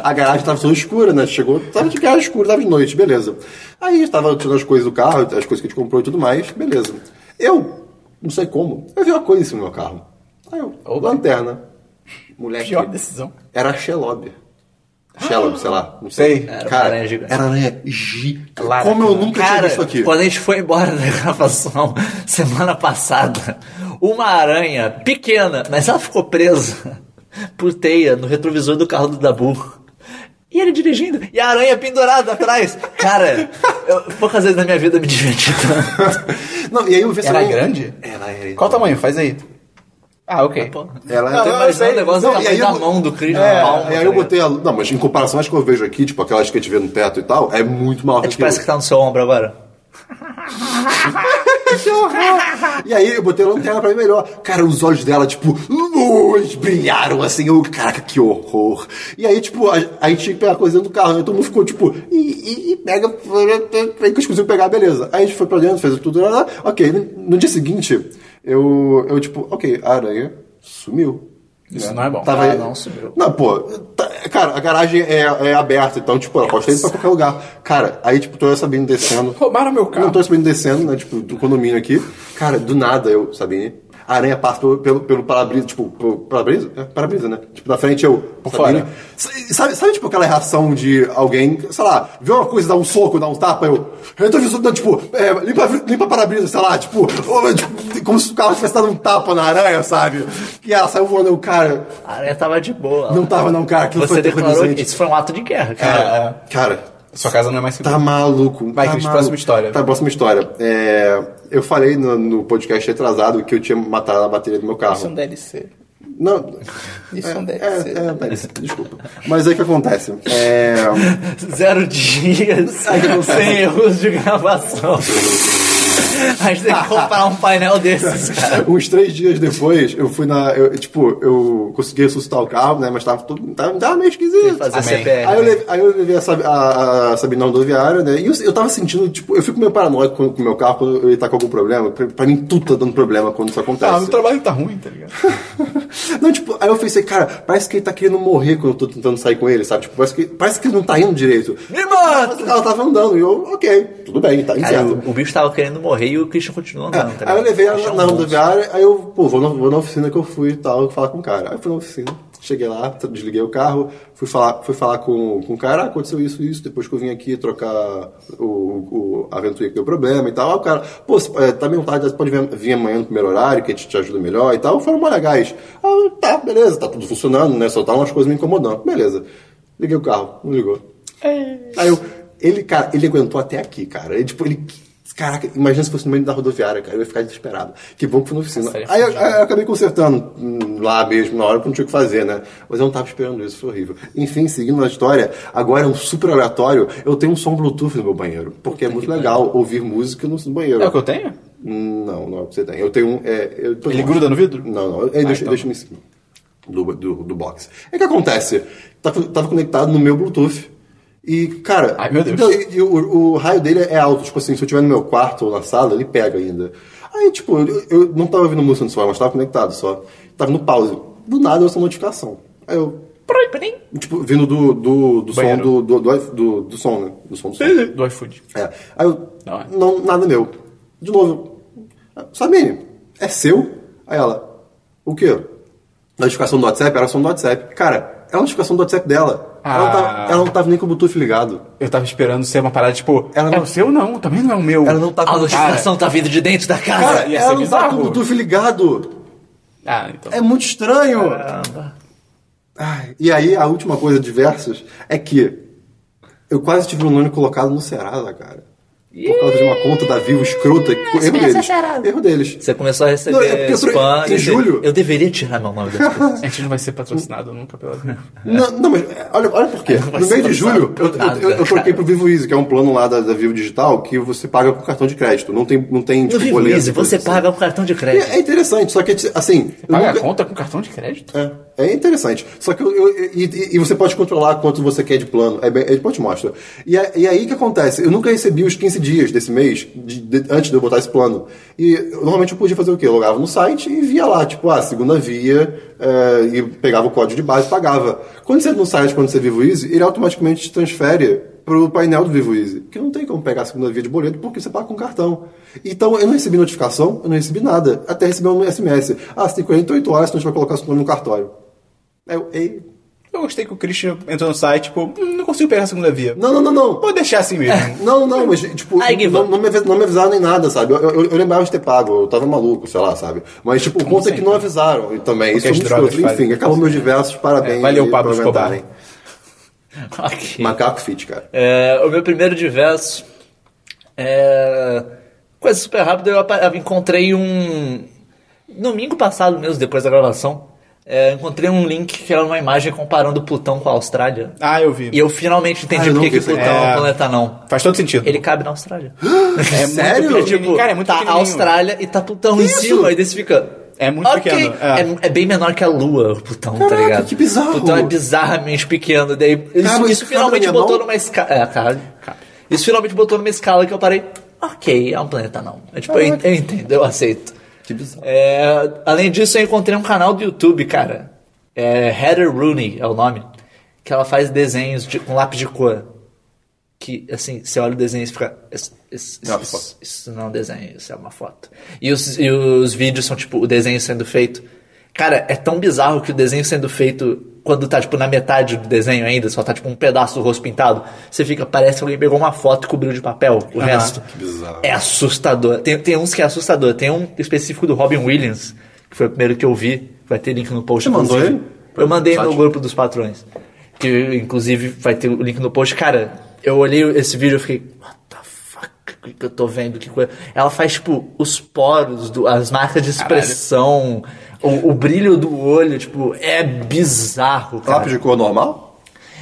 A garagem tava toda escura, né? Chegou, tava de garagem escura, tava de noite, beleza. Aí tava tirando as coisas do carro, as coisas que a gente comprou e tudo mais, beleza. Eu, não sei como, eu vi uma coisa em cima do meu carro. Aí eu, Oba. lanterna. Moleque. Pior decisão. Era Shelob. Shelob, sei lá, não Sei. sei. Era uma Cara, aranha gigante. Era aranha gigante. Lara, Como eu cara. nunca tinha Cara, visto aqui. quando a gente foi embora da gravação semana passada, uma aranha pequena, mas ela ficou presa por teia no retrovisor do carro do Dabu. E ele dirigindo, e a aranha pendurada atrás. Cara, eu, poucas vezes na minha vida eu me diverti tanto. não, e aí eu vi essa Era aranha- grande? Ela era. Qual o tamanho? Faz aí. Ah, Tá ok. Ela Eu tô era. imaginando o negócio Não, do e aí tamanho da eu- mão do Chris É, na palma. e tá aí eu ligado? botei a. Não, mas em comparação às que eu vejo aqui, tipo aquelas que a gente vê no teto e tal, é muito mal. É tipo, parece que tá no seu ombro agora. cachorro! e aí eu botei a lanterna pra ver melhor. Cara, os olhos dela, tipo, luz, brilharam assim. Eu, caraca, que horror. E aí, tipo, a, a gente tinha que pegar a coisa dentro do carro. Né? Todo mundo ficou, tipo, e, e, e pega. Aí que eles conseguiram pegar, beleza. Aí a gente foi pra dentro, fez tudo. Lá, lá. Ok, no, no dia seguinte, eu, eu, tipo, ok, a aranha sumiu. Isso né? não é bom. Tava Ah, aí- não, sumiu. Não, pô, tá- cara, a garagem é, é aberta, então, tipo, ela pode ter ido pra qualquer lugar. Cara, aí, tipo, tô eu sabendo descendo. Roubaram meu carro. Não, tô subindo e descendo, né? Tipo, do condomínio aqui. Cara, do nada eu, Sabine. A aranha passa pelo, pelo, pelo para-brisa, tipo, pelo para-brisa? É, para-brisa, né? Tipo, na frente eu. Por fora. Sabe, sabe, tipo, aquela reação de alguém, sei lá, vê uma coisa, dá um soco, dá um tapa, eu. Eu tô visitando, tipo, é, limpa, limpa para-brisa, sei lá, tipo, ô, tipo, como se o carro tivesse dado um tapa na aranha, sabe? E ela saiu voando, eu, cara. A aranha tava de boa. Não tava, não, cara, aquilo Você foi É, declarou que aterrorizante. isso é. foi um ato de guerra, cara. Cara, cara, Sua casa não é mais segura. Tá maluco. Vai, tá Cris, maluco. próxima história. Tá, próxima história. É, eu falei no, no podcast retrasado que eu tinha matado a bateria do meu carro. Isso é um DLC. Não. Isso é um é, DLC. é, é, deve ser, desculpa. Mas aí o que acontece? É, Zero dias Ai, que não sei. sem erros de gravação. A gente tem que comprar um painel desses, cara. uns três dias depois, eu fui na. eu, tipo, eu consegui ressuscitar o carro, né? Mas tava todo. Tava, tava meio esquisito. Assim, Fazer Amém. né? CPR. Aí eu, levei, aí eu levei a, Sab- a, a Sabina rodoviária, né? E eu, eu tava sentindo, tipo, eu fico meio paranoico com com o meu carro quando ele tá com algum problema. Pra, pra mim, tudo tá dando problema quando isso acontece. Ah, o trabalho tá ruim, tá ligado? Não, tipo, aí eu pensei, cara, parece que ele tá querendo morrer quando eu tô tentando sair com ele, sabe? Tipo, parece que, parece que ele não tá indo direito. Me mata! Ela tava andando, e eu, ok, tudo bem, tá Cara, incerto. o, o bicho tava querendo morrer e o Christian continuou andando. tá aí eu ligado? levei ela Christian na é um monstro. rodoviária, aí eu, pô, vou na, vou na oficina que eu fui e tal, falar com o cara. Aí eu fui na oficina, cheguei lá, t- desliguei o carro, fui falar, fui falar com, com o cara, ah, aconteceu isso e isso, depois que eu vim aqui trocar o, o a aventura que deu problema e tal. Aí o cara, pô, você, é, tá meio tarde, você pode vir, vir amanhã no primeiro horário, que a gente te ajuda melhor e tal. Foram mó legais. Ah, tá, beleza, tá tudo funcionando, né? Só tá umas coisas me incomodando. Beleza. Liguei o carro, não ligou. Aí eu, ele, cara, ele aguentou até aqui, cara. Ele, tipo, ele. Caraca, imagina se fosse no meio da rodoviária, cara. Eu ia ficar desesperado. Que bom que foi na oficina. Nossa, ele é aí, eu, aí eu acabei consertando hum, lá mesmo, na hora, porque não tinha o que fazer, né? Mas eu não tava esperando isso, foi horrível. Enfim, seguindo a história, agora é um super aleatório. Eu tenho um som Bluetooth no meu banheiro. Porque é muito legal ouvir música no no banheiro. É o que eu tenho? Hum, Não, não é o que você tem. Eu tenho um. É, eu tô- Ele gruda no vidro? Não, não. Ele deixa, então. deixa em cima do, do, do box. É que acontece. Tava, tava conectado no meu Bluetooth. E, cara. Ai, meu Deus. então, e- e o, o raio dele é alto. Tipo assim, se eu estiver no meu quarto ou na sala, ele pega ainda. Aí, tipo, eu, eu não tava ouvindo música no celular, mas tava conectado só. Tava no pause. Do nada eu sou notificação. Aí eu. Tipo, vindo do, do, do som Banheiro. do, do, do, do, do som, né? Do som do som. Do iFood. É. Aí eu, Não é. não, nada meu. De novo, eu, Sabine, é seu? Aí ela, o quê? Notificação do WhatsApp? Era som do WhatsApp. Cara, é a notificação do WhatsApp dela. Ela, não Ah. tava, ela não tava nem com o Bluetooth ligado. Eu tava esperando ser uma parada tipo. Ela não- É o seu não, também não é o meu. Ela não tava A com notificação tá vindo de dentro da casa. Cara, ia ser ela não tava com bizarro. o Bluetooth ligado. Ah, então. É muito estranho. Caramba. Ai, e aí, a última coisa de versos é que eu quase tive meu nome colocado no Serasa, cara. Por causa de uma conta da Vivo escrota. Erro deles. Erro deles. Você começou a receber Não, é porque eu sou- spam. em eu- julho. Eu deveria tirar meu nome das coisas. A gente não vai ser patrocinado nunca pela. Não, não, mas é, olha, olha por quê. vai No ser meio de julho, eu, eu- nada, eu, eu cara. troquei pro Vivo Easy, que é um plano lá da, da Vivo Digital que você paga com cartão de crédito. Não tem, não tem No tipo, Vivo boleto, Easy, coisa você assim. paga o cartão de crédito. É, é interessante, só que assim. eu Paga a nunca- conta com cartão de crédito? é, é interessante. Só que eu, eu- e, e- e você pode controlar quanto você quer de plano. É bem, ele pode te mostrar. E, é- e aí o que acontece? Eu nunca recebi os 15 dias desse mês de- de- antes de eu botar esse plano. E eu- normalmente eu podia fazer o quê? Eu logava no site e via lá, tipo, ah, segunda via, é, e pegava o código de base e pagava. Quando você entra no site, quando você vive o Easy, ele automaticamente te transfere pro painel do Vivo Easy, que não tem como pegar a segunda via de boleto porque você paga com cartão. Então eu não recebi notificação, eu não recebi nada, até recebi um SMS. Ah, você tem 48 horas, senão a gente vai colocar seu nome no cartório. Aí eu, ei. Eu gostei que o Christian entrou no site, tipo, "Hum, não consigo pegar a segunda via. Não, não, não, não. Vou deixar assim É. mesmo. Não, não, mas tipo, Ai, give não, up. não me avis- não me avisaram nem nada, sabe? Eu, eu, eu lembrava de ter pago, eu tava maluco, sei lá, sabe? Mas tipo, o ponto é que não avisaram e também. Isso as é muito drogas escroto. Enfim, fazem. acabou meus diversos, parabéns. É, valeu, aí Pablo por Escobar. aguentarem. É. Ok. Macaco fit, cara. É, o meu primeiro diverso é. Coisa super rápida, eu apa- eu encontrei um. Domingo passado mesmo, depois da gravação, é, encontrei um link que era uma imagem comparando Plutão com a Austrália. Ah, eu vi. E eu finalmente entendi Ah, por eu não que vi que isso aí. Plutão é um É. planeta não. Faz todo sentido. Ele cabe na Austrália. é Sério? Muito Porque, pequenininho. tipo, cara, é muito tá a pequenininho. Austrália e tá Plutão em Isso! cima, e daí você fica. É muito ok. pequeno, é. É. é bem menor que a Lua, o Plutão, tá Caraca, ligado? que bizarro. Plutão é bizarramente pequeno. Daí, isso, Cabe- isso cabe finalmente na minha botou mão? numa escala. É, cara. Isso finalmente botou numa escala que eu parei. Ok, é um planeta não. É, tipo, eu, en- eu entendo, eu aceito. Que bizarro. É, além disso, eu encontrei um canal do YouTube, cara. É Heather Rooney é o nome. Que ela faz desenhos de- com lápis de cor. Que, assim, você olha o desenho e você fica. "Isso- isso- É uma isso- foto." Isso não é um desenho, isso é uma foto. E os, e os vídeos são, tipo, o desenho sendo feito. Cara, é tão bizarro que o desenho sendo feito. Quando tá, tipo, na metade do desenho ainda, só tá, tipo, um pedaço do rosto pintado, você fica, parece que alguém pegou uma foto e cobriu de papel o resto. que bizarro. É assustador. Tem, tem uns que é assustador. Tem um específico do Robin Williams, que foi o primeiro que eu vi. Vai ter link no post. Você mandou inclusive. ele? Eu mandei Site? no grupo dos patrões. Que, inclusive, vai ter o link no post. Cara, eu olhei esse vídeo e fiquei... What the fuck? O que que eu tô vendo? Que coisa... Ela faz, tipo, os poros, do- as marcas de expressão... O, o brilho do olho, tipo, é bizarro, cara. Lápis de cor normal?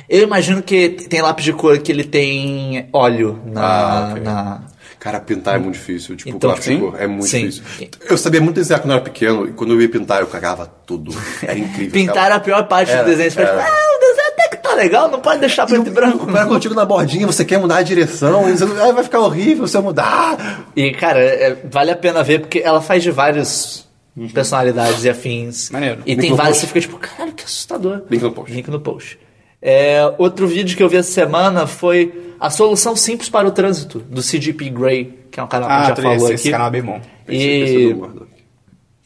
Eu imagino que tem lápis de cor que ele tem óleo na- Ah, ok. na, Cara, pintar é muito difícil. Tipo, Então, lápis de sim. cor é muito Sim. difícil. Eu sabia muito desenhar quando eu era pequeno e quando eu ia pintar eu cagava tudo. Era incrível. Pintaram a pior parte Era, do desenho. Você fala, era. ah, o desenho até que tá legal, não pode deixar preto e branco. Vai contigo na bordinha, você quer mudar a direção, e você- ah, vai ficar horrível se eu mudar. E, cara, é- vale a pena ver, porque ela faz de várias personalidades e afins. Maneiro. E Link tem no vários post. que você fica tipo, caralho, que assustador. Link no post. Link no post. É, outro vídeo que eu vi essa semana foi A Solução Simples para o Trânsito, do CGP Grey, que é um canal que a Ah, gente já tu- falou esse, aqui. esse canal é bem bom. Pensei que ia ser E... do Murdoch.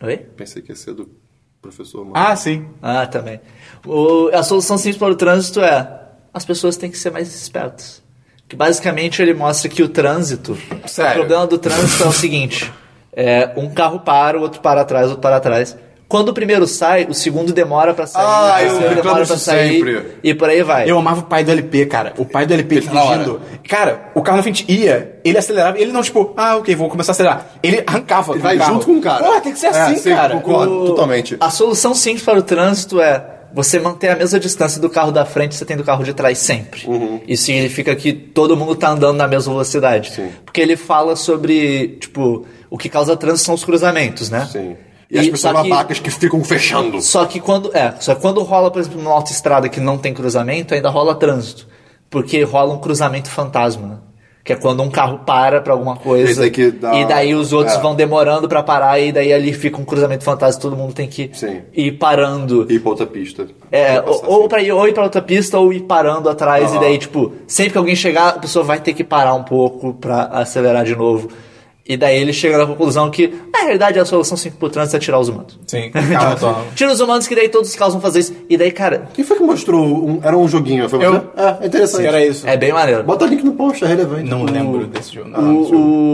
Oi? Pensei que ia ser do professor Murdoch. Ah, sim. Ah, também. O- a solução simples para o trânsito é as pessoas têm que ser mais espertas. Que basicamente ele mostra que o trânsito. Sério? O problema do trânsito é o seguinte: é, um carro para, o outro para atrás, o outro para atrás. Quando o primeiro sai, o segundo demora para sair, Ah, o eu terceiro reclamo demora disso para sair sempre. e por aí vai. Eu amava o pai do LP, cara. O pai do LP É. Ele tá na dirigindo. Cara, o carro na frente ia, ele acelerava, ele não, tipo, ah, ok, vou começar a acelerar. Ele arrancava. Ele vai carro. junto com o cara. Porra, tem que ser É, assim, sim, cara. concordo. O- totalmente. A solução simples para o trânsito é você manter a mesma distância do carro da frente que você tem do carro de trás sempre. Uhum. Isso significa que todo mundo tá andando na mesma velocidade. Sim. Porque ele fala sobre, tipo, o que causa trânsito são os cruzamentos, né? Sim. E, as pessoas só que- babacas que ficam fechando. só que quando. É, só que quando rola, por exemplo, numa autoestrada que não tem cruzamento, ainda rola trânsito. Porque rola um cruzamento fantasma. né? Que é quando um carro para pra alguma Esse coisa. daqui dá- E daí os outros é. vão demorando pra parar, e daí ali fica um cruzamento fantasma, todo mundo tem que Sim. ir parando. E ir pra outra pista. É, Pra passar ou, ou assim. pra ir, ou ir pra outra pista ou ir parando atrás, Aham. e daí, tipo, sempre que alguém chegar, a pessoa vai ter que parar um pouco pra acelerar de novo. E daí ele chega na conclusão que, na realidade, a solução simples pro trânsito é tirar os humanos. Sim, carro autônomo. Tira os humanos que daí todos os carros vão fazer isso. E daí, cara, Quem foi que mostrou? um- Era um joguinho, foi você? Eu. É, é interessante. Era isso. é bem maneiro. Bota um link no post, é relevante. Não lembro desse jogo. Não, não, O,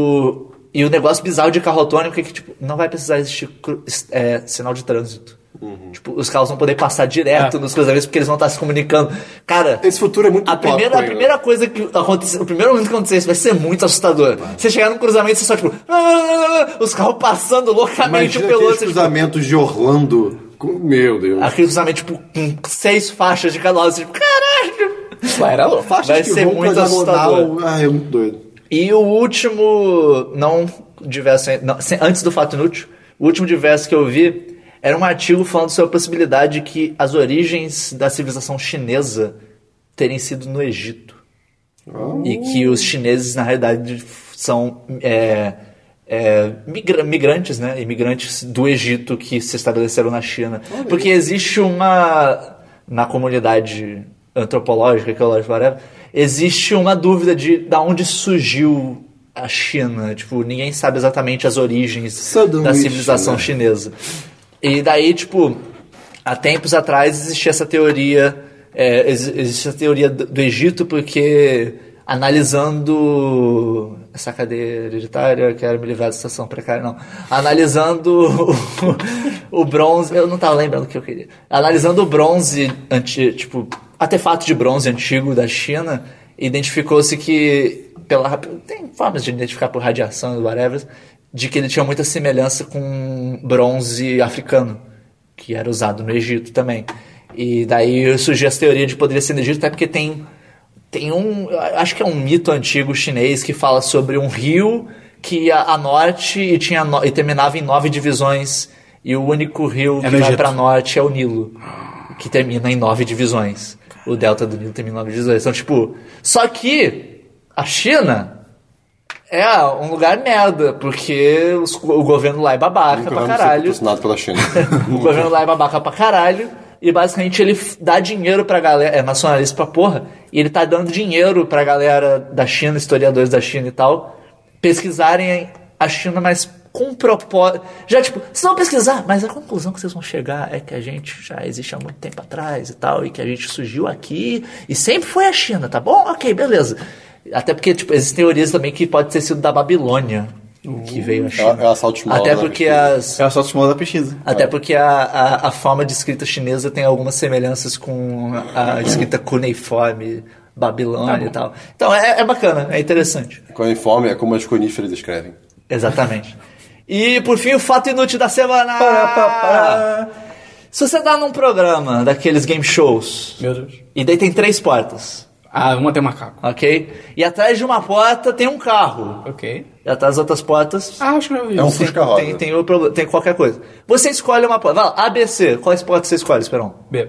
o- e o negócio bizarro de carro autônomo é que, tipo, não vai precisar existir cru- é, sinal de trânsito. Uhum. Tipo, os carros vão poder passar direto nos cruzamentos porque eles vão estar se comunicando. Cara, Esse futuro é muito a utópico primeira, a ainda. primeira coisa que acontecer, o primeiro momento que acontecer isso vai ser muito assustador. Você chegar num cruzamento, você só, tipo, "Ah, ah, ah", os carros passando loucamente Imagina pelo aqueles outro. Tipo, cruzamentos de Orlando. com- Meu Deus. aquele cruzamento, tipo, com seis faixas de cada lado, você, tipo, caralho! Lá tipo, era louco. Faixas vai que ser vão muito pra diagonal. assustador. Ah, é muito doido. E o último, não diverso, não, sem- antes do fato inútil, o último diverso que eu vi era um artigo falando sobre a possibilidade que as origens da civilização chinesa terem sido no Egito. E que os chineses, na realidade, são é, é, migra- migrantes, né? Imigrantes do Egito que se estabeleceram na China. Porque existe uma. Na comunidade antropológica, arqueológica, whatever, existe uma dúvida de da onde surgiu a China. Tipo, ninguém sabe exatamente as origens Sanduíche, da civilização né? chinesa. E daí, tipo, há tempos atrás existia essa teoria, é, ex- existe a teoria do, do Egito, porque analisando essa cadeia hereditária, eu quero me livrar da situação precária, não. Analisando o, o bronze, eu não tava lembrando o que eu queria. Analisando o bronze, anti, tipo, artefato de bronze antigo da China, identificou-se que pela rap- tem formas de identificar por radiação e whatever, de que ele tinha muita semelhança com bronze africano que era usado no Egito também. E daí surgiu essa teoria de poderia ser no Egito, até porque tem, tem um. Acho que é um mito antigo chinês que fala sobre um rio que ia a norte e, tinha no- e terminava em nove divisões. E o único rio no que vai Egito. para norte é o Nilo, que termina em nove divisões. O delta do Nilo termina em nove divisões. Então, tipo. Só que a China é um lugar merda, porque os- o governo lá é babaca Nunca pra vamos ser caralho. patrocinado pela China. O governo lá é babaca pra caralho. E basicamente ele f- dá dinheiro pra galera. É nacionalista pra porra. E ele tá dando dinheiro pra galera da China, historiadores da China e tal, pesquisarem a China, mas com propósito. Já, tipo, se não pesquisar, mas a conclusão que vocês vão chegar é que a gente já existe há muito tempo atrás e tal, e que a gente surgiu aqui e sempre foi a China, tá bom? Ok, beleza. Até porque, tipo, existem teorias também que pode ter sido da Babilônia que veio a China. é o assalto de Mao, Até né, porque que- as. É o assalto estimulado da pesquisa. Até porque a, a, a forma de escrita chinesa tem algumas semelhanças com a escrita cuneiforme, babilônia e tal. Então é, é bacana, é interessante. Cuneiforme é como as coníferas escrevem. Exatamente. E por fim, o fato inútil da semana! Se você tá num programa daqueles game shows, Meu Deus. e daí tem três portas, Ah, uma tem macaco. ok? E atrás de uma porta tem um carro. Ok. E atrás das outras portas Ah, acho que eu já vi. É um Sim. Fusca rosa. tem, tem, o problema- tem qualquer coisa. Você escolhe uma porta. Vai lá, ABC. Quais portas você escolhe, Esperão? B.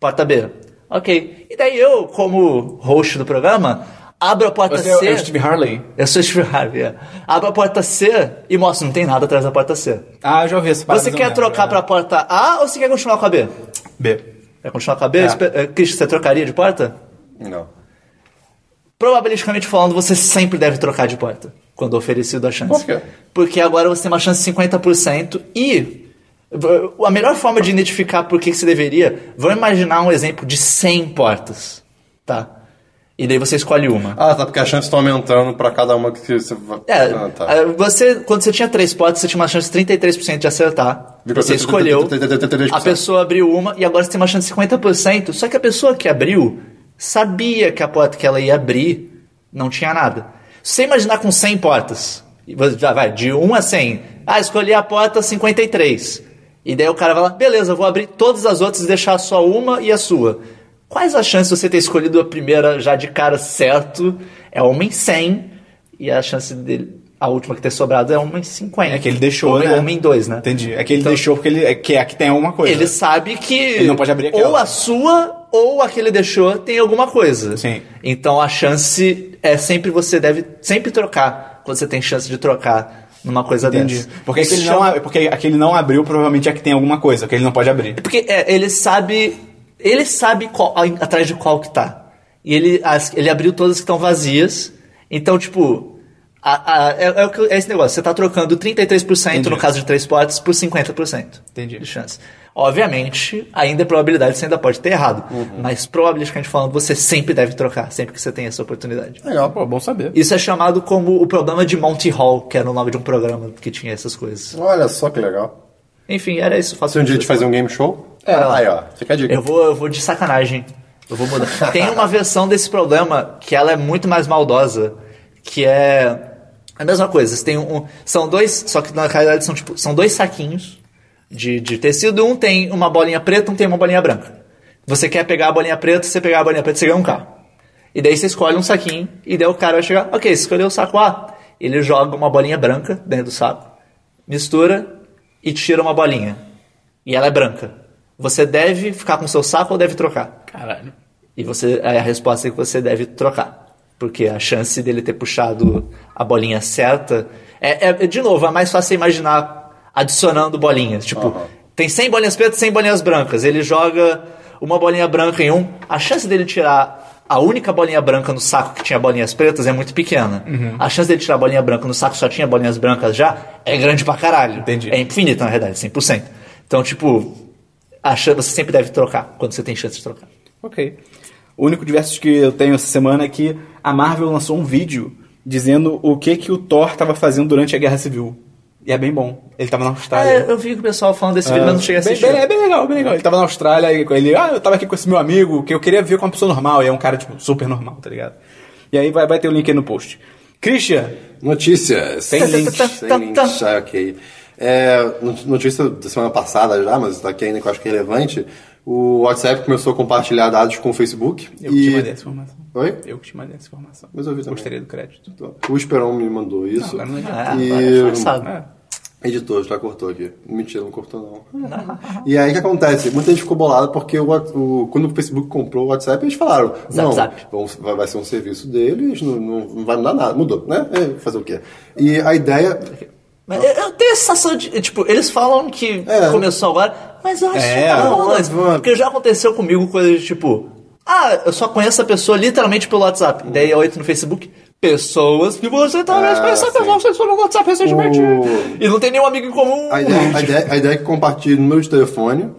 Porta B. Ok. E daí eu, como host do programa, abro a porta Você C. é o Steve Harley? Eu sou Steve Harvey. é. Abro a porta C e mostro, não tem nada atrás da porta C. Ah, eu já ouvi essa parada. Você mas eu quer não lembro, trocar pra né? porta A ou você quer continuar com a B? B. Quer continuar com a B? Espe- eh, Cristo, você trocaria de porta? Não. Probabilisticamente falando, você sempre deve trocar de porta quando é oferecido a chance. Por quê? Porque agora você tem uma chance de 50% e uh, a melhor forma de identificar por que que você deveria, vamos imaginar um exemplo de 100 portas, tá? E daí você escolhe uma. Ah, tá, porque as chances estão aumentando pra cada uma que você vai. É, ah, tá. ah, você, quando você tinha três potes, você tinha uma chance de 33% de acertar. Vírgula Você escolheu, 33%. a pessoa abriu uma e agora você tem uma chance de 50%. Só que a pessoa que abriu sabia que a porta que ela ia abrir não tinha nada. Se você imaginar com 100 portas, e você já vai de 1 a 100. Ah, escolhi a porta 53. E daí o cara vai lá, beleza, eu vou abrir todas as outras e deixar só uma e a sua. Quais as chances de você ter escolhido a primeira já de cara certo? É uma em 100. E a chance dele, a última que ter sobrado é uma em 50. É que ele deixou, Ou né? Uma em 2, né? Entendi. É que ele Então- deixou porque ele é que é que tem alguma coisa. Ele sabe que Ele não pode abrir aquela. ou a sua ou a que ele deixou tem alguma coisa. Sim. Então a chance é sempre você deve sempre trocar quando você tem chance de trocar numa coisa Entendi. dessa. Porque Isso aquele, não, chama- a- porque aquele não abriu, provavelmente é que tem alguma coisa, que ele não pode abrir. porque é, ele sabe ele sabe qual- a- atrás de qual que tá. E ele as- ele abriu todas que estão vazias. Então tipo a- a- é, é o que- é esse negócio, você tá trocando 33% no Entendi. caso de três potes por 50%. Entendi. de chance. Obviamente, ainda é probabilidade, você ainda pode ter errado. Uhum. Mas probabilisticamente falando, você sempre deve trocar, sempre que você tem essa oportunidade. Legal, pô, bom saber. Isso é chamado como o problema de Monty Hall, que era o nome de um programa que tinha essas coisas. Olha só que legal. Enfim, era isso. Faço Se um dia a gente fazer um game show. É. Aí, ó. Fica a dica. Eu vou, eu vou de sacanagem. Eu vou mudar. Tem uma versão desse problema que ela é muito mais maldosa, que é a mesma coisa. Você tem um, são dois, só que na realidade são tipo, são dois saquinhos de, de tecido. Um tem uma bolinha preta, um tem uma bolinha branca. Você quer pegar a bolinha preta, você pegar a bolinha preta, você ganha um carro. E daí você escolhe um saquinho, e daí o cara vai chegar, ok, escolheu o saco A. Ele joga uma bolinha branca dentro do saco, mistura e tira uma bolinha. E ela é branca. Você deve ficar com o seu saco ou deve trocar? Caralho. E você, aí a resposta é que você deve trocar. Porque a chance dele ter puxado a bolinha certa. É, é- de novo, é mais fácil você imaginar adicionando bolinhas. Tipo, Aham. tem 100 bolinhas pretas e 100 bolinhas brancas. Ele joga uma bolinha branca em um. A chance dele tirar a única bolinha branca no saco que tinha bolinhas pretas é muito pequena. A chance dele tirar a bolinha branca no saco que só tinha bolinhas brancas já é grande pra caralho. Entendi. É infinita, na verdade, 100%. Então, tipo, a chan- você sempre deve trocar quando você tem chance de trocar. Ok. O único diversos que eu tenho essa semana é que a Marvel lançou um vídeo dizendo o que que o Thor tava fazendo durante a Guerra Civil. E é bem bom. Ele tava na Austrália. É, eu vi que o pessoal falando desse filme, mas não cheguei a Bem- assistir. bem- é bem legal, bem legal. Ele tava na Austrália, e ele, ah, eu tava aqui com esse meu amigo, que eu queria ver com uma pessoa normal, e é um cara, tipo, super normal, tá ligado? E aí vai, vai ter o link aí no post. Christian, Notícias. Tem links, Sem links. Ah, ok. É, not- notícia da semana passada já, mas está aqui ainda que eu acho que é relevante. O WhatsApp começou a compartilhar dados com o Facebook. Eu que te mandei essa informação. Oi? Eu que te mandei essa informação. Mas eu vi também. Gostaria do crédito. O Esperão me mandou isso. Agora não é Ah, E- agora é forçado. Ah, Editor, já cortou aqui. Mentira, não cortou não. e aí o que acontece? Muita gente ficou bolada porque o, What- o- quando o Facebook comprou o WhatsApp, eles falaram: Zap, não, zap. vão- vai, vai ser um serviço deles, não, não- não vai mudar nada. Mudou, né? É, fazer o quê? E a ideia. Mas eu, eu tenho a sensação de. Tipo, eles falam que É. começou agora, mas eu acho É, que não, vamos, mas- vamos. Porque já aconteceu comigo coisa de tipo. Ah, eu só conheço a pessoa literalmente pelo WhatsApp. Daí é 8 no Facebook. Pessoas que você tá talvez Hum. Ah, conheça a sim. pessoa que vocês foram no WhatsApp recentemente. O- E não tem nenhum amigo em comum. Tipo, A ideia, a ideia, a ideia é que compartilhe no número de telefone,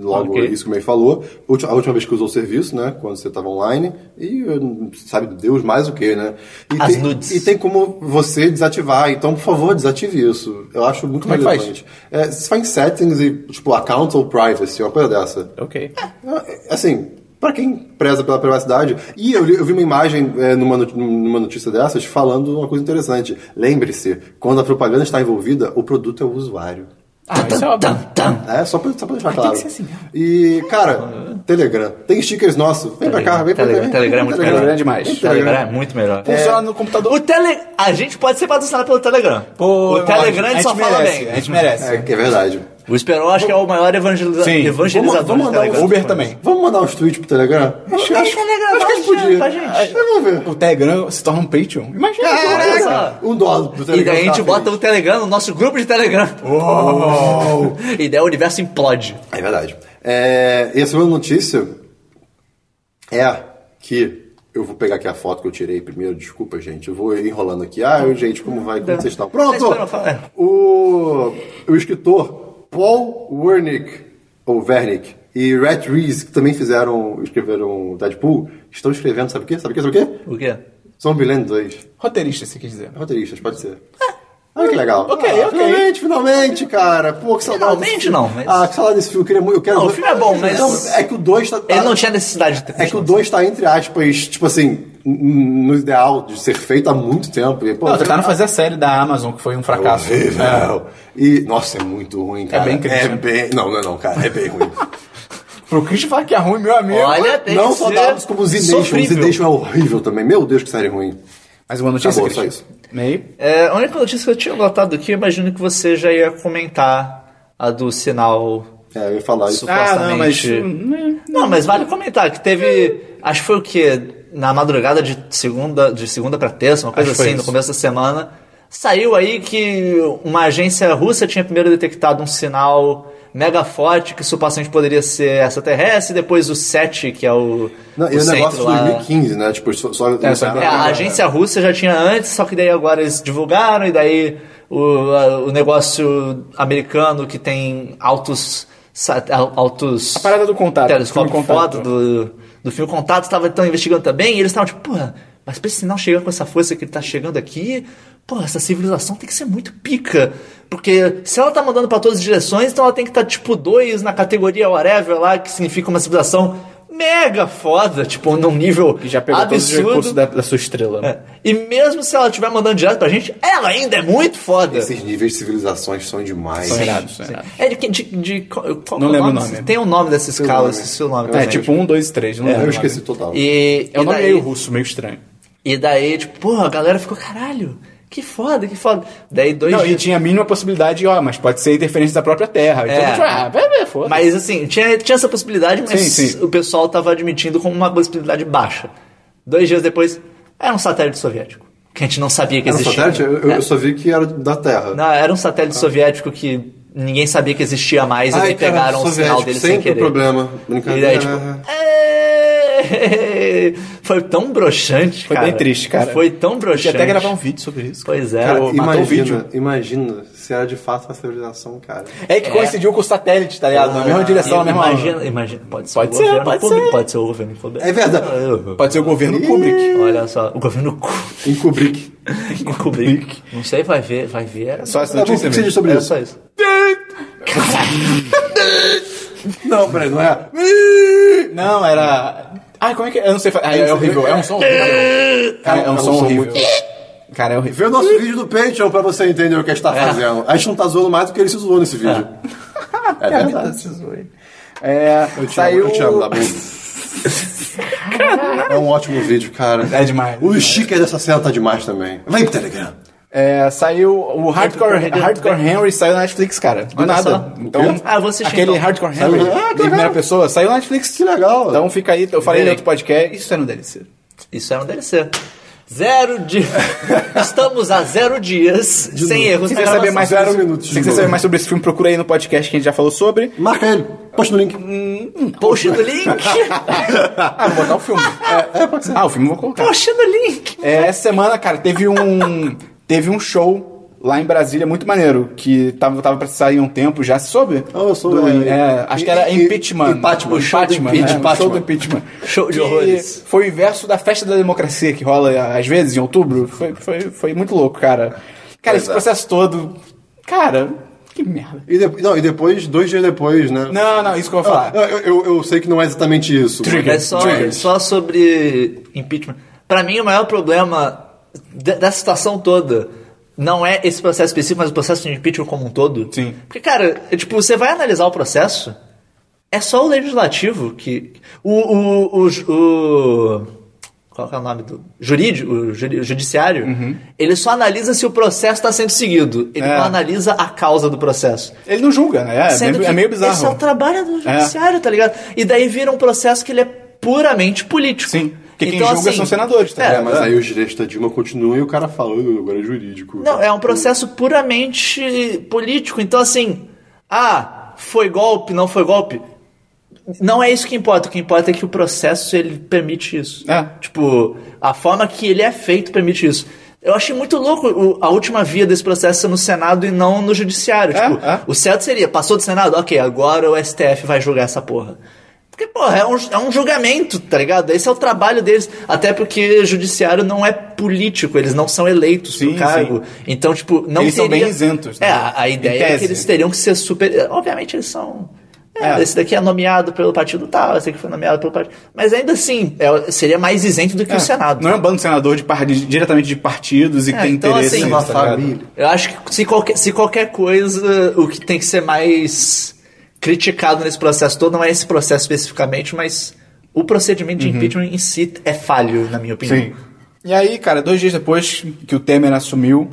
logo Ok. isso que o meio falou, a última, a última vez que usou o serviço, né, quando você estava online, e eu- sabe Deus mais o que, né? E As tem, nudes. E tem como você desativar, então por favor desative isso, eu acho muito Como é que faz? relevante. É, você faz em settings e tipo account ou privacy, uma coisa dessa. Ok. É, Assim, pra quem preza pela privacidade. E eu, li- eu vi uma imagem é, numa, not- numa notícia dessas falando uma coisa interessante. Lembre-se, quando a propaganda está envolvida, o produto é o usuário. Ah, isso é Tam, óbvio. tam. É, só pra, só pra deixar claro. que ser assim mesmo. E, cara, Telegram. Tem stickers nossos. Vem pra cá, vem pra cá. Telegram, vem- Telegram é vem muito pra Telegram melhor. é demais. Vem pra Telegram Telegram. é muito melhor. Funciona no computador. O tele... A gente pode ser patrocinado pelo Telegram. Pô, o Telegram a ele gente só fala merece, bem. A gente merece. É, que é verdade. O Esperon acho que é o maior evangeliza... Sim. evangelizador Vamos- vamos do mandar Telegram. um Uber também. Vamos mandar uns tweets pro Telegram? Acho, acho, Telegram, acho que a gente dá um podia. pra gente. É, Vamos ver. O Telegram se torna um Patreon. Imagina. Caraca! olha só. Um dólar pro Telegram. E daí a gente tá bota feliz. o Telegram no nosso grupo de Telegram. E daí o universo implode. É verdade. É, e a segunda notícia é que eu vou pegar aqui a foto que eu tirei primeiro, desculpa, gente. Eu vou enrolando aqui. Ah, eu, gente, como vai? Como vocês estão? Pronto! Espera, fala. O, o escritor Paul Wernick, ou Wernick, e Rhett Reese, que também fizeram, escreveram Deadpool, estão escrevendo, sabe o quê? Sabe o quê? Sabe o quê? O quê? Zombieland 2. Roteirista, você quis dizer. Roteiristas, pode ser. É. Olha que legal. Ok, ah, ok. Finalmente, finalmente, cara. Pô, que saudade. Finalmente desse filme. não, mas- Ah, que saudade desse filme. Eu queria muito. Eu quero... Não, o filme é bom, mas- Não, é que o 2 tá. tá- Ele não tinha necessidade de ter. É que o 2 tá, entre aspas, tipo assim, n- n- no ideal de ser feito há muito tempo. E, pô, tá Não, tentaram tá fazer a série da Amazon, que foi um é fracasso. horrível. E, nossa, é muito ruim, cara. bem crítico, É né? bem. Não, não, não, cara. É bem ruim. Pro Christian falar que é ruim, meu amigo. Olha, tem não que só ser da Amazon, como o Z-Nation. O sofrível. Z-Nation é horrível também. Meu Deus, que série ruim. Mais uma notícia, Acabou, só Christian. Meio. É, a única notícia que eu tinha notado aqui, eu imagino que você já ia comentar a do sinal. É, eu ia falar isso. Ah, Supostamente- não, mas. hum, Não, mas vale comentar que teve. Acho que foi o quê? Na madrugada de segunda, de segunda pra terça, uma coisa Acho que foi assim, no isso. começo da semana. Saiu aí que uma agência russa tinha primeiro detectado um sinal mega forte que supostamente poderia ser extraterrestre, depois o SET, que é o. Não, o e o negócio centro de lá. 2015, né? Tipo, só. só É, só- É, a agência russa já tinha antes, só que daí agora eles divulgaram, e daí o, a- o negócio americano que tem altos. sa- al- altos A parada do contato, Telescópio do filme Contato. foto do, do filme Contato, estava então investigando também, e eles estavam tipo, porra, mas pra esse sinal chegar com essa força que ele tá chegando aqui, pô, essa civilização tem que ser muito pica. Porque se ela tá mandando pra todas as direções, então ela tem que estar tipo dois na categoria whatever lá, que significa uma civilização mega foda, tipo, num nível E já pegou todos os absurdo. recursos da, da sua estrela. né? É. E mesmo se ela estiver mandando direto pra gente, ela ainda é muito foda. Esses níveis de civilizações são demais. São irados, são Sim. irados. É de, que- de, de- qual- qual Não é lembro o nome. Tem o nome dessa escala, nome. esqueci o nome. É, É, também. tipo um, dois, três. Não lembro Eu o esqueci nome. total. E, É um e nome daí, meio russo, meio estranho. E daí, tipo, porra, a galera ficou, caralho, que foda, que foda. Daí dois Não, e dias. tinha a mínima possibilidade, de, ó, mas pode ser interferência da própria Terra. Então, É. tipo, ah, vai ver, foda Mas assim, tinha, tinha essa possibilidade, mas Sim, sim. o pessoal tava admitindo como uma possibilidade baixa. Dois dias depois, era um satélite soviético. Que a gente não sabia que Era um existia. satélite? Eu, eu- É. eu só vi que era da Terra. Não, era um satélite Ah. soviético que ninguém sabia que existia mais e Ai, daí então, cara, pegaram o soviético, sinal dele sem sempre querer. problema. E Brincadeira. daí, tipo. "Ê!" Foi tão broxante, Foi cara. bem triste, cara. Foi tão broxante. Tinha até gravar um vídeo sobre isso. cara. Pois é. Cara, Pô, matou o vídeo. imagina, imagina se era de fato uma civilização, cara. É que coincidiu com o satélite, tá ligado? Na mesma direção, na mesma Imagina, imagina. Pode ser né, Pode o ser, governo pode Kubrick, ser. Pode ser o governo Kubrick. É verdade. Pode ser o governo Kubrick. Olha só, o governo Ku- Em Kubrick. Kubrick. Não sei, vai ver, vai ver. Era Só essa Tá bom, o que notícia que você diz mesmo. sobre era isso? só isso. Não, peraí, não é? Não, era... Ah, como é que é? Eu não sei... fa- Ah, é horrível. É um som horrível. Cara, é um som horrível. Cara, é horrível. Vê o nosso vídeo do Patreon pra você entender o que a gente tá É. fazendo. A gente não tá zoando mais do que ele se zoou nesse vídeo. É, verdade. É, Eu te, saiu... amo, eu te amo, Dabu. é um ótimo vídeo, cara. É demais. O sticker dessa cena tá demais também. Vem pro Telegram. É, saiu o Hardcore, Hardcore- Hardcore Henry saiu na Netflix, cara. Do Olha nada. só. Então, Ah, eu vou assistir, aquele então. Hardcore Henry Ah, que de primeira legal. pessoa saiu na Netflix. Que legal. Então fica aí, eu falei em Verei. outro podcast, isso é no DLC. Isso era um DLC. Zero dias. Estamos a zero dias, sem erros. Se na quiser saber gravação. mais Zero sobre, minutos de se quiser novo. saber mais sobre esse filme, procura aí no podcast que a gente já falou sobre. Marca ele. Posta no link. Post do link! Ah, vou botar o filme. é, pode ser. Ah, o filme eu vou colocar. Post do link! É, essa semana, cara, teve um. teve um show lá em Brasília muito maneiro. Que tava, tava pra sair há um tempo já. Você soube? Ah, eu soube, Do- é. é, acho que era E- e- impeachment. impeachment, show do Impeachment, impeachment. é, show do impeachment. Show de Que horrores. Foi o inverso da festa da democracia que rola às vezes em outubro. Foi, foi, foi muito louco, cara. Cara, Pois esse é. processo todo. Cara, que merda. E, de- não, e depois, dois dias depois, né? Não, não, isso que eu vou falar. Ah, eu, eu- eu sei que não é exatamente isso. Trigger. É só, Trigger. só sobre impeachment. Pra mim, o maior problema de- dessa situação toda não é esse processo específico, mas o processo de impeachment como um todo. Sim. Porque, cara, é, tipo, você vai analisar o processo, é só o legislativo que. O. o, o, o- qual que é o nome do. Jurídico, o juri- o judiciário, ele só analisa se o processo está sendo seguido. Ele Uhum. É. não analisa a causa do processo. ah. Ele não julga, né? É, Sendo meio, que é meio bizarro. Esse é o trabalho do É. judiciário, tá ligado? E daí vira um processo que ele é puramente político. Então, Sim, porque quem julga são senadores, tá é, É, mas aí os direitos da Dilma continuam e o cara fala, "Oh, agora é jurídico. Não, é um processo puramente político. Então, assim, ah, foi golpe, não foi golpe. Não é isso que importa. O que importa é que o processo ele permite isso. É. Tipo, a forma que ele é feito permite isso. Eu achei muito louco o- a última via desse processo ser no Senado e não no Judiciário. É, tipo, é. o certo seria, passou do Senado, ok, agora o STF vai julgar essa porra. Porque, porra, é um, é um julgamento, tá ligado? Esse é o trabalho deles. Até porque o judiciário não é político, eles não são eleitos Sim, pro cargo. sim. Então, tipo, não Eles são teria- bem isentos, né? É, a, a Em ideia é tese. que eles teriam que ser super. Obviamente eles são. é, É. Esse daqui é nomeado pelo partido tal, esse aqui foi nomeado pelo partido. Mas ainda assim, é, seria mais isento do que É, o Senado. Não é um bando de senador de par- de- diretamente de partidos e que É, tem então, interesse assim, nisso, uma tá ligado? família. Eu acho que se qualquer, se qualquer coisa, o que tem que ser mais criticado nesse processo todo não é esse processo especificamente, mas o procedimento de impeachment em si é falho, na minha opinião. Uhum. Sim. E aí, cara, dois dias depois que o Temer assumiu,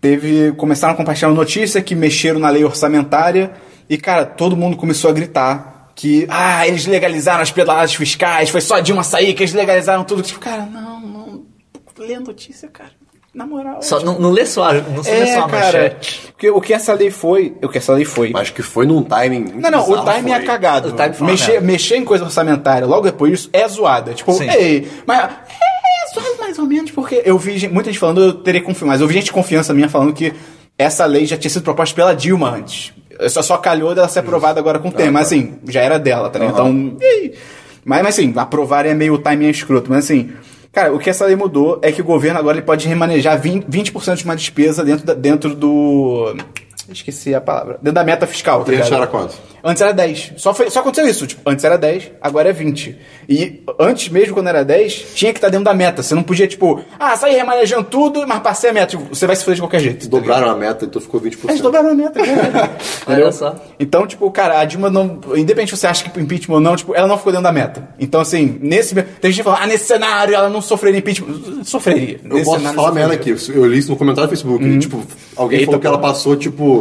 teve começaram a compartilhar uma notícia que mexeram na lei orçamentária e, cara, todo mundo começou a gritar que, ah, eles legalizaram as pedaladas fiscais, foi só a Dilma sair que eles legalizaram tudo. Tipo, cara, não, não, lê a notícia, cara, na moral. Só, não, não lê só, a- não se lê é, só a cara, manchete. porque o que essa lei foi, o que essa lei foi... Mas que foi num timing muito Não, não, o bizarro, time é foi. cagado. O timing foi uma mexer, merda. mexer em coisa orçamentária logo depois disso é zoada. Tipo, Sim. ei, mas. É, só mais ou menos, porque eu vi gente- muita gente falando, eu teria confirmado, mas eu vi gente de confiança minha falando que essa lei já tinha sido proposta pela Dilma antes. Só, só calhou dela ser aprovada agora Ah, com o tá. tema. Mas assim, já era dela, tá ligado? Então. ei. Mas, mas assim, aprovar é meio o timing é escroto, mas assim. Cara, o que essa lei mudou é que o governo agora ele pode remanejar 20%, 20 de uma despesa dentro, da- dentro do. Esqueci a palavra. Dentro da meta fiscal, tá E ligado? acharam quanto? Antes era 10. Só, foi, só aconteceu isso. Tipo, antes era 10, agora é 20. E antes mesmo, quando era 10, tinha que estar dentro da meta. Você não podia, tipo, ah, sair remanejando tudo, mas passei a meta. Tipo, você vai se fazer de qualquer jeito. tá ligado? Dobraram a meta, então ficou 20%. Eles dobraram a meta. cara. Entendeu? Olha só. Então, tipo, cara, a Dilma não. Independente se você acha que impeachment ou não, tipo, ela não ficou dentro da meta. Então, assim, nesse. Tem gente que fala, ah, nesse cenário ela não sofreria impeachment. Sofreria. Eu Nesse posso cenário, falar merda sofreria. aqui. Eu li isso no comentário do Facebook. Tipo, Uhum. alguém Eita, falou que ela porra. passou, tipo,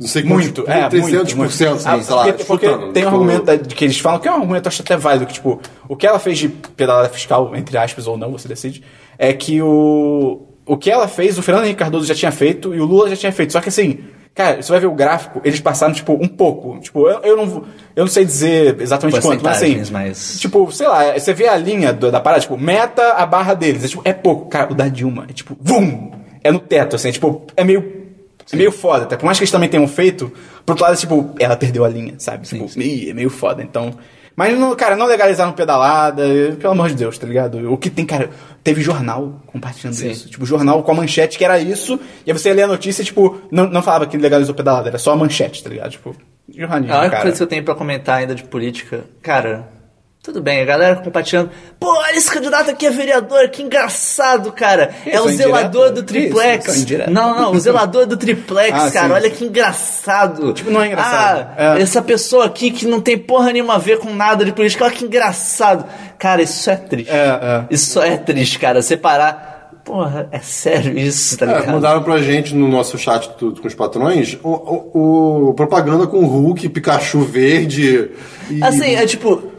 não sei quanto, Muito, tipo, é, 300%, muito, muito. assim, sei lá, porque, porque disputando. tem um Tipo, argumento da- de que eles falam, que é um argumento que eu acho até válido, que tipo, o que ela fez de pedalada fiscal, entre aspas ou não, você decide, é que o, o que ela fez, o Fernando Henrique Cardoso já tinha feito e o Lula já tinha feito, só que assim, cara, você vai ver o gráfico, eles passaram, tipo, um pouco, tipo, eu, eu não vou- eu não sei dizer exatamente quanto, mas assim, Porcentagens, mas- tipo, sei lá, você vê a linha do- da parada, tipo, meta a barra deles, é tipo, é pouco, cara, o da Dilma, é tipo, vum, é no teto, assim, é, tipo, é meio é meio foda, até por mais que eles também tenham feito, por outro lado, tipo, ela perdeu a linha, sabe? tipo, Ih, é meio foda, então. Mas, não, cara, não legalizaram pedalada, eh, pelo amor de Deus, tá ligado? O que tem, cara, teve jornal compartilhando isso. Tipo, jornal com a manchete que era isso, e aí você lê a notícia, tipo, não, não falava que legalizou pedalada, era só a manchete, tá ligado? Tipo, jornalismo, A única cara. coisa que eu tenho pra comentar ainda de política, cara, Tudo bem, a galera compartilhando. Pô, olha esse candidato aqui é vereador, que engraçado, cara. é Isso, o é zelador indireto? do triplex. Isso, é indireto. não, não, o zelador do triplex, Ah, cara. sim. Olha que engraçado. Tipo, não é engraçado. Ah, É. essa pessoa aqui que não tem porra nenhuma a ver com nada de política, olha que engraçado. Cara, isso é triste. É, é. Isso é triste, cara. Separar. Porra, é sério isso, tá É, ligado? mandaram pra gente no nosso chat do- com os patrões o, o- o- propaganda com Hulk, Pikachu verde e. Assim, é tipo.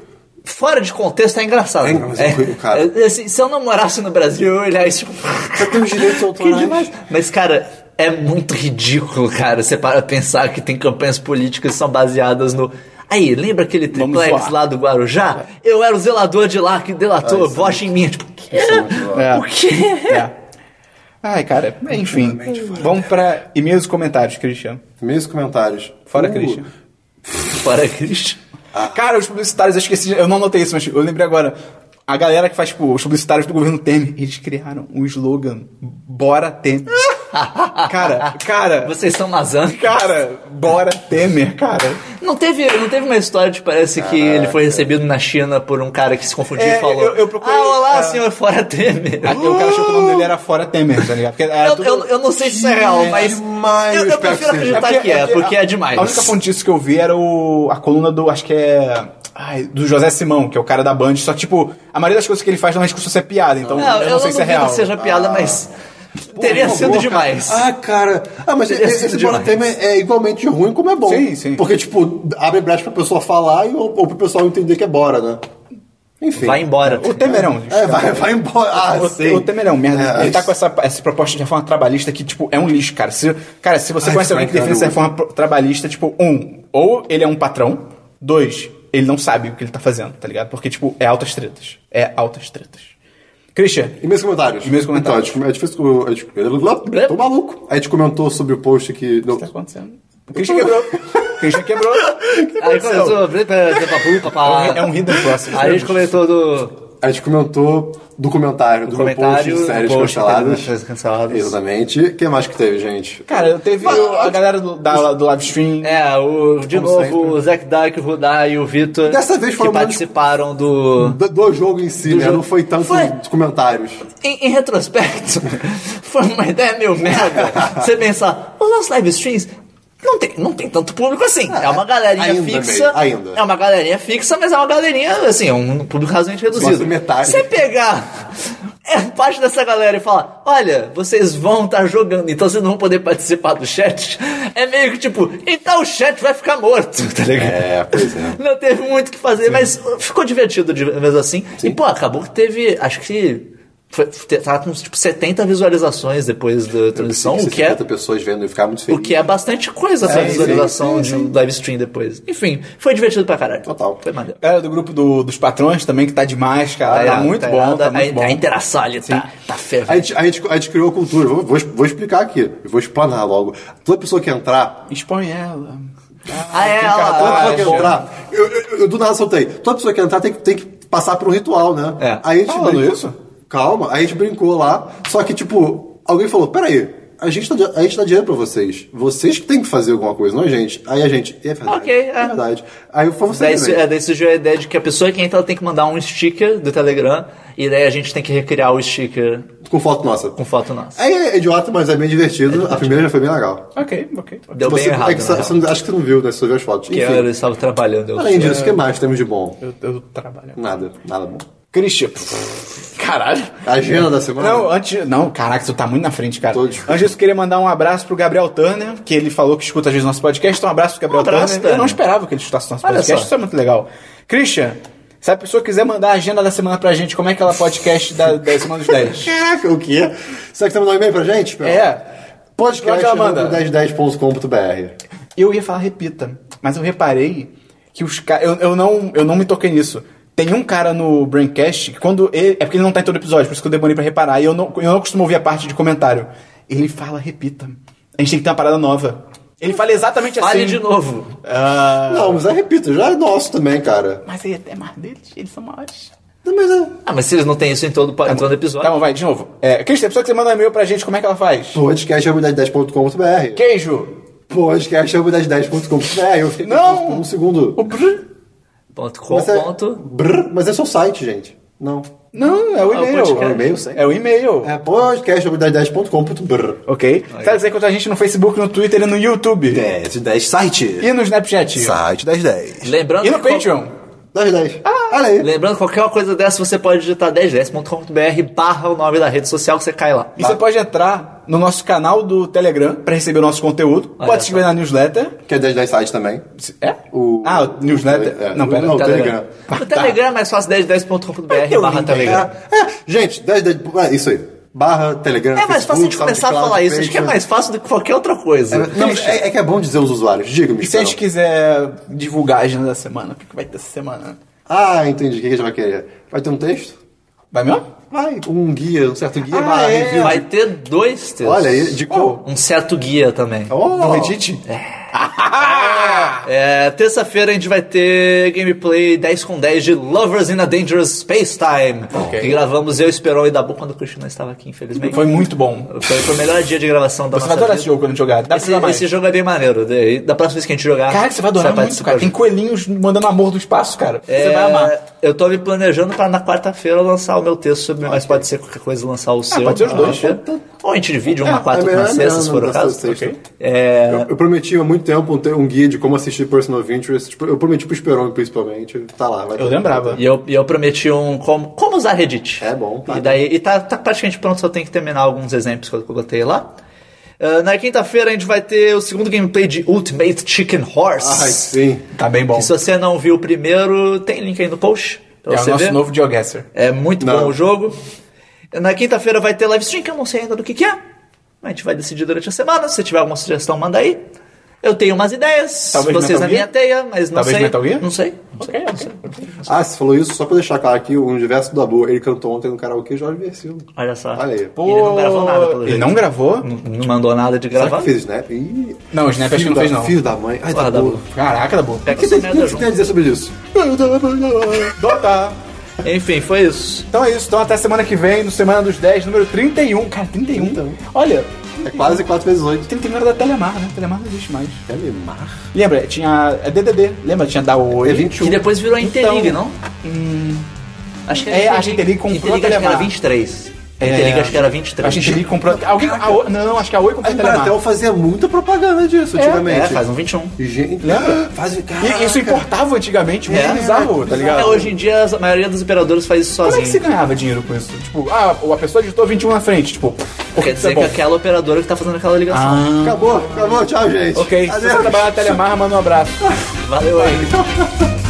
Fora de contexto é engraçado. É, mas é horrível, cara. é, assim, se eu não morasse no Brasil, eu olhar isso. Tipo, Você tem os direitos que autorais. demais. Mas, cara, é muito ridículo, cara. Você para pensar que tem campanhas políticas que são baseadas no. Aí, lembra aquele Vamos triplex zoar. Ah, lá do Guarujá? Eu era o zelador de lá que delatou, vote em mim. Tipo, quê? É. o quê? É. Ai, cara, enfim. Vamos pra e-mails e comentários, Cristiano. Meus comentários. Fora, Uh, Cristiano. Fora Cristo. Cara, os publicitários, eu esqueci, eu não anotei isso, mas eu lembrei agora. A galera que faz, tipo, os publicitários do governo Temer, eles criaram um slogan, Bora Temer. cara, cara, Vocês são mazãs. cara, Bora Temer, cara. Não teve, não teve uma história de parece que ele foi recebido na China por um cara que se confundiu É, e falou: eu- eu procurei, Ah, olá, é. senhor Fora Temer. Aí o cara achou que o nome dele era Fora Temer, tá ligado? Porque era Eu, tudo- eu- eu não sei se isso é real, É mas. demais, eu eu É eu espero prefiro que seja. acreditar que é, porque a- é demais. A única fonte disso que eu vi era o, a coluna do, acho que é. ai, do José Simão, que é o cara da Band. Só que, tipo, a maioria das coisas que ele faz não é discurso, é piada. Então, Não, eu não, sei se é duvido real. que seja piada, mas. teria Ah. Por sido favor, demais. cara. Ah, cara. Ah, mas Teria esse, sido esse Bora demais. Temer é igualmente ruim como é bom. Sim, sim. Porque, tipo, abre brecha pra pessoa falar e, ou, ou pro pessoal entender que é bora, né? Enfim. Vai embora. O Temer é um. lixo, cara. É, vai, vai embora. Ah, o, sim. o Temer é um merda. É, ele tá com essa, essa proposta de reforma trabalhista que, tipo, é um lixo, cara. Se, cara, se você Ai, conhece alguém que Frank defende essa Underwood. reforma pro- trabalhista, tipo, um, ou ele é um patrão, dois, ele não sabe o que ele tá fazendo, tá ligado? Porque, tipo, é altas tretas. É altas tretas. Christian, E meus comentários. E meus comentários. Então, a gente, a gente fez. A gente, eu tô maluco. A gente comentou sobre o post que. O que tá acontecendo? O Christian quebrou. O Christian quebrou. Aí começou. blá, blá, blá, blá, blá, blá, blá. É um hidden process. Aí a gente comentou do A gente comentou do comentário, do, meu comentário, post de séries do post, né, canceladas. séries canceladas. Exatamente. O que mais que teve, gente? Cara, teve o- a galera do, da, do live stream. É, o, de Como novo, sempre. o Zack Dyke, o Rudá e o Vitor. Dessa vez que foram menos- participaram do. Do, do jogo em si, né? jogo. Não foi tanto Foi. dos comentários. Em, em retrospecto, foi uma ideia meio merda. Você pensar, os nossos live streams não tem, não tem tanto público assim. É uma galerinha ainda fixa. bem, ainda. É uma galerinha fixa, mas é uma galerinha, assim, é um público razoavelmente reduzido. Quase metade. Você pegar é, parte dessa galera e falar, olha, vocês vão estar jogando, então vocês não vão poder participar do chat. É meio que tipo, então o chat vai ficar morto, tá ligado? É, pois é. Não teve muito o que fazer, mas ficou divertido de- mesmo assim. E, pô, acabou que teve, acho que foi, te- tava com tipo 70 visualizações depois da transmissão, o que é, 60 pessoas vendo e ficar muito feliz. o que é bastante coisa essa sim, visualização de um live stream depois. Enfim, foi divertido pra caralho. Total. Foi maneiro. A galera do grupo do- dos patrões também, que tá demais, cara. Tá irado, muito bom, irado. tá a, muito a bom. interação ali tá, tá ferro. A gente, a, gente, a gente criou a cultura, vou, vou, vou explicar aqui, eu vou explanar logo. Toda pessoa que entrar, Expõe ela. Ah, é, cara, ela- toda ela- pessoa que ela- entrar, eu, eu- eu do nada soltei, toda pessoa que entrar tem, que- tem que passar por um ritual, né? É. Aí a gente Falando brincou- isso? Calma, aí a gente brincou lá, só que tipo, alguém falou, peraí, a gente, tá, a gente dá dinheiro pra vocês, vocês que tem que fazer alguma coisa, não a gente. Aí a gente, é verdade, Ok, é. é verdade. Aí foi você Daí, também. su- é, daí surgiu a ideia de que a pessoa que entra ela tem que mandar um sticker do Telegram e daí a gente tem que recriar o sticker com foto nossa. com foto nossa. Aí é idiota, mas é bem divertido, a primeira já foi bem legal. Ok, ok. ok. Deu bem Você- errado. é que na você- real. você não- acho que você não viu, né? Você só viu as fotos. Que Enfim. eu estava trabalhando. Eu Além disso, o que mais temos de bom? Eu, eu trabalho. Nada, nada bom. Christian. Caralho. A agenda da semana? Não, antes. Não, caraca, tu tá muito na frente, cara. Tô Antes desculpa. disso, eu queria mandar um abraço pro Gabriel Turner, que ele falou que escuta às vezes nosso podcast. Então, um abraço pro Gabriel Um abraço, Turner. Eu não Turner. esperava que ele escutasse nosso Olha podcast, só. isso é muito legal. Christian, se a pessoa quiser mandar a agenda da semana pra gente, como é que ela podcast da, da semana dos 10? Caraca, o quê? Será que você mandou um e-mail pra gente? Pedro? É. Onde Podcast que ela manda? 1010.com.br Eu ia falar repita, mas eu reparei que os caras. Eu, eu, não, eu não me toquei nisso. Tem um cara no Braincast que quando ele. É porque ele não tá em todo episódio, por isso que eu demorei pra reparar. E eu não, eu não costumo ouvir a parte de comentário. Ele fala, repita. A gente tem que ter uma parada nova. Ele fala exatamente assim. Fale de novo. Ah, Não, mas é repito, já é nosso também, cara. mas aí até mais deles, eles são maiores. Não, mas é. Ah, mas se eles não têm isso em todo, pa- em todo episódio. Tá bom, vai, de novo. É, Cristian, a pessoa que você manda um e-mail pra gente, como é que ela faz? Podcast 1010.com.br. Queijo! Podcast 1010.com.br. Eu fiquei Não! por um segundo. O br... Ponto com, Mas é, ponto. Brr, mas esse é o site, gente. Não. Não, é o Ah, o e-mail. podcast. É o e-mail, sim. É o e-mail. É podcast.com.br. Ok? Quer dizer que a gente no Facebook, no Twitter e no YouTube. É. 10, 10 site. E no Snapchat. Site 10, 10. Lembrando E no que qual- Patreon. 10, 10. Olha aí. Lembrando, qualquer coisa dessa você pode digitar 1010.com.br barra o nome da rede social que você cai lá. E você pode entrar no nosso canal do Telegram pra receber o nosso conteúdo. Olha pode se inscrever na newsletter. Que é 10, 10 site também. É? O- ah, o newsletter. É, não, o- pera. não, o Tá. Telegram. O Telegram é mais fácil, 1010.com.br barra Telegram. É, é, gente, 10, 10. É, isso aí. Barra Telegram. É mais fácil de Facebook, começar a SoundCloud, falar isso, acho que é Patreon. mais fácil do que qualquer outra coisa. É, não, é, é que é bom dizer os usuários. Diga-me. E se a Esperão. gente quiser divulgar a agenda da semana, o que que vai ter essa semana? Ah, entendi. O que a gente vai querer? Vai ter um texto? Vai mesmo? Vai. Um guia, um certo guia. Ah, uma é. review. Vai ter dois textos. Olha aí, de cor. Um certo guia também. Oh. No Reddit? É, terça-feira a gente vai ter gameplay 10 com 10 de Lovers in a Dangerous Space Time. Ok. Que gravamos eu, Esperon e Dabu quando o Cristina estava aqui, infelizmente. Foi muito bom. Foi, foi o melhor dia de gravação da Você vai nossa adorar vida. esse jogo quando a gente jogar. Dá pra Esse, jogar mais. esse jogo é bem maneiro. daí- Da próxima vez que a gente jogar. Cara, você vai adorar muito, participar cara. Tem junto. coelhinhos mandando amor do espaço, cara. Você É, vai amar. Eu tô me planejando pra na quarta-feira lançar o meu texto sobre. Mas pode ser qualquer coisa lançar o seu. Ah, pode ser os na dois. Ah, quarta-feira. Ou a gente divide uma É, quarta é com uma melhor- sexta, se melhor for o lançar caso. sexta. Ok. É, Eu, eu prometi há muito tempo um, te- um guia de como assistir Personal of Interest. Tipo, Eu prometi pro Esperon, principalmente. Tá lá. Vai Eu ter. lembrava. E eu, e eu prometi um como, como usar Reddit. É bom, tá e daí e tá, tá praticamente pronto, só tem que terminar alguns exemplos que eu botei lá. Ah, na quinta-feira a gente vai ter o segundo gameplay de Ultimate Chicken Ai, Horse. sim. Tá bem bom. E se você não viu o primeiro, tem link aí no post pra É o você nosso ver. novo Geoguessr. É muito Não. bom o jogo. Na quinta-feira vai ter live stream, que eu não sei ainda do que, que é. A gente vai decidir durante a semana. Se tiver alguma sugestão, manda aí. Eu tenho umas ideias, Talvez vocês Metal na minha Gear? teia, mas não Talvez sei. Metal Gear? Não sei. Ok, ok. Ah, você falou isso só pra deixar claro aqui o universo do Abu. Ele cantou ontem no karaokê Jorge Versilo. Olha só. Olha aí. E ele não gravou nada, pelo Ele jeito. não gravou? Não- Não mandou nada de Será gravar. que fez Snap? Ih, Tá Não, o Snap acho que filho não da- fez, não. Filho da mãe. Ai, Ah, tá da bom. Caraca, da boa. Pega O que essa tem- o que merda você tem a junto. dizer sobre isso? Dota. Enfim, foi isso. Então é isso. Então até semana que vem, no Semana dos 10, número 31. Cara, 31? 31. Olha, É quase 4 vezes 8. 31 era da Telemar, né? Telemar não existe mais. Telemar? Lembra, tinha... É DDD. Lembra? Tinha da Oi. É 21. Que depois virou a Interlig, Então, não? Hum, Acho que é, a Interlig comprou a Interlig acho que era Telemar. 23. É. Interlig acho que era A 23. gente ali comprou... Alguém... a Oi- Não, acho que a Oi A comprou a Telemar. Embratel fazia muita propaganda disso É, antigamente. faz um 21. Tá Gente, Lembra? Faz... um E isso é Caraca. importava antigamente, muito É. bizarro, tá ligado? É, hoje em dia a maioria dos operadores faz isso Como é que se sozinho. ganhava dinheiro com isso? Tipo, ah, a pessoa digitou 21 na frente, tipo... Quer isso é dizer bom. que aquela operadora que tá fazendo aquela ligação. Acabou, acabou. Tchau, gente. Ok, se você Adeus. trabalhar na Telemar, manda um abraço. Valeu aí.